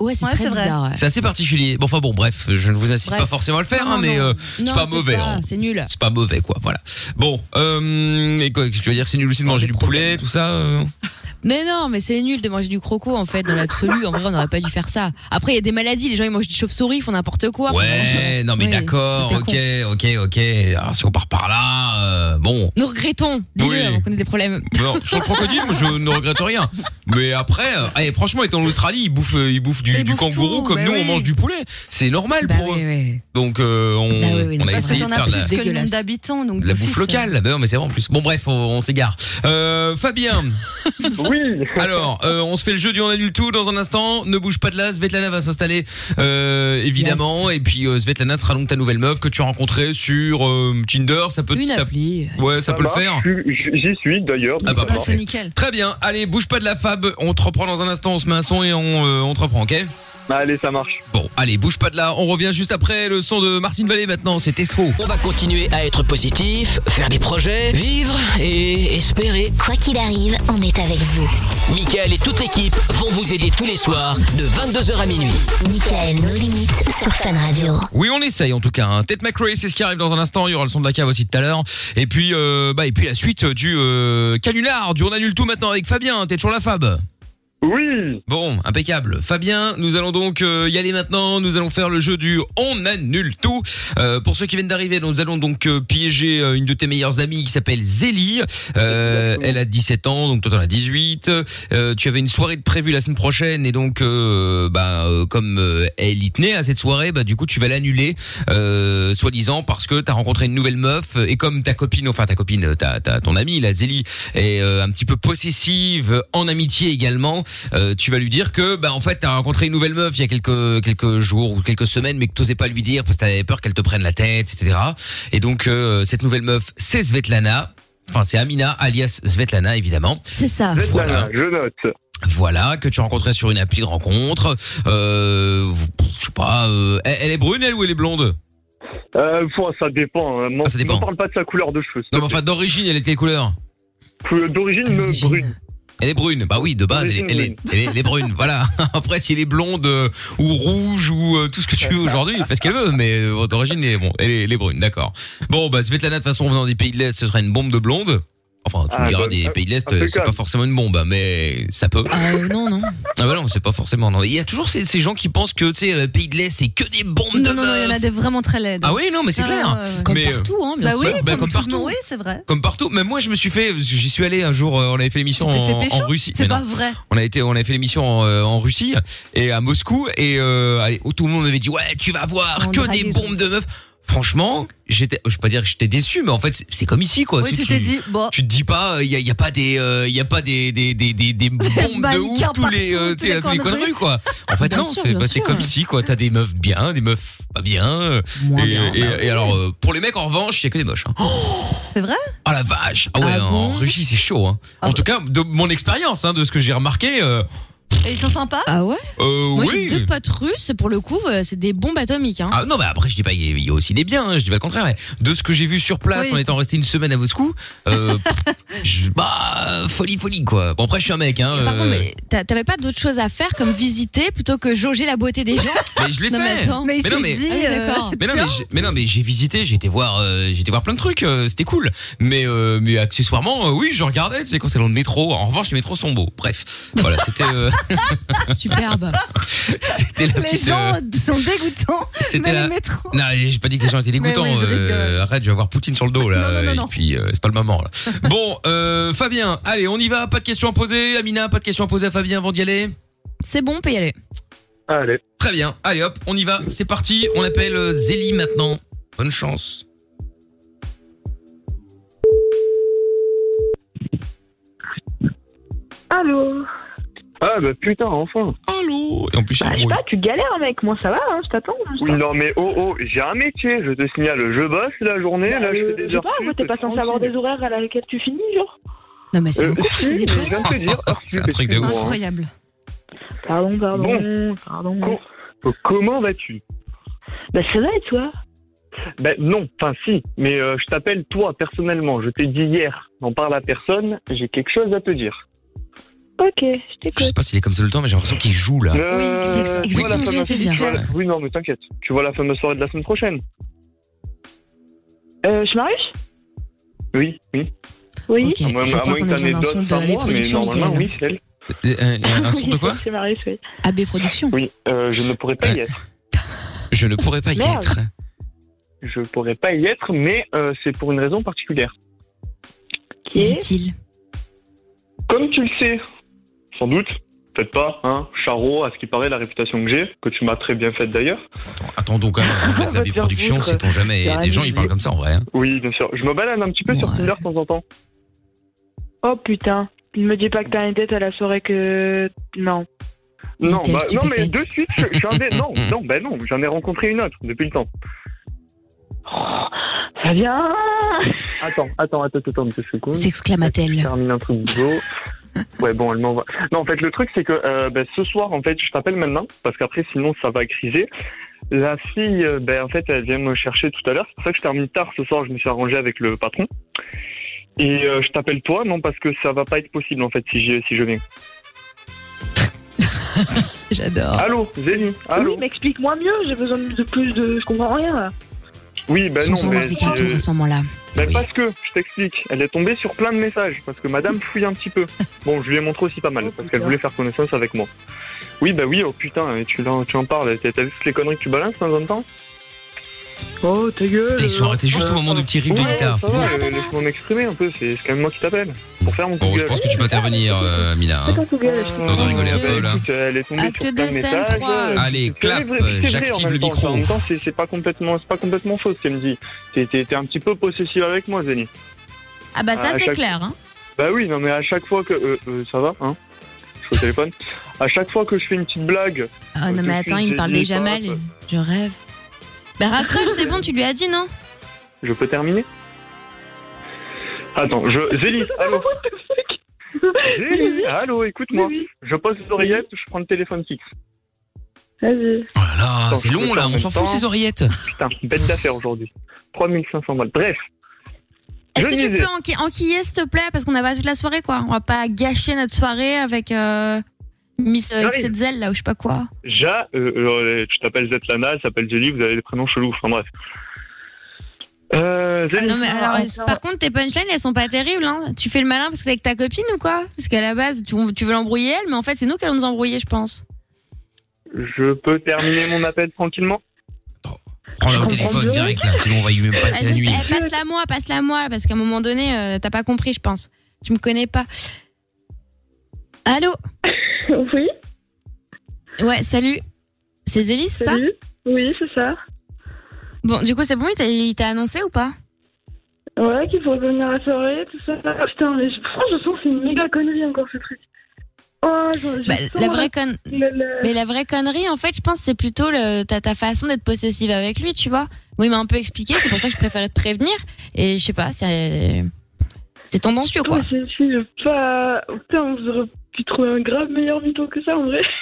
S5: Ouais, c'est très bizarre. ouais.
S2: C'est assez particulier. Bon, enfin bon, bref, je ne vous incite
S5: Bref.
S2: pas forcément à le faire,
S5: Non,
S2: hein,
S5: non,
S2: mais
S5: non.
S2: euh,
S5: Non,
S2: c'est
S5: faut
S2: pas mauvais.
S5: pas,
S2: hein.
S5: C'est nul.
S2: C'est pas mauvais, quoi. Voilà. Bon, euh, et quoi, qu'est-ce que tu vas dire, c'est nul aussi de manger du poulet, tout ça. euh
S5: Mais non, mais c'est nul de manger du croco en fait, dans l'absolu. En vrai, on n'aurait pas dû faire ça. Après, il y a des maladies, les gens ils mangent des chauves-souris, ils font n'importe quoi.
S2: Ouais, non mais
S5: Ouais,
S2: d'accord, ok, ok, ok. Alors si on part par là, euh, bon.
S5: Nous regrettons, dis-le,
S2: Oui.
S5: on connaît des problèmes.
S2: Non, sur le crocodile, moi, je ne regrette rien. Mais après, euh, eh, franchement, étant en Australie, ils bouffent, euh, ils bouffent du, du kangourou comme
S6: bah
S2: nous, on
S6: oui.
S2: mange du poulet. C'est normal pour eux. Donc euh,
S6: Bah
S2: on, on a essayé de faire de la,
S6: que le nombre d'habitants, donc
S2: de la
S5: [laughs]
S2: bouffe locale. Ben non, mais c'est vrai en plus. Bon, bref, on, on s'égare. Euh, Fabien.
S12: [laughs] oui.
S2: Alors, euh, on se fait le jeu du on annule tout dans un instant. Ne bouge pas de là. Svetlana va s'installer, euh, évidemment. Et puis euh, Svetlana sera donc ta nouvelle meuf que tu as rencontrée sur euh, Tinder. Ça peut,
S5: Une
S2: ça-
S5: appli.
S2: ouais, ça,
S12: Ça
S2: peut le
S12: marche,
S2: faire.
S12: J'y suis d'ailleurs.
S2: Ah bah
S12: Ça va.
S2: parfait. Très bien. Allez, bouge pas de la fab. On te reprend dans un instant. On se met un son et on, euh, on te reprend, ok
S12: Allez, ça marche.
S2: Bon, allez, bouge pas de là. On revient juste après le son de Martine Vallée maintenant. C'est Esco.
S1: On va continuer à être positif, faire des projets, vivre et espérer.
S9: Quoi qu'il arrive, on est avec vous.
S1: Michael et toute l'équipe vont vous aider tous les soirs de 22h à minuit.
S9: Michael, nos limites sur Fan Radio.
S2: Oui, on essaye en tout cas. Hein. Ted McRae, c'est ce qui arrive dans un instant. Il y aura le son de la cave aussi tout à l'heure. Et puis, euh, bah, et puis la suite du euh, canular, du on annule tout maintenant avec Fabien. T'es toujours la Fab.
S12: Oui.
S2: Bon, impeccable. Fabien, nous allons donc euh, y aller maintenant. Nous allons faire le jeu du on annule tout. Euh, pour ceux qui viennent d'arriver, nous allons donc euh, piéger euh, une de tes meilleures amies qui s'appelle Zélie. Euh, elle a 17 ans, donc toi t'en as 18. Euh, tu avais une soirée de prévue la semaine prochaine et donc euh, bah euh, comme euh, elle y tenait à cette soirée, bah du coup tu vas l'annuler euh, soi-disant parce que t'as rencontré une nouvelle meuf euh, et comme ta copine, enfin ta copine, euh, ta, ta ton amie, la Zélie est euh, un petit peu possessive euh, en amitié également, euh, tu vas lui dire que bah en fait t'as rencontré une nouvelle meuf il y a quelques quelques jours ou quelques semaines mais que t'osais pas lui dire parce que t'avais peur qu'elle te prenne la tête, etc. Et donc euh, cette nouvelle meuf c'est Svetlana. Enfin, c'est Amina, alias Svetlana, évidemment.
S5: C'est ça.
S2: Voilà.
S12: Je note.
S2: Voilà, que tu rencontrais sur une appli de rencontre. Euh, je sais pas, euh, elle, elle est brune, elle, ou elle est blonde
S12: Euh, bon, ça dépend. hein. M'en-
S2: Ah, ça dépend.
S12: m'en parle pas de sa couleur de cheveux.
S2: Non, mais enfin, d'origine, elle est de quelle couleur
S12: Cou- D'origine euh, brune.
S2: Elle est brune, bah oui, de base, elle est, elle est- elle est- elle est brune, voilà. [laughs] Après, si elle est blonde euh, ou rouge ou euh, tout ce que tu veux aujourd'hui, elle fait ce qu'elle veut, mais euh, d'origine, elle est, bon, elle, est, elle est brune, d'accord. Bon, bah Svetlana, de toute façon, venant des pays de l'Est, ce sera une bombe de blonde. Enfin, tu
S1: Ah,
S2: me diras,
S1: bah,
S2: des
S1: euh,
S2: pays de l'Est, euh,
S1: impeccable.
S2: c'est pas forcément une bombe, hein, mais ça peut.
S6: euh,
S5: non, non.
S2: Ah bah non, c'est pas forcément. Non, il y a toujours ces, ces gens qui pensent que tu sais, le pays de l'est c'est que des bombes de
S6: Non, non, non, il y en a
S2: meufs.
S6: des vraiment très laides.
S2: Ah oui, non, mais c'est
S6: Ah,
S2: clair.
S6: ouais, ouais.
S2: Comme Mais, euh, partout, hein, bien
S6: bah
S2: sûr.
S6: Oui,
S2: Bah,
S6: comme,
S2: comme
S6: partout.
S2: partout.
S6: Oui, c'est vrai.
S2: Comme partout, même moi je me suis fait, parce que j'y suis allé un jour, euh, on avait fait l'émission
S6: Tu t'es fait
S2: en,
S6: pécho
S2: en Russie.
S6: C'est
S2: Mais
S6: pas
S2: non.
S6: vrai.
S2: On a été, on avait fait l'émission en, euh, en Russie et à Moscou et euh, allez, où tout le monde m'avait dit ouais tu vas voir
S6: On
S2: que
S6: draguait,
S2: des bombes de meufs. Franchement, j'étais, je vais pas dire que j'étais déçu, mais en fait c'est- c'est comme ici quoi.
S6: Oui,
S2: Si
S6: tu t'es dit, bon.
S2: tu te dis pas, il y, a- y a pas des, il y a pas des des des des, [laughs] des bombes de
S6: mannequins
S2: ouf tous les, euh, tu sais, à tous les coins de rue quoi. En fait
S6: Bien
S2: non,
S6: sûr,
S2: c'est
S6: bien
S2: bah, c'est
S6: sûr.
S2: comme ici quoi. T'as des meufs bien, des meufs pas bien. euh, et, et- et alors euh, pour les mecs en revanche, il y a que des moches. hein.
S6: C'est vrai
S2: Ah la vache Ah ouais, en Russie c'est chaud. Hein. en tout cas, de mon expérience, hein, de ce que j'ai remarqué, euh,
S6: Et ils sont sympas
S5: Ah ouais
S2: euh,
S5: Moi
S2: oui.
S5: j'ai deux potes hein. russes, pour le coup, euh, c'est des bombes atomiques. Hein.
S2: Ah non, mais après je dis pas, il y, a- il y a aussi des biens. hein, je dis pas le contraire. Mais de ce que j'ai vu sur place,
S5: Oui.
S2: en étant resté une semaine à Moscou, euh, je- bah folie folie quoi. Bon après je suis un mec. Hein,
S5: Par contre,
S2: euh,
S5: mais t'a- t'avais pas d'autre chose à faire comme visiter plutôt que jauger la beauté des gens
S2: [laughs] Mais je l'ai
S5: Non, mais
S2: fait.
S5: attends. Mais il
S2: non
S5: s'est
S2: mais,
S5: dit, Ah oui, euh, d'accord.
S2: mais non mais j'ai- mais non mais j'ai visité, j'ai été voir, euh, j'ai été voir plein de trucs, euh, c'était cool. Mais euh, mais accessoirement, euh, oui, je regardais, tu sais quand c'est dans le métro. En revanche, les métros sont beaux. Bref, voilà, c'était euh,
S5: [laughs] Superbe.
S2: [laughs] c'était la
S6: Les
S2: petite.
S6: gens
S2: euh,
S6: sont dégoûtants.
S2: C'était
S6: mais
S2: la-
S6: les métros.
S2: Non, j'ai pas dit que les gens étaient
S6: Mais
S2: dégoûtants.
S6: oui, je
S2: euh,
S6: rigole.
S2: arrête, je vais avoir Poutine sur le dos Oh là. [laughs]
S6: Non, non, non, non.
S2: Et puis euh, c'est pas le moment là. bon, euh, Fabien, allez, on y va. Pas de questions à poser. Amina, pas de questions à poser à Fabien avant d'y aller.
S5: C'est bon, on peut y aller.
S12: Bah Allez.
S2: Très bien. Allez, hop, on y va. C'est parti. On appelle euh, Zélie maintenant. Bonne chance.
S12: Allô Ah bah putain, enfin
S2: Allô Et en plus,
S12: il
S8: Ah, tu galères, mec. Moi, ça va, hein, je t'attends. hein, je
S12: Oui, non mais oh oh, j'ai un métier, je te signale, je bosse la journée, là je fais
S8: Je
S12: des
S8: sais
S12: heures.
S8: pas, moi, t'es pas censé avoir des horaires à laquelle tu finis, genre
S5: Non, mais c'est
S12: Euh,
S5: mon couple, c'est des potes.
S2: Ah, C'est un truc de ouf. hein.
S6: Incroyable.
S8: Pardon, pardon,
S12: hein. Bon.
S8: pardon.
S12: Co- Euh, Comment vas-tu
S8: Bah, ça va et toi
S12: Ben non, enfin si, mais euh, je t'appelle toi personnellement, je t'ai dit hier, n'en parle à personne, j'ai quelque chose à te dire.
S13: Ok, je
S2: Je
S13: t'écoute.
S2: sais pas s'il est comme ça tout le temps, mais j'ai l'impression qu'il joue là.
S13: c'est
S12: Euh,
S13: ex-
S12: tu vois la
S13: exactement ce que
S12: fameuse-
S13: j'allais te dire.
S12: tu vois la- Oui, non, mais t'inquiète. Tu vois la fameuse soirée de la semaine prochaine
S13: Euh, je m'arrive
S12: Oui, oui.
S13: Oui.
S12: À moins- à moins que t'en aies d'autres par moi, mais normalement, oui, c'est elle.
S2: un son de
S13: [laughs]
S2: quoi
S13: C'est Ah, Marius, oui.
S5: AB Productions.
S12: Oui, euh, je ne pourrais pas y être.
S2: Je ne pourrais pas y
S12: Merde.
S2: être.
S12: Je pourrais pas y être, mais euh, c'est pour une raison particulière.
S5: Dit-il.
S12: Comme tu le sais, sans doute, peut-être pas, hein, Charo, à ce qui paraît, la réputation que j'ai, que tu m'as très bien faite d'ailleurs.
S2: Attendons quand même avant de mettre la
S12: Va te faire
S2: biproduction,
S12: foutre.
S2: sait-on jamais. Et
S12: T'as
S2: des gens, ils
S12: raison.
S2: parlent comme ça en vrai. hein.
S12: Oui, bien sûr. Je me balade un petit peu sur Tinder de temps en temps.
S13: Oh putain, ne me dis pas que t'as une dette à la soirée que. Non.
S12: Non, bah, non mais de suite, je, je suis un des...
S2: [laughs]
S12: Non, non, bah non, j'en ai rencontré une autre depuis le temps.
S13: Ça vient
S12: Attends, attends, attends, attends, deux secondes.
S5: S'exclama-t-elle.
S12: termine un truc beau. Ouais, bon, elle m'envoie. Non, en fait, le truc, c'est que euh, ben, ce soir, en fait, je t'appelle maintenant, parce qu'après, sinon, ça va criser. La fille, euh, ben, en fait, elle vient me chercher tout à l'heure. C'est pour ça que je termine tard ce soir. Je me suis arrangé avec le patron. Et euh, je t'appelle toi, non, parce que ça va pas être possible, en fait, si, j'y- si je viens.
S5: J'adore.
S12: Allô, Zélie Allô
S13: Oui, mais explique-moi mieux, j'ai besoin de plus de. Je comprends rien là.
S12: Oui, ben
S5: Son
S12: non,
S5: sang
S12: mais.
S5: n'en qu'un tour à ce moment-là.
S12: Ben parce que, je t'explique, elle est tombée sur plein de messages, parce que
S2: [laughs]
S12: madame fouille un petit peu. Bon, je lui ai montré aussi pas mal,
S2: Oh,
S12: parce qu'elle voulait faire connaissance avec moi. Oui, bah oui, oh putain, et tu, l'en- tu en parles, t'as t'as vu toutes les conneries que tu balances de temps en temps Oh, ta gueule
S2: Ils sont arrêtés juste au moment du petit riff de
S12: Ouais,
S2: guitare,
S12: ça
S2: c'est
S12: va,
S2: bon.
S12: euh, Laisse-moi m'exprimer un peu, c'est c'est quand même moi qui t'appelle, pour faire mon coup
S2: Bon,
S12: de
S2: je
S12: gueule.
S2: pense que tu peux intervenir, euh, Mina. hein. Attends de rigoler un
S12: Bah,
S2: peu là.
S12: écoute, euh, elle est tombée
S5: Acte
S12: sur plein
S5: 2,
S12: de
S5: scène
S12: messages.
S5: 3.
S12: euh,
S2: Allez,
S12: c'est vrai,
S2: clap,
S12: c'est vrai, c'est
S2: j'active
S12: vrai, en
S2: le
S12: même temps,
S2: micro.
S12: En même temps, c'est c'est pas complètement, c'est pas complètement faux ce qu'elle me dit. T'es- T'es t'es un petit peu possessive avec moi, Zélie.
S5: Ah bah
S12: À
S5: ça c'est
S12: chaque-
S5: clair. Hein.
S12: Bah oui, non mais à chaque fois que... euh, euh, ça va, hein Je suis au téléphone. À chaque fois que je fais une petite blague...
S5: Ah non
S12: euh,
S5: mais
S12: depuis
S5: attends, il me
S12: que
S5: parle
S12: j'ai
S5: déjà
S12: dit,
S5: mal.
S12: hop,
S5: Je rêve. Bah raccroche, c'est bon, tu lui as dit non
S12: Je peux terminer Attends, je... [laughs] Zélie, allô Zélie, allô, écoute-moi. Je pose les oreillettes, je prends le téléphone fixe.
S13: Vas-y.
S2: Oh là là,
S12: Attends,
S2: c'est
S12: je le
S2: long
S12: fais
S2: là,
S12: en
S2: on
S12: même
S2: s'en fout de
S12: temps.
S2: ces oreillettes.
S12: Putain, bête d'affaire aujourd'hui. 3500 balles. Bref.
S5: Est-ce
S12: Je
S5: que tu peux
S12: disais-
S5: enqui- enquiller s'il te plaît Parce qu'on a pas toute la soirée quoi. On va pas gâcher notre soirée avec euh, Miss euh,
S12: J'arrive.
S5: excès de zèle là ou je sais pas quoi.
S12: Ja, euh, euh, tu t'appelles Zetlana, elle s'appelle Zélie, vous avez des prénoms chelous, enfin bref. Euh, Zélie.
S5: Ah, Non mais alors,
S13: attends.
S5: euh, par contre tes punchlines elles sont pas terribles. Hein. Tu fais le malin parce que t'es avec ta copine ou quoi Parce qu'à la base tu, tu veux l'embrouiller elle, mais en fait c'est nous qui allons nous embrouiller je pense.
S12: Je peux terminer mon appel tranquillement
S2: Prends-la au téléphone direct là, sinon on va y même passer la
S5: Vas-y,
S2: nuit.
S5: eh, passe-la moi, passe-la moi, parce qu'à un moment donné euh, t'as pas compris je pense. Tu me connais pas. Allô
S13: [laughs] Oui
S5: Ouais, salut. C'est Zélie, c'est ça
S13: Salut. Oui, c'est ça.
S5: Bon, du coup, c'est bon, il t'a- il t'a annoncé ou pas
S13: Ouais, qu'il faut revenir à la soirée, tout ça. Ah, Putain, mais je, franchement, je sens que c'est une méga connerie encore ce truc. Oh, j'en- j'ai
S5: Bah,
S13: tout
S5: la
S13: mal.
S5: vraie conne-
S13: Le- le-
S5: Mais la vraie connerie, en fait, je pense, c'est plutôt le... ta, ta façon d'être possessive avec lui, tu vois. Bon, il m'a un peu expliqué, c'est pour ça que je préférais te prévenir. Et je sais pas, c'est. C'est tendancieux, quoi.
S13: Ouais, c'est- c'est- je- pas. Putain, on aurait pu trouver un grave meilleur mytho que ça en vrai. [laughs]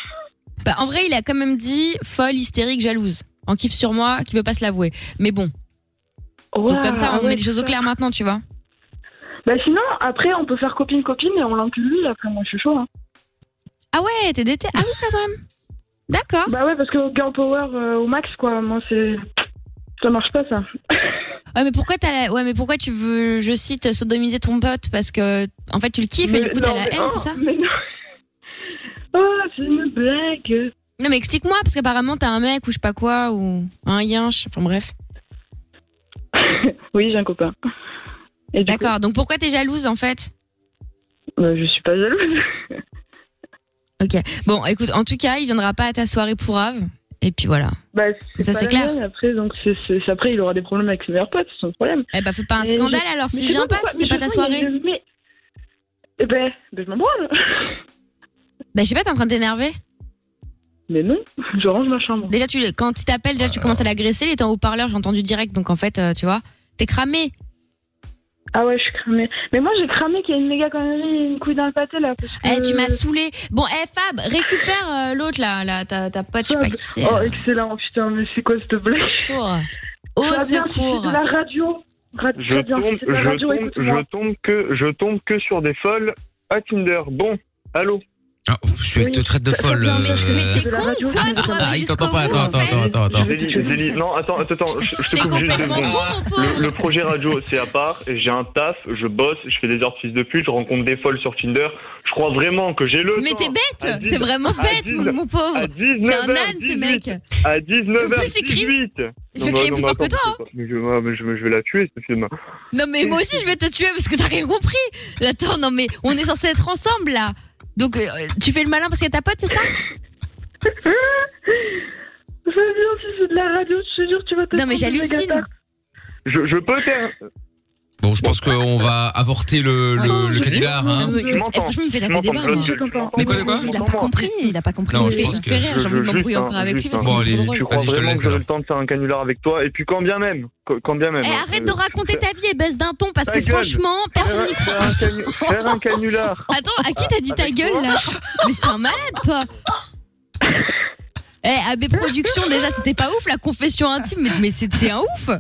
S5: Bah, en vrai, il a quand même dit folle, hystérique, jalouse. En kiff sur moi, qui veut pas se l'avouer. Mais bon.
S13: Ouah,
S5: Donc, comme ça, on
S13: ouais,
S5: met les choses au
S13: putain.
S5: clair maintenant, tu vois.
S13: Bah, sinon, après, on peut faire copine-copine et on l'inclut lui. Après, moi, je suis chaud. Hein.
S5: Ah ouais, t'es déter. Ah oui, quand même. D'accord.
S13: Bah, ouais, parce que girl power euh, au max, quoi. Moi, c'est. Ça marche pas, ça.
S5: Ouais, mais pourquoi t'as la- ouais, mais pourquoi tu veux, je cite, sodomiser ton pote parce que en fait tu le kiffes et
S13: Mais
S5: du coup
S13: non,
S5: t'as la
S13: mais-
S5: haine,
S13: oh,
S5: c'est ça
S13: mais non. [laughs] Oh, c'est une blague.
S5: Non, mais explique-moi parce qu'apparemment t'as un mec ou je sais pas quoi ou un yinche, enfin bref.
S13: Oui, j'ai un copain. Et du
S5: D'accord. Donc pourquoi t'es jalouse en fait
S13: Bah, je suis pas jalouse. [laughs]
S5: Ok. Bon, écoute, en tout cas, il viendra pas à ta soirée pour Ave. Et puis voilà.
S13: Bah,
S5: Ça,
S13: pas
S5: c'est
S13: la
S5: clair.
S13: mienne, Après, donc, c'est- c'est- après, il aura des problèmes avec ses meilleurs potes, c'est son problème.
S5: Eh bah, fais pas un scandale, alors, s'il vient pas, si c'est pas ta soirée.
S13: Mais... Eh ben, ben, je m'en branle.
S5: Bah je sais pas, t'es en train de t'énerver.
S13: Mais non, [laughs] je range ma chambre.
S5: Déjà, tu le- quand il t'appelle, déjà tu commences à l'agresser. Il était en haut-parleur, j'ai entendu direct. Donc en fait, euh, tu vois, t'es cramé.
S13: Ah ouais, je suis cramée. Mais moi, j'ai cramé qu'il y a une méga connerie, une couille dans le pâté, là. Parce
S5: Eh,
S13: que...
S5: tu m'as saoulé. Bon, eh Fab, récupère euh, l'autre là, là, ta, ta pote, je sais pas qui c'est.
S13: Oh,
S5: là.
S13: excellent, putain, mais c'est quoi cette blague
S5: secours. Au
S13: Ça va Ah, bien, si
S5: secours.
S13: c'est de la radio. Ra-
S12: Je
S13: très bien,
S12: tombe,
S13: si c'est de la
S12: je
S13: radio,
S12: tombe,
S13: écoute-moi.
S12: je tombe que, je tombe que sur des folles à Tinder. Bon, Allô
S2: Ah, je te traite de folle. euh,
S12: t'es con ou quoi
S2: Ah, il t'entend pas, attends, attends, attends, attends, attends.
S12: Zélie, Zélie, non, attends, attends, attends, je, je te coupe juste deux secondes. Le, le projet radio, c'est à part, j'ai un taf, je bosse, je fais des heures de fils de pute, je rencontre des folles sur Tinder, je crois vraiment que j'ai le
S5: Mais
S12: temps.
S5: t'es
S12: À
S5: bête,
S12: dix-
S5: t'es vraiment
S12: à
S5: bête,
S12: dix-
S5: mon, mon pauvre. C'est
S12: 19
S5: un âne, ce
S13: [laughs]
S5: mec.
S12: À
S5: En plus, il crie.
S12: 19h18
S5: Il fait crier plus fort que toi, hein.
S12: Mais je, ouais, mais je, mais je vais la tuer, cette fille.
S5: Non, mais moi aussi, je vais te tuer parce que t'as rien compris. Attends, non, mais on est censé être ensemble là. Donc, euh, tu fais le malin parce qu'il y a ta pote, c'est ça
S16: Fabien, si c'est de la radio, je te jure, tu vas te.
S5: Non, mais
S16: prendre des
S5: j'hallucine.
S16: méga tartes.
S12: Je, je peux faire...
S2: Bon, je pense qu'on va avorter le,
S12: Ah
S2: le, le canular, hein.
S5: Euh, eh, Franchement, il me fait taper des barres, moi.
S2: De quoi, de quoi
S6: Il a pas compris, il a pas compris.
S2: Non,
S5: Il me
S2: je
S5: fait-
S2: pense
S5: il me
S2: que-
S5: fait rire, j'ai envie de
S12: Je-
S5: m'embrouiller
S12: juste,
S5: encore
S12: hein,
S5: avec lui
S12: juste,
S5: parce
S12: hein.
S5: qu'il est trop
S12: Tu
S5: drôle.
S12: crois
S2: Vas-y, je te
S12: vraiment
S2: laisse,
S12: que j'aurai
S2: alors.
S12: le temps de faire un canular avec toi Et puis quand bien même, quand quand bien même.
S5: Eh,
S12: hein,
S5: arrête de
S12: euh,
S5: raconter ta vie et baisse d'un ton parce
S12: Ta
S5: que
S12: gueule.
S5: franchement, personne n'y
S12: Faire un canu- faire un canular.
S5: Attends, à qui t'as dit ta gueule là Mais c'est un malade toi Eh, AB Productions, déjà c'était pas ouf, la confession intime, mais, mais c'était un ouf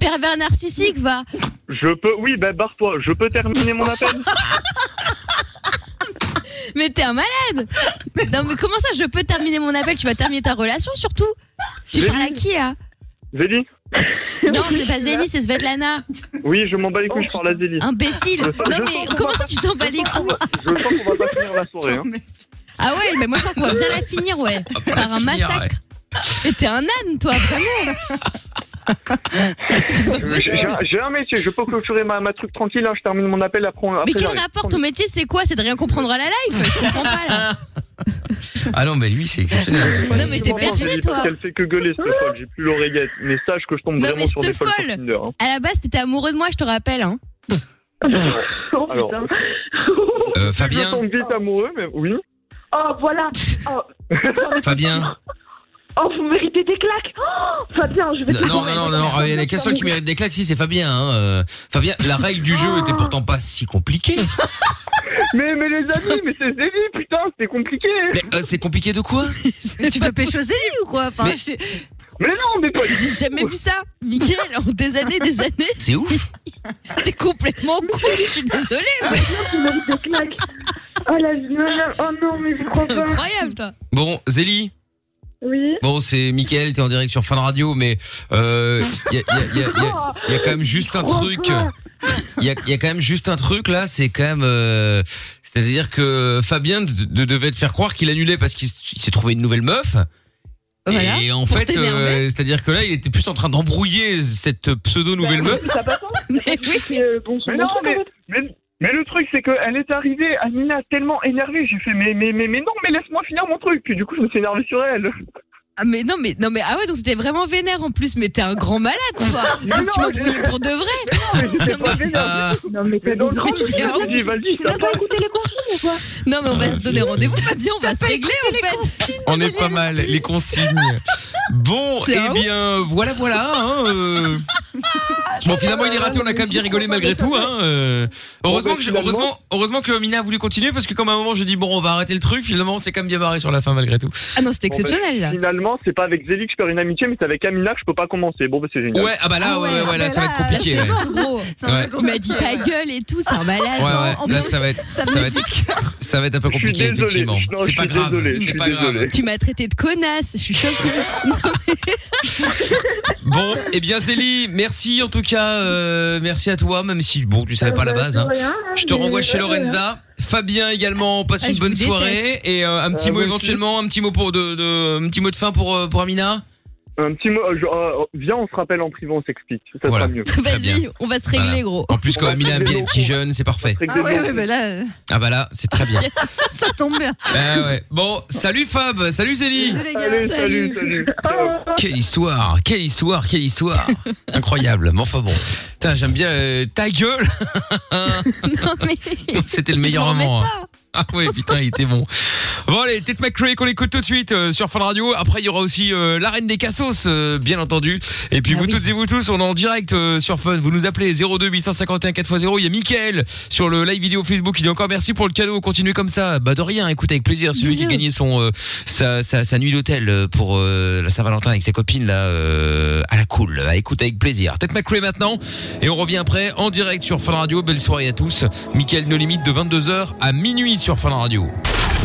S5: Pervers narcissique, va
S12: Je peux, oui, bah barre-toi, je peux terminer
S5: [laughs]
S12: mon appel
S5: Mais t'es un malade Non mais comment ça, je peux terminer mon appel Tu vas terminer ta relation surtout Tu parles à qui là
S12: Zélie
S5: Non, c'est pas Zélie, c'est Svetlana
S12: Oui, je m'en bats les couilles, je parle à Zélie.
S5: Imbécile Non mais comment ça tu t'en bats les couilles
S12: Je sens qu'on va pas finir la soirée. Hein.
S5: Ah ouais, mais moi je sens qu'on va bien la finir, ouais Par un massacre Mais t'es un âne toi, vraiment
S12: J'ai- J'ai un- j'ai un métier, je peux clôturer ma, ma truc tranquille, hein, je termine mon appel après. après
S5: Mais quel
S12: j'arrive.
S5: rapport ton métier c'est quoi C'est de rien comprendre à la life Je comprends pas
S12: [laughs]
S5: là.
S2: Ah non, mais lui, c'est exceptionnel.
S5: [laughs] Non mais t'es perché
S12: Zélie,
S5: toi.
S12: parce qu'elle fait que gueuler cette folle, j'ai plus l'oreillette. Mais sache que je tombe
S5: Non mais
S12: vraiment sur des
S5: cette
S12: folles sur Tinder.
S5: folle.
S12: hein.
S5: À la base t'étais amoureux de moi, je te rappelle
S12: [laughs]
S5: hein.
S12: Alors,
S2: Euh, Fabien.
S12: hein. Je tombe vite amoureux, mais oui.
S16: Oh, voilà. Oh.
S2: [laughs] Fabien.
S16: Oh, vous méritez des claques. Oh, Fabien, je vais
S2: Non,
S16: te
S2: non, non, non, non. Ah, Il y en a qu'un seul qui mérite des claques, si c'est Fabien. Hein. Euh, Fabien, la règle du jeu était pourtant pas si compliquée.
S12: [laughs] Mais, mais les amis, mais c'est Zélie, putain, c'est compliqué.
S2: Mais euh, c'est compliqué de quoi
S6: tu veux pécho Zélie ou quoi Enfin, je-
S12: Mais non, mais pas.
S5: J'ai jamais vu ça. Miguel, en des années, des années.
S2: C'est ouf.
S5: [laughs] T'es complètement con. Je suis désolée. mais-
S16: Tu mérites des claques. Oh, la vie, non, non, oh non, mais je crois pas.
S5: Incroyable, toi.
S2: Bon, Zélie.
S16: Oui.
S2: Bon, c'est Mickaël, t'es en direct sur Fan Radio, mais euh, y, a, y, a- y a- y a- y a quand même juste un truc. Il y a, y a quand même juste un truc là, c'est quand même. euh, C'est-à-dire que Fabien de- de- devait te faire croire qu'il annulait parce qu'il s- il s'est trouvé une nouvelle meuf.
S16: Voilà,
S2: et en
S16: pour
S2: fait,
S16: t'énerver.
S2: euh, c'est-à-dire que là, il était plus en train d'embrouiller cette pseudo nouvelle meuf.
S16: Ça passe
S5: [laughs]
S16: pas Mais oui.
S12: Mais euh, non, mais, mais, mais le truc, c'est qu'elle est arrivée, Amina, tellement énervée. J'ai fait, mais, mais, mais, mais non, mais laisse-moi finir mon truc. Puis du coup, je me suis énervé sur elle.
S5: Ah mais non mais non mais ah ouais donc t'étais vraiment vénère en plus mais t'es un grand malade toi.
S13: Ah,
S12: Mais
S5: Donc tu
S12: non,
S5: m'embrouilles
S12: je-
S5: pour de vrai. euh,
S12: J'étais pas vénère.
S16: Non, mais t'as
S12: dans le
S5: Mais
S12: coup,
S5: c'est
S12: je me suis dit, vas-y, ça va.
S5: Non mais on va se donner rendez-vous Fabien, on va se régler en fait.
S2: On est pas mal, les consignes. Bon,
S5: C'est un
S2: eh bien, voilà, voilà. hein, euh. [laughs] Bon, finalement, il est raté. On a quand même bien rigolé malgré tout. Hein. euh. Heureusement
S12: bah,
S2: que, j'ai- heureusement, heureusement que Mina a voulu continuer parce que comme à un moment, je dis bon, on va arrêter le truc. Finalement, on s'est quand même bien barré sur la fin malgré tout.
S5: Ah non c'était
S12: Bon,
S5: exceptionnel
S12: ben,
S5: là.
S12: Finalement, c'est pas avec Zélie que je perds une amitié, mais c'est avec Amina que je peux pas commencer. Bon, bah, c'est génial.
S2: Ouais, ah bah là, ouais, ouais, ouais, là, ça va être compliqué.
S5: C'est
S2: ouais.
S5: mort, gros.
S2: Ouais.
S5: Il m'a dit ta gueule et tout, c'est un malade. hein.
S2: Ouais, ouais, là, ça va être, ça va être, [laughs] ça va être un peu compliqué,
S12: désolé,
S2: effectivement.
S12: je- non,
S2: C'est
S12: je
S2: pas
S12: suis
S2: grave.
S12: désolé, je
S2: C'est
S12: suis
S2: pas grave.
S5: Tu m'as traité de connasse, je suis choquée.
S2: [laughs] Bon, eh bien Zélie, merci en tout cas, euh, merci à toi, même si bon, tu savais pas à la base. hein.
S16: de rien,
S2: Je te
S16: mais
S2: renvoie chez
S16: voilà.
S2: Lorenza. Fabien également, passe
S16: Ah,
S2: une
S16: je
S2: bonne
S16: vous
S2: soirée
S16: déteste.
S2: et euh, un petit
S12: Euh,
S2: mot
S12: moi aussi.
S2: éventuellement, un petit mot pour de, de- un petit mot de fin pour euh, pour Amina.
S12: Un petit mot, euh, je- euh, viens, on se rappelle en privé, on s'explique. Ça sera mieux.
S5: Vas-y, on va se régler
S2: Voilà.
S5: gros.
S2: En plus quand Amina aime bien les petits jeunes, c'est parfait.
S6: Ah ouais, ouais, bah là, euh,
S2: Ah bah là, c'est
S6: [laughs]
S2: très bien.
S6: ça tombe bien.
S2: Ah ouais. Bon, salut Fab, salut Zélie.
S6: Salut, les gars. Salut, salut,
S12: salut.
S2: Quelle histoire, quelle histoire,
S5: [laughs]
S2: quelle histoire. Incroyable. Mais enfin bon. Putain, j'aime bien euh, ta gueule.
S5: [laughs] Non mais
S2: C'était le meilleur moment. hein. Ah ouais, putain, il était bon. Bon allez, Tête McRae qu'on écoute tout de suite euh, sur Fun Radio. Après, il y aura aussi euh, la reine des cassos, euh, bien entendu. Et
S5: Ah
S2: puis vous toutes et vous tous, on est en direct euh, sur Fun. Vous nous appelez 02 851 4x0. Il y a Mickaël sur le live vidéo Facebook. Il dit encore merci pour le cadeau. Continuez comme ça. Bah de rien. Écoute, avec plaisir. Celui qui
S7: Bisous.
S2: gagnait son euh, sa, sa, sa nuit d'hôtel euh, pour euh, la Saint-Valentin avec ses copines là euh, à la cool. Bah, écoute avec plaisir. Tête McRae maintenant. Et on revient après en direct sur Fun Radio. Belle soirée à tous. Mickaël No Limite de 22h à minuit sur Fun Radio.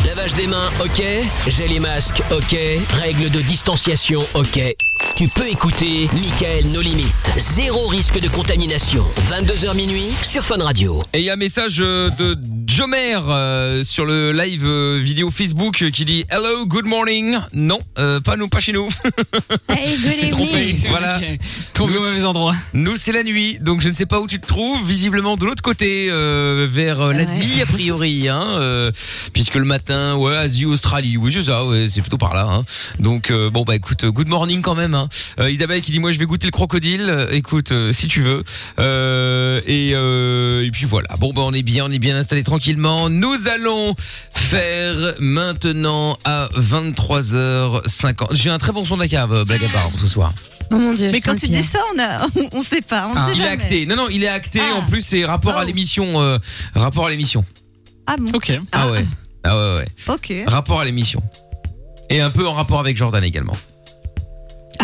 S1: Lavage des mains, ok. Gel et masque, ok. Règles de distanciation, ok. Tu peux écouter Michael No Limites. Zéro risque de contamination. 22h minuit sur Fun Radio.
S2: Et il y a un message euh, de Jomer euh, sur le live euh, vidéo Facebook euh, qui dit Hello, good morning. Non, euh, pas nous, pas chez nous. [laughs]
S4: C'est trompé.
S2: Voilà.
S4: Tombé au mauvais endroit.
S2: Nous, c'est la nuit, donc je ne sais pas où tu te trouves. Visiblement de l'autre côté, euh, vers euh, l'Asie, a priori, hein, euh, puisque le matin, ouais, Asie, Australie, oui, c'est ça, ouais, c'est plutôt par là. Hein. Donc, euh, bon, bah écoute, euh, good morning quand même. Hein. Euh, Isabelle qui dit, moi, je vais goûter le crocodile. Euh, Écoute, euh, si tu veux. Euh, et, euh, et puis voilà. Bon, bah on est bien, on est bien installé tranquillement. Nous allons faire maintenant à 23h50. J'ai un très bon son de la cave, euh, blague à part, pour ce soir.
S6: Oh mon dieu. Mais quand tu dis ça, on a, on, on sait pas, on
S2: Ah.
S6: sait
S2: Il est
S6: jamais. Oh.
S2: acté. Non, non, il est acté. En plus, c'est rapport à l'émission. euh, rapport à l'émission.
S6: Ah bon.
S4: Ok.
S2: Ah, ouais. Ah ouais, ouais.
S6: Ok.
S2: Rapport à l'émission. Et un peu en rapport avec Jordan également.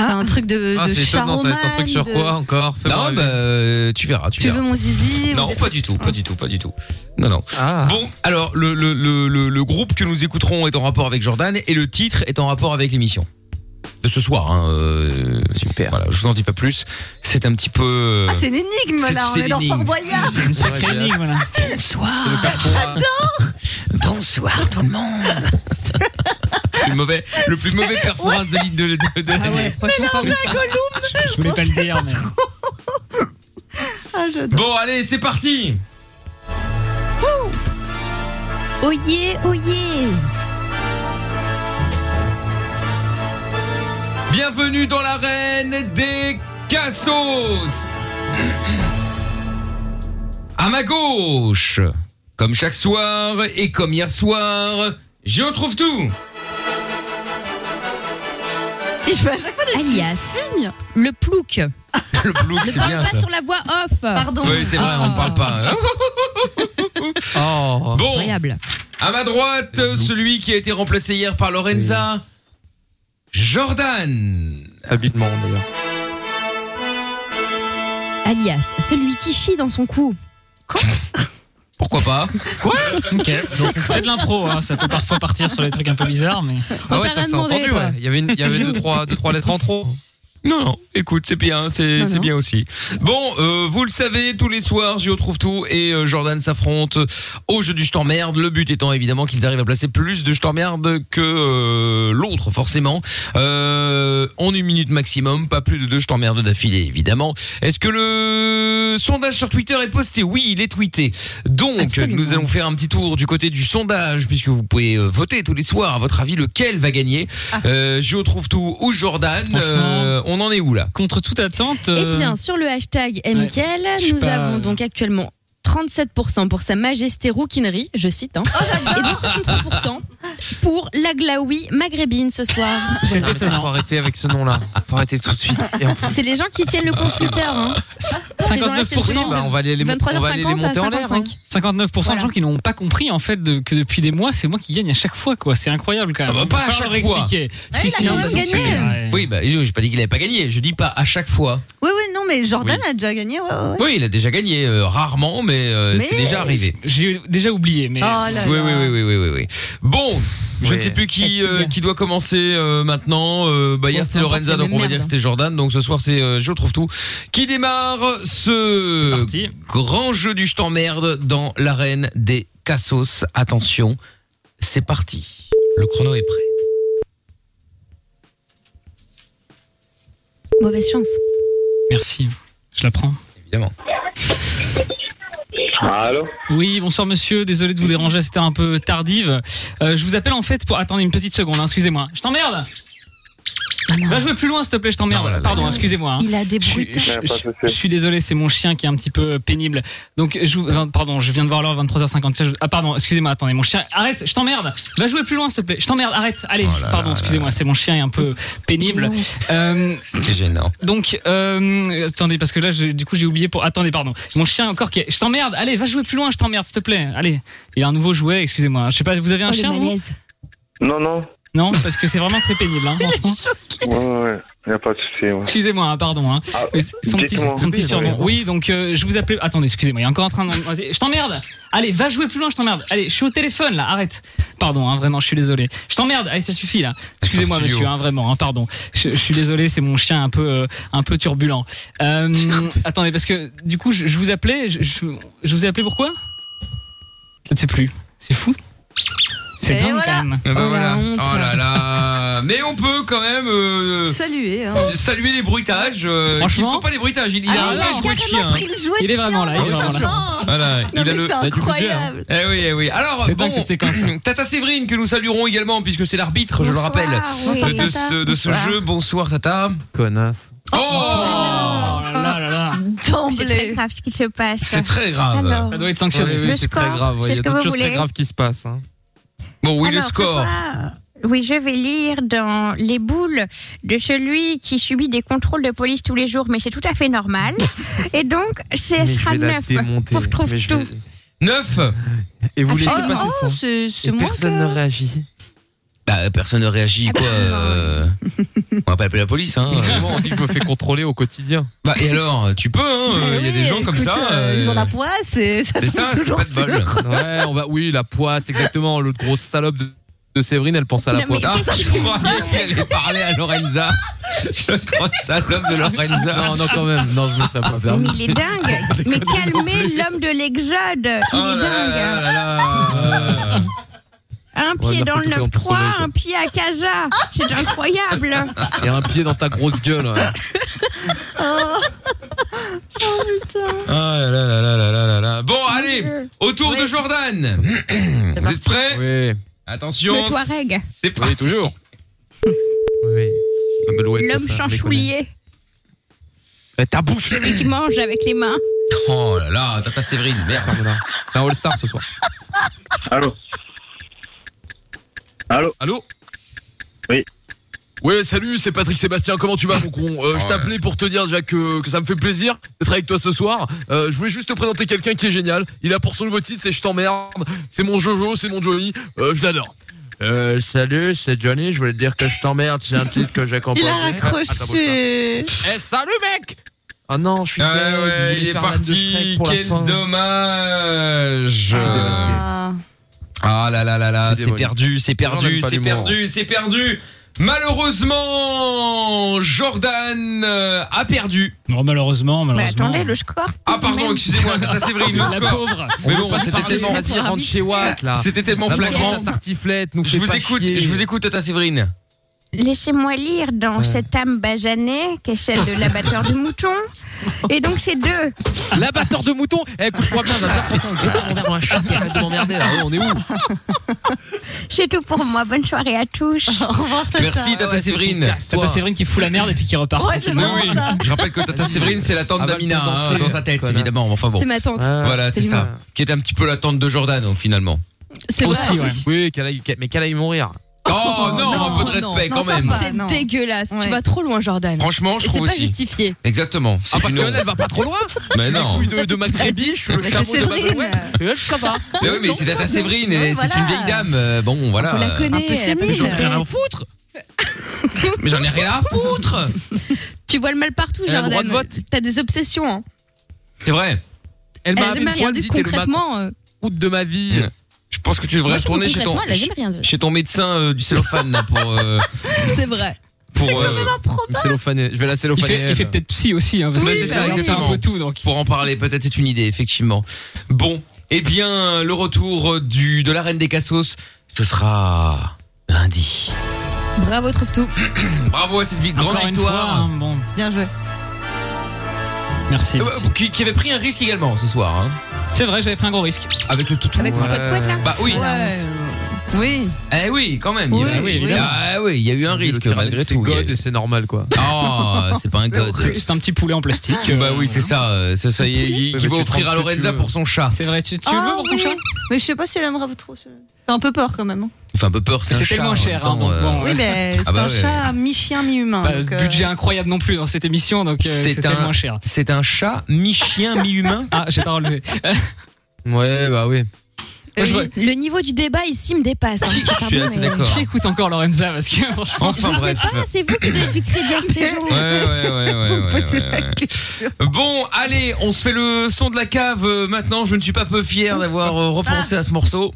S6: Ah, un truc de, de charoman, de-
S2: encore Non, bah, euh, tu verras. Tu,
S6: Tu
S2: verras.
S6: veux mon zizi
S2: Non, pas du tout, pas du tout, pas du tout. Non, non.
S6: Ah.
S2: Bon, alors, le, le, le, le, le groupe que nous écouterons est en rapport avec Jordan et le titre est en rapport avec l'émission. De ce soir, hein, Super. Voilà, je vous en dis pas plus. C'est un petit peu. euh,
S6: Ah, c'est une énigme
S2: c'est-
S6: là, on
S2: c'est
S6: est dans Fort
S2: l'énigme.
S6: Boyard.
S2: C'est une sacrée Ouais, énigme,
S4: voilà.
S1: Bonsoir.
S6: J'adore.
S1: Bonsoir tout le monde.
S2: le plus mauvais, le plus mauvais performance de l'île de, de, de l'année.
S6: Mélangé à Gollum.
S4: Je voulais pas le dire, mais.
S6: Ah, j'adore.
S2: Bon, allez, c'est parti.
S5: Oh yeah, oh yeah.
S2: Bienvenue dans l'arène des cassos. À ma gauche, comme chaque soir et comme hier soir, j'y retrouve tout.
S6: Il fait à chaque fois des
S5: Alias.
S6: signes.
S5: Le plouc.
S2: Le plouc,
S5: Ah, Ne
S2: c'est
S5: parle
S2: bien
S5: pas
S2: ça.
S5: sur la voix off. Ah. Pardon.
S2: Oui, c'est vrai, on ne parle pas.
S5: Ah.
S2: Bon,
S5: Incroyable.
S2: à ma droite, celui qui a été remplacé hier par Lorenza, Jordan. Habilement d'ailleurs.
S5: Alias, celui qui chie dans son cou.
S2: Pourquoi pas
S4: Quoi Ok. donc, C'est de l'impro, hein, ça peut parfois partir sur des trucs un peu bizarres, mais.
S7: Ah ouais, ça s'est entendu, ouais. Il y avait, une, il y [laughs] avait deux, trois, deux, trois lettres en trop.
S2: Non, non, écoute, c'est bien, c'est
S7: Non,
S2: c'est
S7: non.
S2: bien aussi. Bon, euh, vous le savez, tous les soirs, j'y retrouve tout et euh, Jordan s'affronte au jeu du je t'emmerde. Le but étant évidemment qu'ils arrivent à placer plus de je t'emmerde que euh, l'autre, forcément. Euh, en une minute maximum, pas plus de deux je t'emmerde d'affilée, évidemment. Est-ce que le sondage sur Twitter est posté Oui, il est tweeté. Donc, nous allons faire un petit tour du côté du sondage, puisque vous pouvez euh, voter tous les soirs. À votre avis, lequel va gagner
S5: Ah.
S2: euh, J'y retrouve tout ou Jordan Euh, On en est où là
S4: Contre toute attente. euh,
S7: Euh.
S5: Eh bien, sur le hashtag Michael,
S4: suis
S5: nous
S4: pas-
S5: avons donc actuellement 37% pour Sa Majesté Rouquinerie, je cite, hein, et donc 63% pour la Glaoui maghrébine ce soir.
S7: [laughs] C'est étonnant. Faut arrêter avec ce nom-là. Faut arrêter tout de suite. Et en plus-
S5: C'est les gens qui tiennent
S7: Bah,
S5: le confiteur. Hein. Ces gens-là, c'est le
S7: Oui, bah, on va aller les, mon- on va aller les
S5: 23h50 à
S7: monter en l'air. hein.
S5: 55.
S4: 59% de gens qui n'ont pas compris en fait de- que depuis des mois c'est moi qui gagne à chaque fois quoi c'est incroyable
S7: Ah
S4: quand même
S2: bah, pas à
S4: Faut
S2: chaque
S4: leur
S2: fois.
S4: expliquer.
S6: Ouais, Ah, il a quand même gagné.
S4: ouais.
S2: Oui, bah, je n'ai pas dit qu'il n'avait pas gagné. Je dis pas à chaque fois.
S6: Oui, oui, non, mais Jordan a déjà gagné. Ouais, ouais, ouais.
S2: Oui, il a déjà gagné, euh, rarement, mais, euh,
S6: Mais-
S2: c'est déjà arrivé.
S4: j'ai déjà oublié mais
S6: Oh là
S2: oui,
S6: là.
S2: oui, oui, oui, oui, oui, oui. Bon, je
S7: Oui.
S2: ne sais plus qui euh, qui doit commencer euh, maintenant. Euh, bah hier c'était Lorenza, donc on va dire que c'était Jordan. Donc ce soir c'est euh, je trouve tout qui démarre ce grand jeu du je t'emmerde dans l'arène des Cassos. Attention, c'est parti. Le chrono est prêt.
S5: Mauvaise chance.
S4: merci je la prends
S2: évidemment
S4: Allô Oui, bonsoir monsieur, désolé de vous déranger, c'était un peu
S2: Oh,
S4: tardive. Euh, je vous appelle en fait pour... Attendez une petite seconde, hein, excusez-moi. Je t'emmerde Va jouer plus loin, s'il te plaît, je t'emmerde. Pardon, excusez-moi. hein.
S6: Il a des
S4: Je suis-
S6: bruits.
S4: je- je- je suis désolé, c'est mon chien qui est un petit peu pénible. Donc, je, vous- enfin, pardon, je viens de voir l'heure 23h56. Ah, pardon, excusez-moi, attendez, mon chien. Arrête, je t'emmerde. Va jouer plus loin, s'il te plaît. Je t'emmerde, arrête. Allez, pardon, excusez-moi, c'est mon chien est un peu pénible. Euh,
S2: C'est gênant.
S4: donc, euh, attendez, parce que là, j'ai- du coup, j'ai oublié pour. Attendez, pardon. Mon chien encore qui. est- Je t'emmerde. Allez, va jouer plus loin. Je t'emmerde, s'il te plaît. Allez, il y a un nouveau jouet. Excusez-moi. Je sais pas. Vous avez un
S5: Oh, le
S4: chien vous
S5: malaise.
S12: Non, non.
S4: Non, parce que c'est vraiment très pénible. Hein, franchement.
S12: Ouais, ouais, y a pas de souci. ouais.
S4: Excusez-moi, hein, pardon. hein. Mais c- son petit,
S12: dites-moi.
S4: son petit
S12: Oui,
S4: surnom.
S12: oui.
S4: Oui, donc euh, je vous appelais. Attendez, excusez-moi, il y a encore un train. de- Je t'emmerde. Allez, va jouer plus loin, je t'emmerde. Allez, je suis au téléphone là. Arrête. Pardon, hein, vraiment, je suis désolé. Je t'emmerde. Allez, ça suffit là. Excusez-moi,
S2: Ah, studio.
S4: monsieur, hein, vraiment. hein, pardon. Je, je suis désolé, c'est mon chien un peu, euh, un peu turbulent. Euh, attendez, parce que du coup, je, je vous appelais. Je, je- je vous ai appelé pourquoi Je ne sais plus. C'est fou. C'est
S6: Et
S4: dingue
S6: voilà.
S4: quand même.
S6: Ah bah Oh, la voilà. honte.
S2: Oh là là. Mais on peut quand même euh,
S6: Saluer. Hein.
S2: saluer les bruitages. euh, qui ne
S4: Franchement.
S2: sont pas des bruitages. Il y a
S4: Ah
S2: un
S4: non,
S2: vrai jouet de chien. hein.
S4: pris le jouet de Il est chien, vraiment là, il est vraiment là. franchement.
S2: Voilà,
S4: Non,
S2: il
S4: mais
S2: a le.
S4: c'est
S2: Bah, du coup,
S4: incroyable.
S2: bien. Eh oui, eh oui. Alors,
S4: C'est
S2: bon,
S4: dingue, cette séquence.
S2: [clears throat] Tata Séverine que nous saluerons également puisque c'est l'arbitre, je le rappelle,
S7: oui.
S2: de ce, de ce
S7: Bonsoir.
S2: jeu. Bonsoir Tata.
S7: Connasse.
S17: C'est très grave ce qui se passe.
S2: C'est très grave.
S17: Alors,
S4: Ça doit être
S17: sanctionné.
S7: Oui, oui,
S17: Le
S7: c'est très
S17: score,
S7: grave. ouais,
S17: c'est
S7: Il y
S17: ce
S7: a
S17: que
S7: d'autres
S17: vous
S7: choses très
S17: voulez.
S7: graves qui se passent. hein.
S2: Bon, oui, le
S17: alors, ce
S2: score.
S17: soir, Oui, je vais lire dans les boules de celui qui subit des contrôles de police tous les jours, mais c'est tout à fait normal. Et
S2: [laughs]
S17: donc, ce
S7: Mais je
S17: sera
S7: vais la
S17: 9
S7: démonter,
S17: pour trouve
S7: mais je vais-
S17: tout.
S2: 9
S7: Et vous
S17: Ah, je
S7: laissez
S17: sais
S7: passer
S17: pas.
S7: ça.
S17: Oh, c'est- c'est
S7: Et
S17: moi
S7: personne
S17: que-
S7: ne réagit.
S2: Bah, personne ne réagit, quoi. euh, On va pas appeler la police, hein.
S7: Vraiment, on dit que je me fais contrôler au quotidien.
S2: Bah, et
S7: [laughs]
S2: alors, tu peux, hein. euh, Il y a des gens comme
S7: écoute,
S2: ça.
S7: euh,
S6: Ils
S2: euh,
S6: ont la poisse et ça
S2: C'est
S6: tombe
S2: ça, c'est
S6: toujours
S2: pas de bol.
S7: Ouais, on va, oui, la poisse, exactement. L'autre grosse salope de, de Séverine, elle pense à la
S2: Non, mais
S7: poisse.
S2: qu'est-ce que- Je crois bien qu'elle allait parler à Lorenza. Je crois salope de Lorenza.
S7: Non, non, quand même. Non, je ne serais pas
S17: Mais
S7: permis.
S17: il est
S2: [laughs] Ah,
S17: dingue. mais calmez l'homme de l'Exode. Il
S7: Oh
S17: est dingue. Un
S7: Ouais,
S17: pied
S7: on a
S17: dans le
S7: peut-être fait en
S17: 9-3,
S7: personnel, quoi.
S17: un pied à Kaja. C'est incroyable.
S7: Et un pied dans ta grosse gueule. ouais.
S17: Oh.
S2: Ah là là là là là là là. Bon, allez, autour de Jordan. Vous êtes prêts
S7: Oui.
S2: Attention.
S17: Le Touareg.
S2: C'est parti. [laughs] toujours.
S7: Oui.
S17: L'homme sans souliers,
S7: Eh, Ta
S5: [coughs]
S7: bouche.
S17: celui qui mange avec les mains.
S2: Oh là là, Tata Séverine, merde.
S7: C'est un All-Star ce soir.
S12: Allô
S7: Allô Allô
S12: Oui.
S7: Ouais, salut, c'est Patrick Sébastien. Comment tu vas, mon con Euh, Je
S2: Ouais.
S7: t'appelais pour te dire déjà que, que ça me fait plaisir d'être avec toi ce soir. Euh, je voulais juste te présenter quelqu'un qui est génial. Il a pour son nouveau titre, c'est Je t'emmerde. C'est mon Jojo, c'est mon Johnny. Euh, je l'adore. Euh, salut, c'est Johnny. Je voulais te dire que je t'emmerde. C'est un titre que Ah, j'ai composé.
S6: Il a raccroché.
S7: Eh, salut, mec Ah non, je suis.
S2: Ah
S7: bête, je
S2: ouais,
S7: voulais
S2: il est
S7: faire la de Shrek
S2: parti.
S7: pour la
S2: Quel
S7: fin.
S2: dommage.
S6: [laughs]
S2: Ah là là là là, c'est perdu, c'est
S7: Non, on
S2: perdu,
S7: aime pas
S2: c'est
S7: l'humour.
S2: perdu, c'est perdu. Malheureusement, Jordan euh, a perdu.
S4: Non, malheureusement,
S17: Mais
S4: malheureusement.
S17: attendez, le score.
S2: Ah pardon, excusez-moi, Tata Séverine, le
S4: La
S2: score.
S4: pauvre.
S2: Mais
S7: On
S2: bon,
S7: peut pas
S2: c'était
S7: parler
S2: tellement
S7: de la vie rentre chez Watt, là.
S2: C'était tellement
S7: La bourgeoise
S2: flagrant.
S7: Tartiflette, nous
S2: Je
S7: fais
S2: vous
S7: pas
S2: écoute,
S7: chier.
S2: je vous écoute Tata Séverine.
S17: Laissez-moi lire dans
S2: Ouais.
S17: cette âme basanée, qui est celle de l'abatteur de mouton. Et donc, c'est deux.
S7: L'abatteur de mouton Eh, Écoute-moi bien, j'ai un envers un chat qui arrête de m'emmerder là. Oh, on est où
S17: C'est tout pour moi. Bonne soirée à
S7: [laughs]
S17: tous. Au revoir,
S2: Merci Tata Séverine.
S4: Tata Séverine qui fout la merde et puis qui repart. Ah bah,
S2: Oui, oui. Je rappelle que
S6: [laughs]
S2: Tata Séverine, c'est la tante d'Amina hein, dans sa tête, évidemment. Enfin bon.
S4: C'est ma tante. Ah,
S2: Voilà, c'est
S4: absolument.
S2: ça. Qui est un petit peu la tante de Jordan, donc, finalement.
S5: C'est vrai.
S7: Oui, qu'elle aille, qu'elle- mais qu'elle aille mourir.
S2: Oh non, un peu de respect quand même.
S5: C'est dégueulasse. Tu vas trop loin, Jordan.
S2: Franchement, je
S5: Et
S2: trouve
S5: C'est pas
S2: aussi.
S5: justifié.
S2: Exactement.
S7: Ah, parce
S2: une-
S7: qu'elle, elle va pas trop loin
S2: [laughs] Mais non.
S7: Les couilles de, de Macrébiche, le
S2: Mais
S7: chameau
S2: c'est
S7: de
S2: Séverine.
S7: Babouet.
S5: [laughs]
S7: Et elle, ça va.
S2: Mais oui, mais c'est Tata Séverine,
S7: Non,
S2: elle- c'est
S7: voilà.
S2: une vieille dame. euh, Bon, voilà.
S7: On la
S2: euh,
S7: connaît, Un peu elle a sénile.
S2: Mais j'en ai
S7: peut-être.
S2: rien à foutre. Mais j'en ai rien à foutre.
S5: Tu vois le mal partout,
S2: Elle a le droit
S5: Jordan.
S2: de vote.
S5: T'as des obsessions. hein.
S2: C'est vrai.
S5: Elle
S7: m'a
S5: a
S7: appelé
S5: jamais
S7: une fois,
S5: rien dit
S7: elle me dit, t'es le
S5: concrètement. euh,
S7: Route de ma vie.
S2: Je pense que tu devrais
S5: Moi, je trouve
S2: retourner chez ton
S5: concrètement, elle a jamais rien dit.
S2: chez ton médecin euh, du cellophane là pour euh,
S5: C'est vrai.
S2: pour euh,
S7: Cellophane, je vais la
S2: Il fait-
S7: cellophaner.
S2: il fait
S7: peut-être
S4: psy aussi. Hein,
S7: parce
S2: Ouais,
S7: que-
S2: c'est ça,
S7: Alors, c'est
S2: exactement.
S7: un peu
S2: bah Pour en parler, peut-être c'est une idée, effectivement. Bon, eh bien, le retour du de la reine des cassos, ce sera lundi.
S5: euh, Bravo, trouve tout.
S2: Bravo à cette vie- grande
S4: Encore une
S2: victoire.
S4: fois, hein, bon.
S6: Bien joué.
S4: Merci.
S2: Euh, Qui, qui avait pris un risque également ce soir. hein.
S4: C'est vrai, j'avais pris un gros risque.
S2: Avec le toutou.
S4: Avec son pot de couette, là
S2: Bah oui.
S4: Ouais.
S6: Oui.
S2: Eh oui, quand même. il y
S6: Oui.
S2: a-
S6: Ah oui, évidemment.
S2: Ah oui, il y a eu un risque malgré tout. God,
S7: c'est normal quoi.
S2: Oh, c'est pas un god.
S4: C'est un petit poulet en plastique.
S2: Bah oui, c'est ça. euh, C'est ça. il- il-
S4: Bah,
S2: Qui
S4: bah,
S2: va
S4: tu
S2: offrir
S4: prends
S2: à
S4: ce que tu
S2: Lorenza
S4: veux.
S2: pour son chat.
S4: C'est vrai, tu, tu veux
S6: Ah,
S4: pour ton
S6: oui.
S4: chat
S6: Mais je sais pas si elle aimera trop. ce- C'est un peu peur quand même. hein.
S2: Il fait un peu peur, c'est un
S4: C'est
S2: chat.
S4: tellement
S2: en même
S4: cher, hein,
S2: temps,
S4: donc
S2: euh,
S4: bon.
S6: Oui, mais c'est
S2: Ah bah
S6: un
S2: ouais. Bah,
S6: chat mi-chien, mi-humain.
S4: Pas
S6: donc,
S4: de
S6: euh,
S4: budget incroyable non plus dans cette émission, donc euh,
S2: C'est
S4: c'est
S2: un-
S4: tellement cher.
S2: C'est un chat mi-chien, mi-humain.
S4: Ah, j'ai pas relevé.
S7: Ouais, bah oui.
S5: Le niveau du débat ici me dépasse. hein.
S2: Je suis assez d'accord.
S4: Qui écoute encore Lorenza Parce que franchement,
S2: Enfin,
S5: Je sais
S2: bref.
S5: pas, c'est vous qui devez
S2: [laughs]
S5: bien ces
S2: Ouais, ouais, ouais,
S6: [laughs]
S2: ouais, ouais, ouais, ouais. Bon, allez, on se fait le son de la cave euh, maintenant. Je ne suis pas peu fier d'avoir euh, repensé à ce morceau.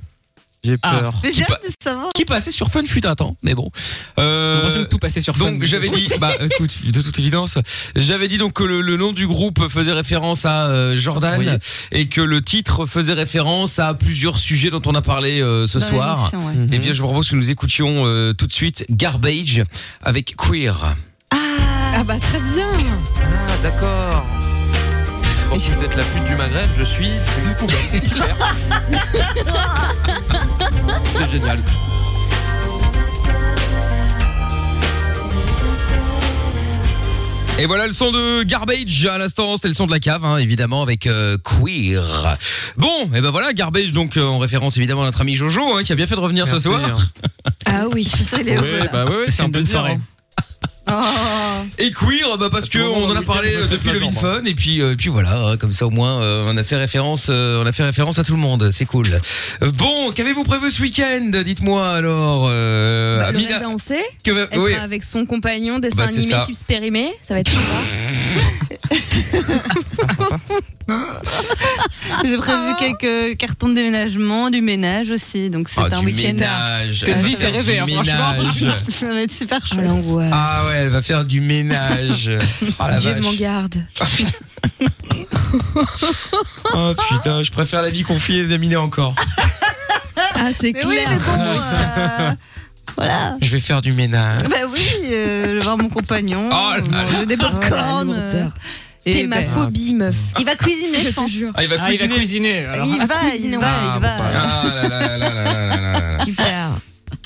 S7: J'ai
S6: peur. Ah. Mais
S2: Ah. Qui,
S6: j'ai
S2: pa-
S6: hâte de savoir.
S2: qui passait sur Fun fut un temps, mais bon. Euh,
S4: tout passait sur Fun.
S2: Donc
S4: [laughs]
S2: j'avais dit, bah écoute, de toute évidence, j'avais dit donc que le, le nom du groupe faisait référence à euh, Jordan
S7: Oui.
S2: et que le titre faisait référence à plusieurs sujets dont on a parlé euh, ce
S7: Dans
S2: soir.
S7: l'émission, ouais.
S2: Eh
S4: Mhm.
S2: bien, je vous propose que nous écoutions euh, tout de suite Garbage avec Queer.
S5: Ah bah très bien.
S7: Ah, d'accord. Bon, si vous êtes la pute du Maghreb, je suis une [laughs] poubelle. C'est génial.
S2: Et voilà le son de Garbage à l'instant, c'était le son de la cave, hein, évidemment, avec euh, Queer. Bon, et ben voilà, Garbage, donc euh, en référence évidemment à notre ami Jojo, hein, qui a bien fait de revenir ce soir.
S5: Ah oui. Oh.
S7: Ouais, bah ouais, ouais, c'est un bonne soirée.
S2: Et queer, bah parce que on en a parlé euh, depuis le
S7: hein.
S2: Vin Fun et puis euh, et puis voilà, hein, comme ça au moins euh, on a fait référence, euh, on a fait référence à tout le monde, c'est cool. Euh, Bon, qu'avez-vous prévu ce week-end Dites-moi alors. Euh,
S5: Bah,
S2: Amina-
S5: Lorenza, on sait.
S2: que va-
S5: Elle
S2: oui.
S5: sera avec son compagnon dessin
S2: Bah, c'est
S5: animé
S2: ça. Euh,
S5: subspérimé. Ça va
S2: [laughs]
S5: être
S6: [laughs] J'ai
S5: Ah.
S6: prévu quelques cartons de déménagement, du ménage aussi. Donc c'est
S2: Ah,
S6: un
S2: du
S6: week-end. à-
S2: ménage. Cette vie fait rêver, hein, franchement.
S6: [laughs] Ça va être super chouette.
S2: Ah ouais, elle va faire du ménage.
S7: [laughs]
S2: Ah, la
S5: Dieu
S2: vache.
S5: m'en garde.
S2: Oh putain, je préfère la vie confiée et examinée encore.
S5: Ah c'est clair.
S6: euh,
S7: Ah.
S6: voilà.
S2: Je vais faire du ménage.
S6: Bah oui, euh, je vais voir mon compagnon.
S2: Oh là là.
S6: le débat
S5: Oh là,
S6: de cornes,
S5: le
S6: euh,
S5: lourdeur.
S6: et
S5: T'es ma
S6: ben-
S5: phobie, meuf.
S6: Il va cuisiner, je te
S5: jure.
S2: Ah, il va
S4: Ah, il va
S2: cuisiner.
S4: cuisiner. alors.
S6: Il va, il va, il va.
S7: bah.
S2: Ah là là là là là là là là.
S5: Super.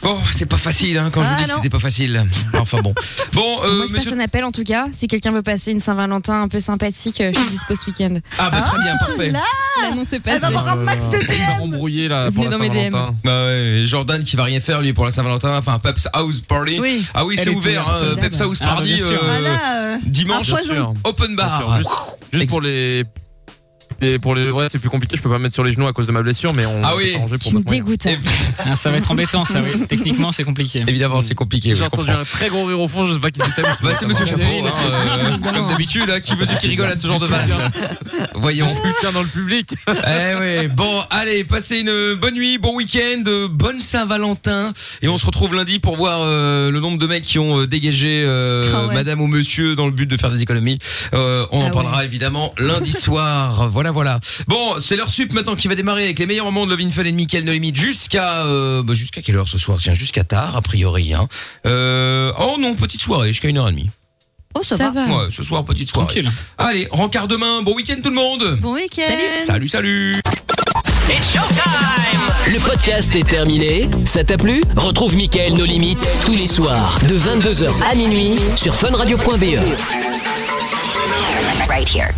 S2: Oh, c'est pas facile, hein, quand je vous
S5: Ah,
S2: dis que
S5: non.
S2: c'était pas facile. Enfin bon. Bon, euh,
S5: Moi, je passe
S2: monsieur.
S5: un appel en tout cas. Si quelqu'un veut passer une Saint-Valentin un peu sympathique, euh, je suis dispo ce week-end.
S2: Ah bah très bien, parfait.
S5: L'annonce est passée.
S2: Euh,
S7: embrouillé là pour
S5: Venez
S7: la
S5: dans mes DM.
S7: Saint-Valentin.
S2: Bah ouais, Jordan qui va rien faire lui pour la Saint-Valentin, enfin Peps House Party.
S7: Oui.
S2: Ah oui,
S7: Elle
S2: c'est
S7: est
S2: ouvert,
S7: ouverte,
S2: hein,
S7: Soldad.
S2: Peps House
S7: Ah, bah,
S2: Party
S7: bien sûr.
S2: euh,
S7: Ah là, euh,
S2: dimanche
S7: un poison.
S2: open
S7: Bien
S2: bar.
S7: sûr, juste, juste pour les et pour les vrais, c'est plus compliqué. Je peux pas me mettre sur les genoux à cause de ma blessure, mais on.
S2: Ah oui.
S7: on s'est arrangé pour
S5: Tu me
S7: mettre moyen.
S5: dégoûtes.
S6: hein.
S4: Ah, ça va être embêtant, ça, oui. Techniquement, c'est compliqué.
S2: Évidemment, c'est compliqué.
S7: J'ai
S2: je
S7: entendu
S2: comprends.
S7: un très gros rire au fond. Je sais pas qui c'était. mais
S2: Bah c'est Monsieur
S7: ça
S2: Chapeau,
S7: m'a-
S2: hein, euh, comme d'habitude, hein, qui veux-tu qui rigole à ce genre de vanne Voyons.
S7: Putain dans le public.
S2: Eh ouais. Bon, allez, passez une bonne nuit, bon week-end, euh, bonne Saint-Valentin, et on se retrouve lundi pour voir euh, le nombre de mecs qui ont euh, dégagé euh,
S7: Ah ouais. Ah
S2: Madame ou Monsieur dans le but de faire des économies. Euh, on en parlera évidemment lundi soir. voilà, voilà. Bon, c'est l'heure sup maintenant qui va démarrer avec les meilleurs moments de Love in Fun et de Mickaël No Limite jusqu'à euh, bah, jusqu'à quelle heure ce soir Tiens, jusqu'à tard a priori. Hein. Euh, oh non, petite soirée jusqu'à une heure et demie.
S6: Oh, ça, va.
S2: Ouais, ce soir petite soirée.
S4: Tranquille.
S2: Allez, rencard demain. Bon week-end tout le monde.
S6: Bon week-end.
S2: Salut, salut.
S1: Le podcast est terminé. Ça t'a plu Retrouve Mickaël No Limite tous les soirs E. de 22h à minuit sur funradio.be.
S18: Right here.